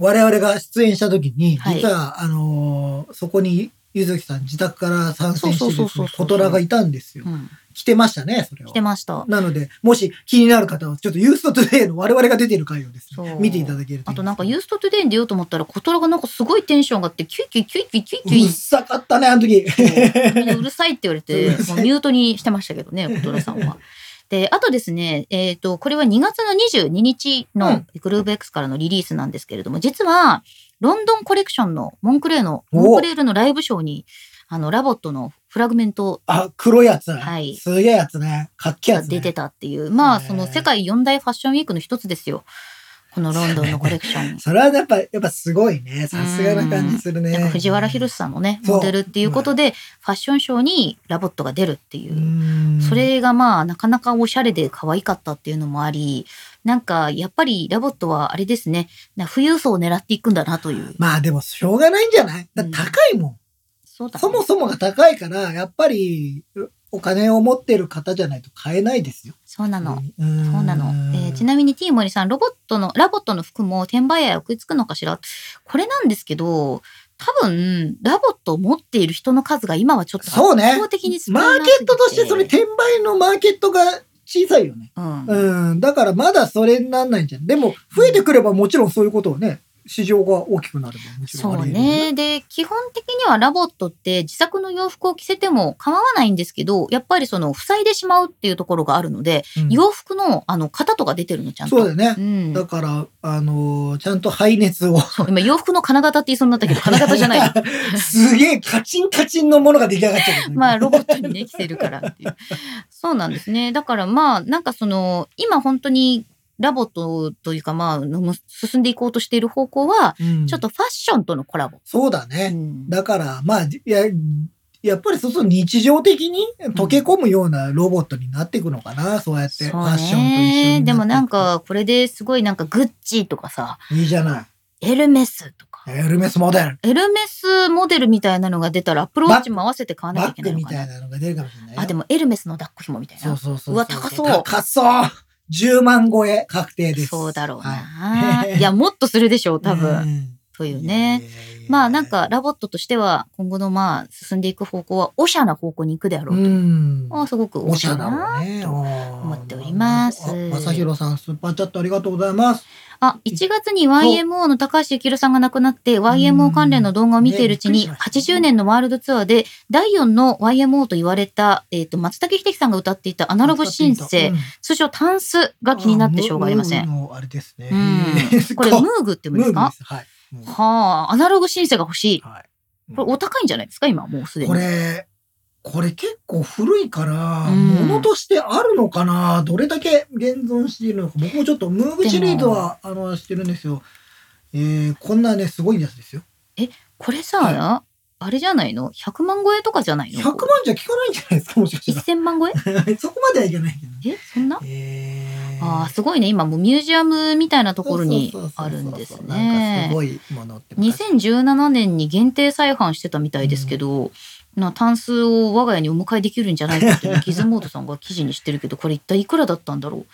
Speaker 2: 我々が出演した時に、
Speaker 1: はい
Speaker 2: 実は、あのーそこに、ゆずきさん自宅から参戦して
Speaker 1: そうそう
Speaker 2: る
Speaker 1: そうそう
Speaker 2: コトラがいたんですよ
Speaker 1: う。ん、
Speaker 2: 来てましたね、それ
Speaker 1: 着
Speaker 2: を
Speaker 1: て。ました。
Speaker 2: なので、もし気になる方は、ちょっとユーストトゥデイの我々が出てる回をです
Speaker 1: そ
Speaker 2: ね
Speaker 1: う、
Speaker 2: 見ていただけると
Speaker 1: あ
Speaker 2: いいです
Speaker 1: となんかユーストトゥデイに出ようと思ったらコトラがなんかすごいテンション上がってキュイキュイキュイキュイキュイキュ
Speaker 2: うっ
Speaker 1: イ
Speaker 2: さかったね、あの時。
Speaker 1: うるさいって言われ て、
Speaker 2: うるさ
Speaker 1: も
Speaker 2: いう
Speaker 1: ミュートにしてましたけどね、小ラさんは。で、あとですね、えっ、と、これは2月の22日
Speaker 2: う
Speaker 1: の
Speaker 2: ん
Speaker 1: グルーブ X からのリリースなんですけれども、実は、ロンドンコレクションのモンクレーの、
Speaker 2: お
Speaker 1: モンクレールのライブショーに、あの、ラボットのフラグメント
Speaker 2: あ、黒いやつ。
Speaker 1: はい
Speaker 2: すげえやつね。かっけえ
Speaker 1: が
Speaker 2: やつ、ね。
Speaker 1: 出てたっていう、まあ、
Speaker 2: ね
Speaker 1: その世界四大ファッションウィークの一つですよ。このロンドンのコレクション。
Speaker 2: それはやっぱ、やっぱすごいね。さすがな感じするね。
Speaker 1: なんか藤原宏さんのね、
Speaker 2: そう
Speaker 1: モデルっていうことで、ファッションショーにラボットが出るっていうう。
Speaker 2: ん
Speaker 1: それがまあなかなかおしゃれで可愛かったっていうのもありなんかやっぱりラボットはあれですねな富裕層を狙っていくんだなという
Speaker 2: まあでも、しょうがないんじゃないだって高いもん。
Speaker 1: そうだね
Speaker 2: そもそもが高いから、やっぱり、お金を持ってる方じゃないと買えないですよ。
Speaker 1: そうなの、
Speaker 2: う
Speaker 1: そうなの、えーちなみに T 森さんロボットのラボットの服も転売屋へ送りつくのかしらこれなんですけど多分ラボットを持っている人の数が今はちょっと
Speaker 2: そうね
Speaker 1: 圧倒的に少
Speaker 2: マ
Speaker 1: ない
Speaker 2: ー
Speaker 1: な
Speaker 2: ケットとして、それ
Speaker 1: すぎ
Speaker 2: 転売のマーケットが小さいよね。
Speaker 1: うん、
Speaker 2: うん。だからまだそれになんないんじゃん。でも、増えてくればもちろんそういうことをね、市場が大きくなればもちろん
Speaker 1: そ
Speaker 2: あ
Speaker 1: う
Speaker 2: り得るよ
Speaker 1: ね。で、基本的にはラボットって自作の洋服を着せても構わないんですけど、やっぱりその塞いでしまうっていうところがあるので、
Speaker 2: うん
Speaker 1: 洋服のあの型とか出てるのちゃんと。
Speaker 2: そうだよね。
Speaker 1: うん
Speaker 2: だから、あのーちゃんと排熱を。
Speaker 1: そう今洋服の金型って言いそうになっ たけど、金型じゃない。
Speaker 2: すげえカチンカチンのものが出来上がっちゃうけどね、
Speaker 1: まあロボットにね着せるからっていう。そうなんですね。だからまあなんかその今本当にラボットというかまあの進んでいこうとしている方向は、
Speaker 2: うん
Speaker 1: ちょっとファッションとのコラボ。
Speaker 2: そうだ
Speaker 1: う
Speaker 2: ね。
Speaker 1: ん
Speaker 2: だから、まあ、いや、やっぱりそうすると日常的に溶け込むようなロボットになっていくのかな、そうやって。フ
Speaker 1: そ
Speaker 2: ァ
Speaker 1: う
Speaker 2: ッションと一緒になってい
Speaker 1: ね。
Speaker 2: く
Speaker 1: でもなん。かこれですごいなんかグッチとかさ、
Speaker 2: いいじゃない。
Speaker 1: エルメスとか。
Speaker 2: エルメスモデル。
Speaker 1: エルメスモデルみたいなのが出たらアップローチも合わせて買わなきゃ
Speaker 2: バ
Speaker 1: いけ
Speaker 2: ッ
Speaker 1: な
Speaker 2: グ
Speaker 1: いの
Speaker 2: み
Speaker 1: か
Speaker 2: たい
Speaker 1: な。
Speaker 2: なのが出るかもしれないよ。
Speaker 1: あ、でもエルメスの抱っこ紐みたい
Speaker 2: そう
Speaker 1: な。
Speaker 2: そうそう。
Speaker 1: うわ高そう
Speaker 2: 高そう !10 万超え確定です。
Speaker 1: そうだろう
Speaker 2: はい
Speaker 1: な。
Speaker 2: はい
Speaker 1: いや、もっとするでしょう、多
Speaker 2: う
Speaker 1: 分。
Speaker 2: ん
Speaker 1: というね。。まあなん、かラボットとしては今後のまあ進んでいく方向はおしゃな方向に行くであろ
Speaker 2: う
Speaker 1: うと。
Speaker 2: ん。
Speaker 1: あすごく
Speaker 2: お
Speaker 1: おし
Speaker 2: し
Speaker 1: ゃ
Speaker 2: ゃ
Speaker 1: だ
Speaker 2: だ
Speaker 1: な。
Speaker 2: もんね。
Speaker 1: と
Speaker 2: 思
Speaker 1: っております
Speaker 2: まさひろさん、スーパーチャットありがとうございます。
Speaker 1: あ、1月に YMO の高橋幸宏さんが亡くなって、YMO 関連の動画を見ているうち
Speaker 2: ね
Speaker 1: に、
Speaker 2: びっくりしました
Speaker 1: 80年のワールドツアーで、第4の YMO と言われた、えっ、と、松竹秀樹さんが歌っていたアナログシンセ、通称タンスが気になってしょうがありませ。
Speaker 2: うんん。ムーのあれですね。
Speaker 1: うん、これ、ムーグって言うん
Speaker 2: ム
Speaker 1: で
Speaker 2: ー
Speaker 1: す
Speaker 2: ブです。
Speaker 1: か
Speaker 2: はい。ムーブ
Speaker 1: はあ、アナログシンセが欲しい。
Speaker 2: はい
Speaker 1: これ、お高いんじゃないですか今、もうすでに。
Speaker 2: これ、これ結構古いから、
Speaker 1: うん
Speaker 2: ものとしてあるのかなどれだけ現存しているのか。僕もちょっとムーブシリーズは、あの、してるんですよ。えー、こんなね、すごいやつですよ。
Speaker 1: これさ、
Speaker 2: は
Speaker 1: あれじゃないの ?100 万超えとかじゃないの
Speaker 2: 100万じゃ効かないんじゃないですかもしかした
Speaker 1: ?1000 万超え
Speaker 2: ら。そこまではいけないけど。
Speaker 1: えそんな
Speaker 2: えー
Speaker 1: ああ、すごいね。今、もうミュージアムみたいなところに
Speaker 2: そうそうそう
Speaker 1: あ
Speaker 2: そう
Speaker 1: るんですね。
Speaker 2: なんかすごいものって昔。
Speaker 1: 2017年に限定再販してたみたいですけど、なタンスを我が家にお迎えできるんじゃないかっていうのをギズモードさんが記事にしてるけどこれ一体いくらだったんだろう、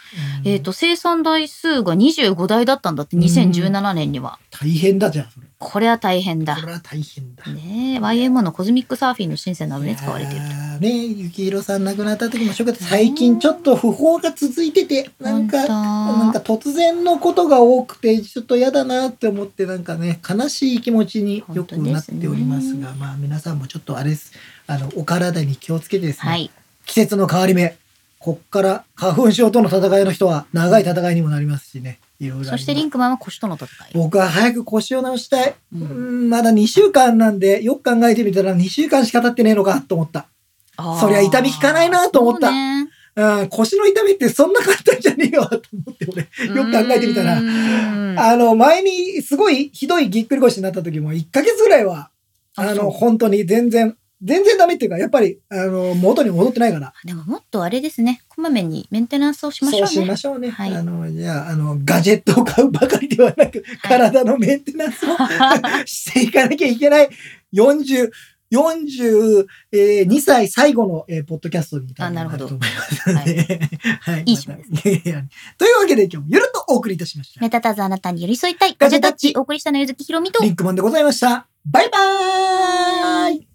Speaker 1: えっ、と生産台数が25台だったんだって
Speaker 2: うん
Speaker 1: 2017年には、
Speaker 2: 大変だじゃんそれ。
Speaker 1: これは大変だ
Speaker 2: それは大変だ。
Speaker 1: ねえ YMO のコズミックサーフィンのシンセなどに使われている
Speaker 2: いやーね、ゆきひろさん亡くなった時もショックだった最近ちょっと不法が続いてて、なんか、なん
Speaker 1: 本
Speaker 2: か突然のことが多くて、ちょっと嫌だなって思って、なんかね、悲しい気持ちによくなっております
Speaker 1: 本当
Speaker 2: が、まあ皆さんもちょっとあれです、あの、お体に気をつけてです
Speaker 1: 当
Speaker 2: ね、
Speaker 1: はい
Speaker 2: 季節の変わり目、こっから花粉症との戦いの人は長い戦いにもなりますしね、いろいろあります。
Speaker 1: そしてリンクマンは腰との戦い、
Speaker 2: 僕は早く腰を治したい。
Speaker 1: う
Speaker 2: うんん、まだ2週間なんで、よく考えてみたら2週間しか経ってねえのかと思った。そりゃ痛み効かないなと思った
Speaker 1: そうね
Speaker 2: うん、腰の痛みってそんな簡単じゃねえよと思って俺。よく考えてみたら
Speaker 1: うーん
Speaker 2: あの、前にすごいひどいぎっくり腰になった時も1ヶ月ぐらいは、あ
Speaker 1: そ
Speaker 2: の、
Speaker 1: う
Speaker 2: 本当に全然、全然ダメっていうか、やっぱり、あの、元に戻ってないから。
Speaker 1: でももっとあれですね、こまめにメンテナンスをしましょう
Speaker 2: そう
Speaker 1: ね。
Speaker 2: しましょうね。
Speaker 1: はい
Speaker 2: あの、じゃあ、あの、ガジェットを買うばかりではなく、
Speaker 1: はい
Speaker 2: 体のメンテナン スをしていかなきゃいけない40、42歳最後の、えーポッドキャストに
Speaker 1: あなるほど
Speaker 2: と思いますので。はい。
Speaker 1: いい締めです
Speaker 2: またいやいやというわけで今日もゆるっとお送りいたしました。
Speaker 1: 目立たずあなたに寄り添いたい。ガジェタッチ、お送りしたのはゆずきひろみと
Speaker 2: リ。ンクマンでございました。バイバーイ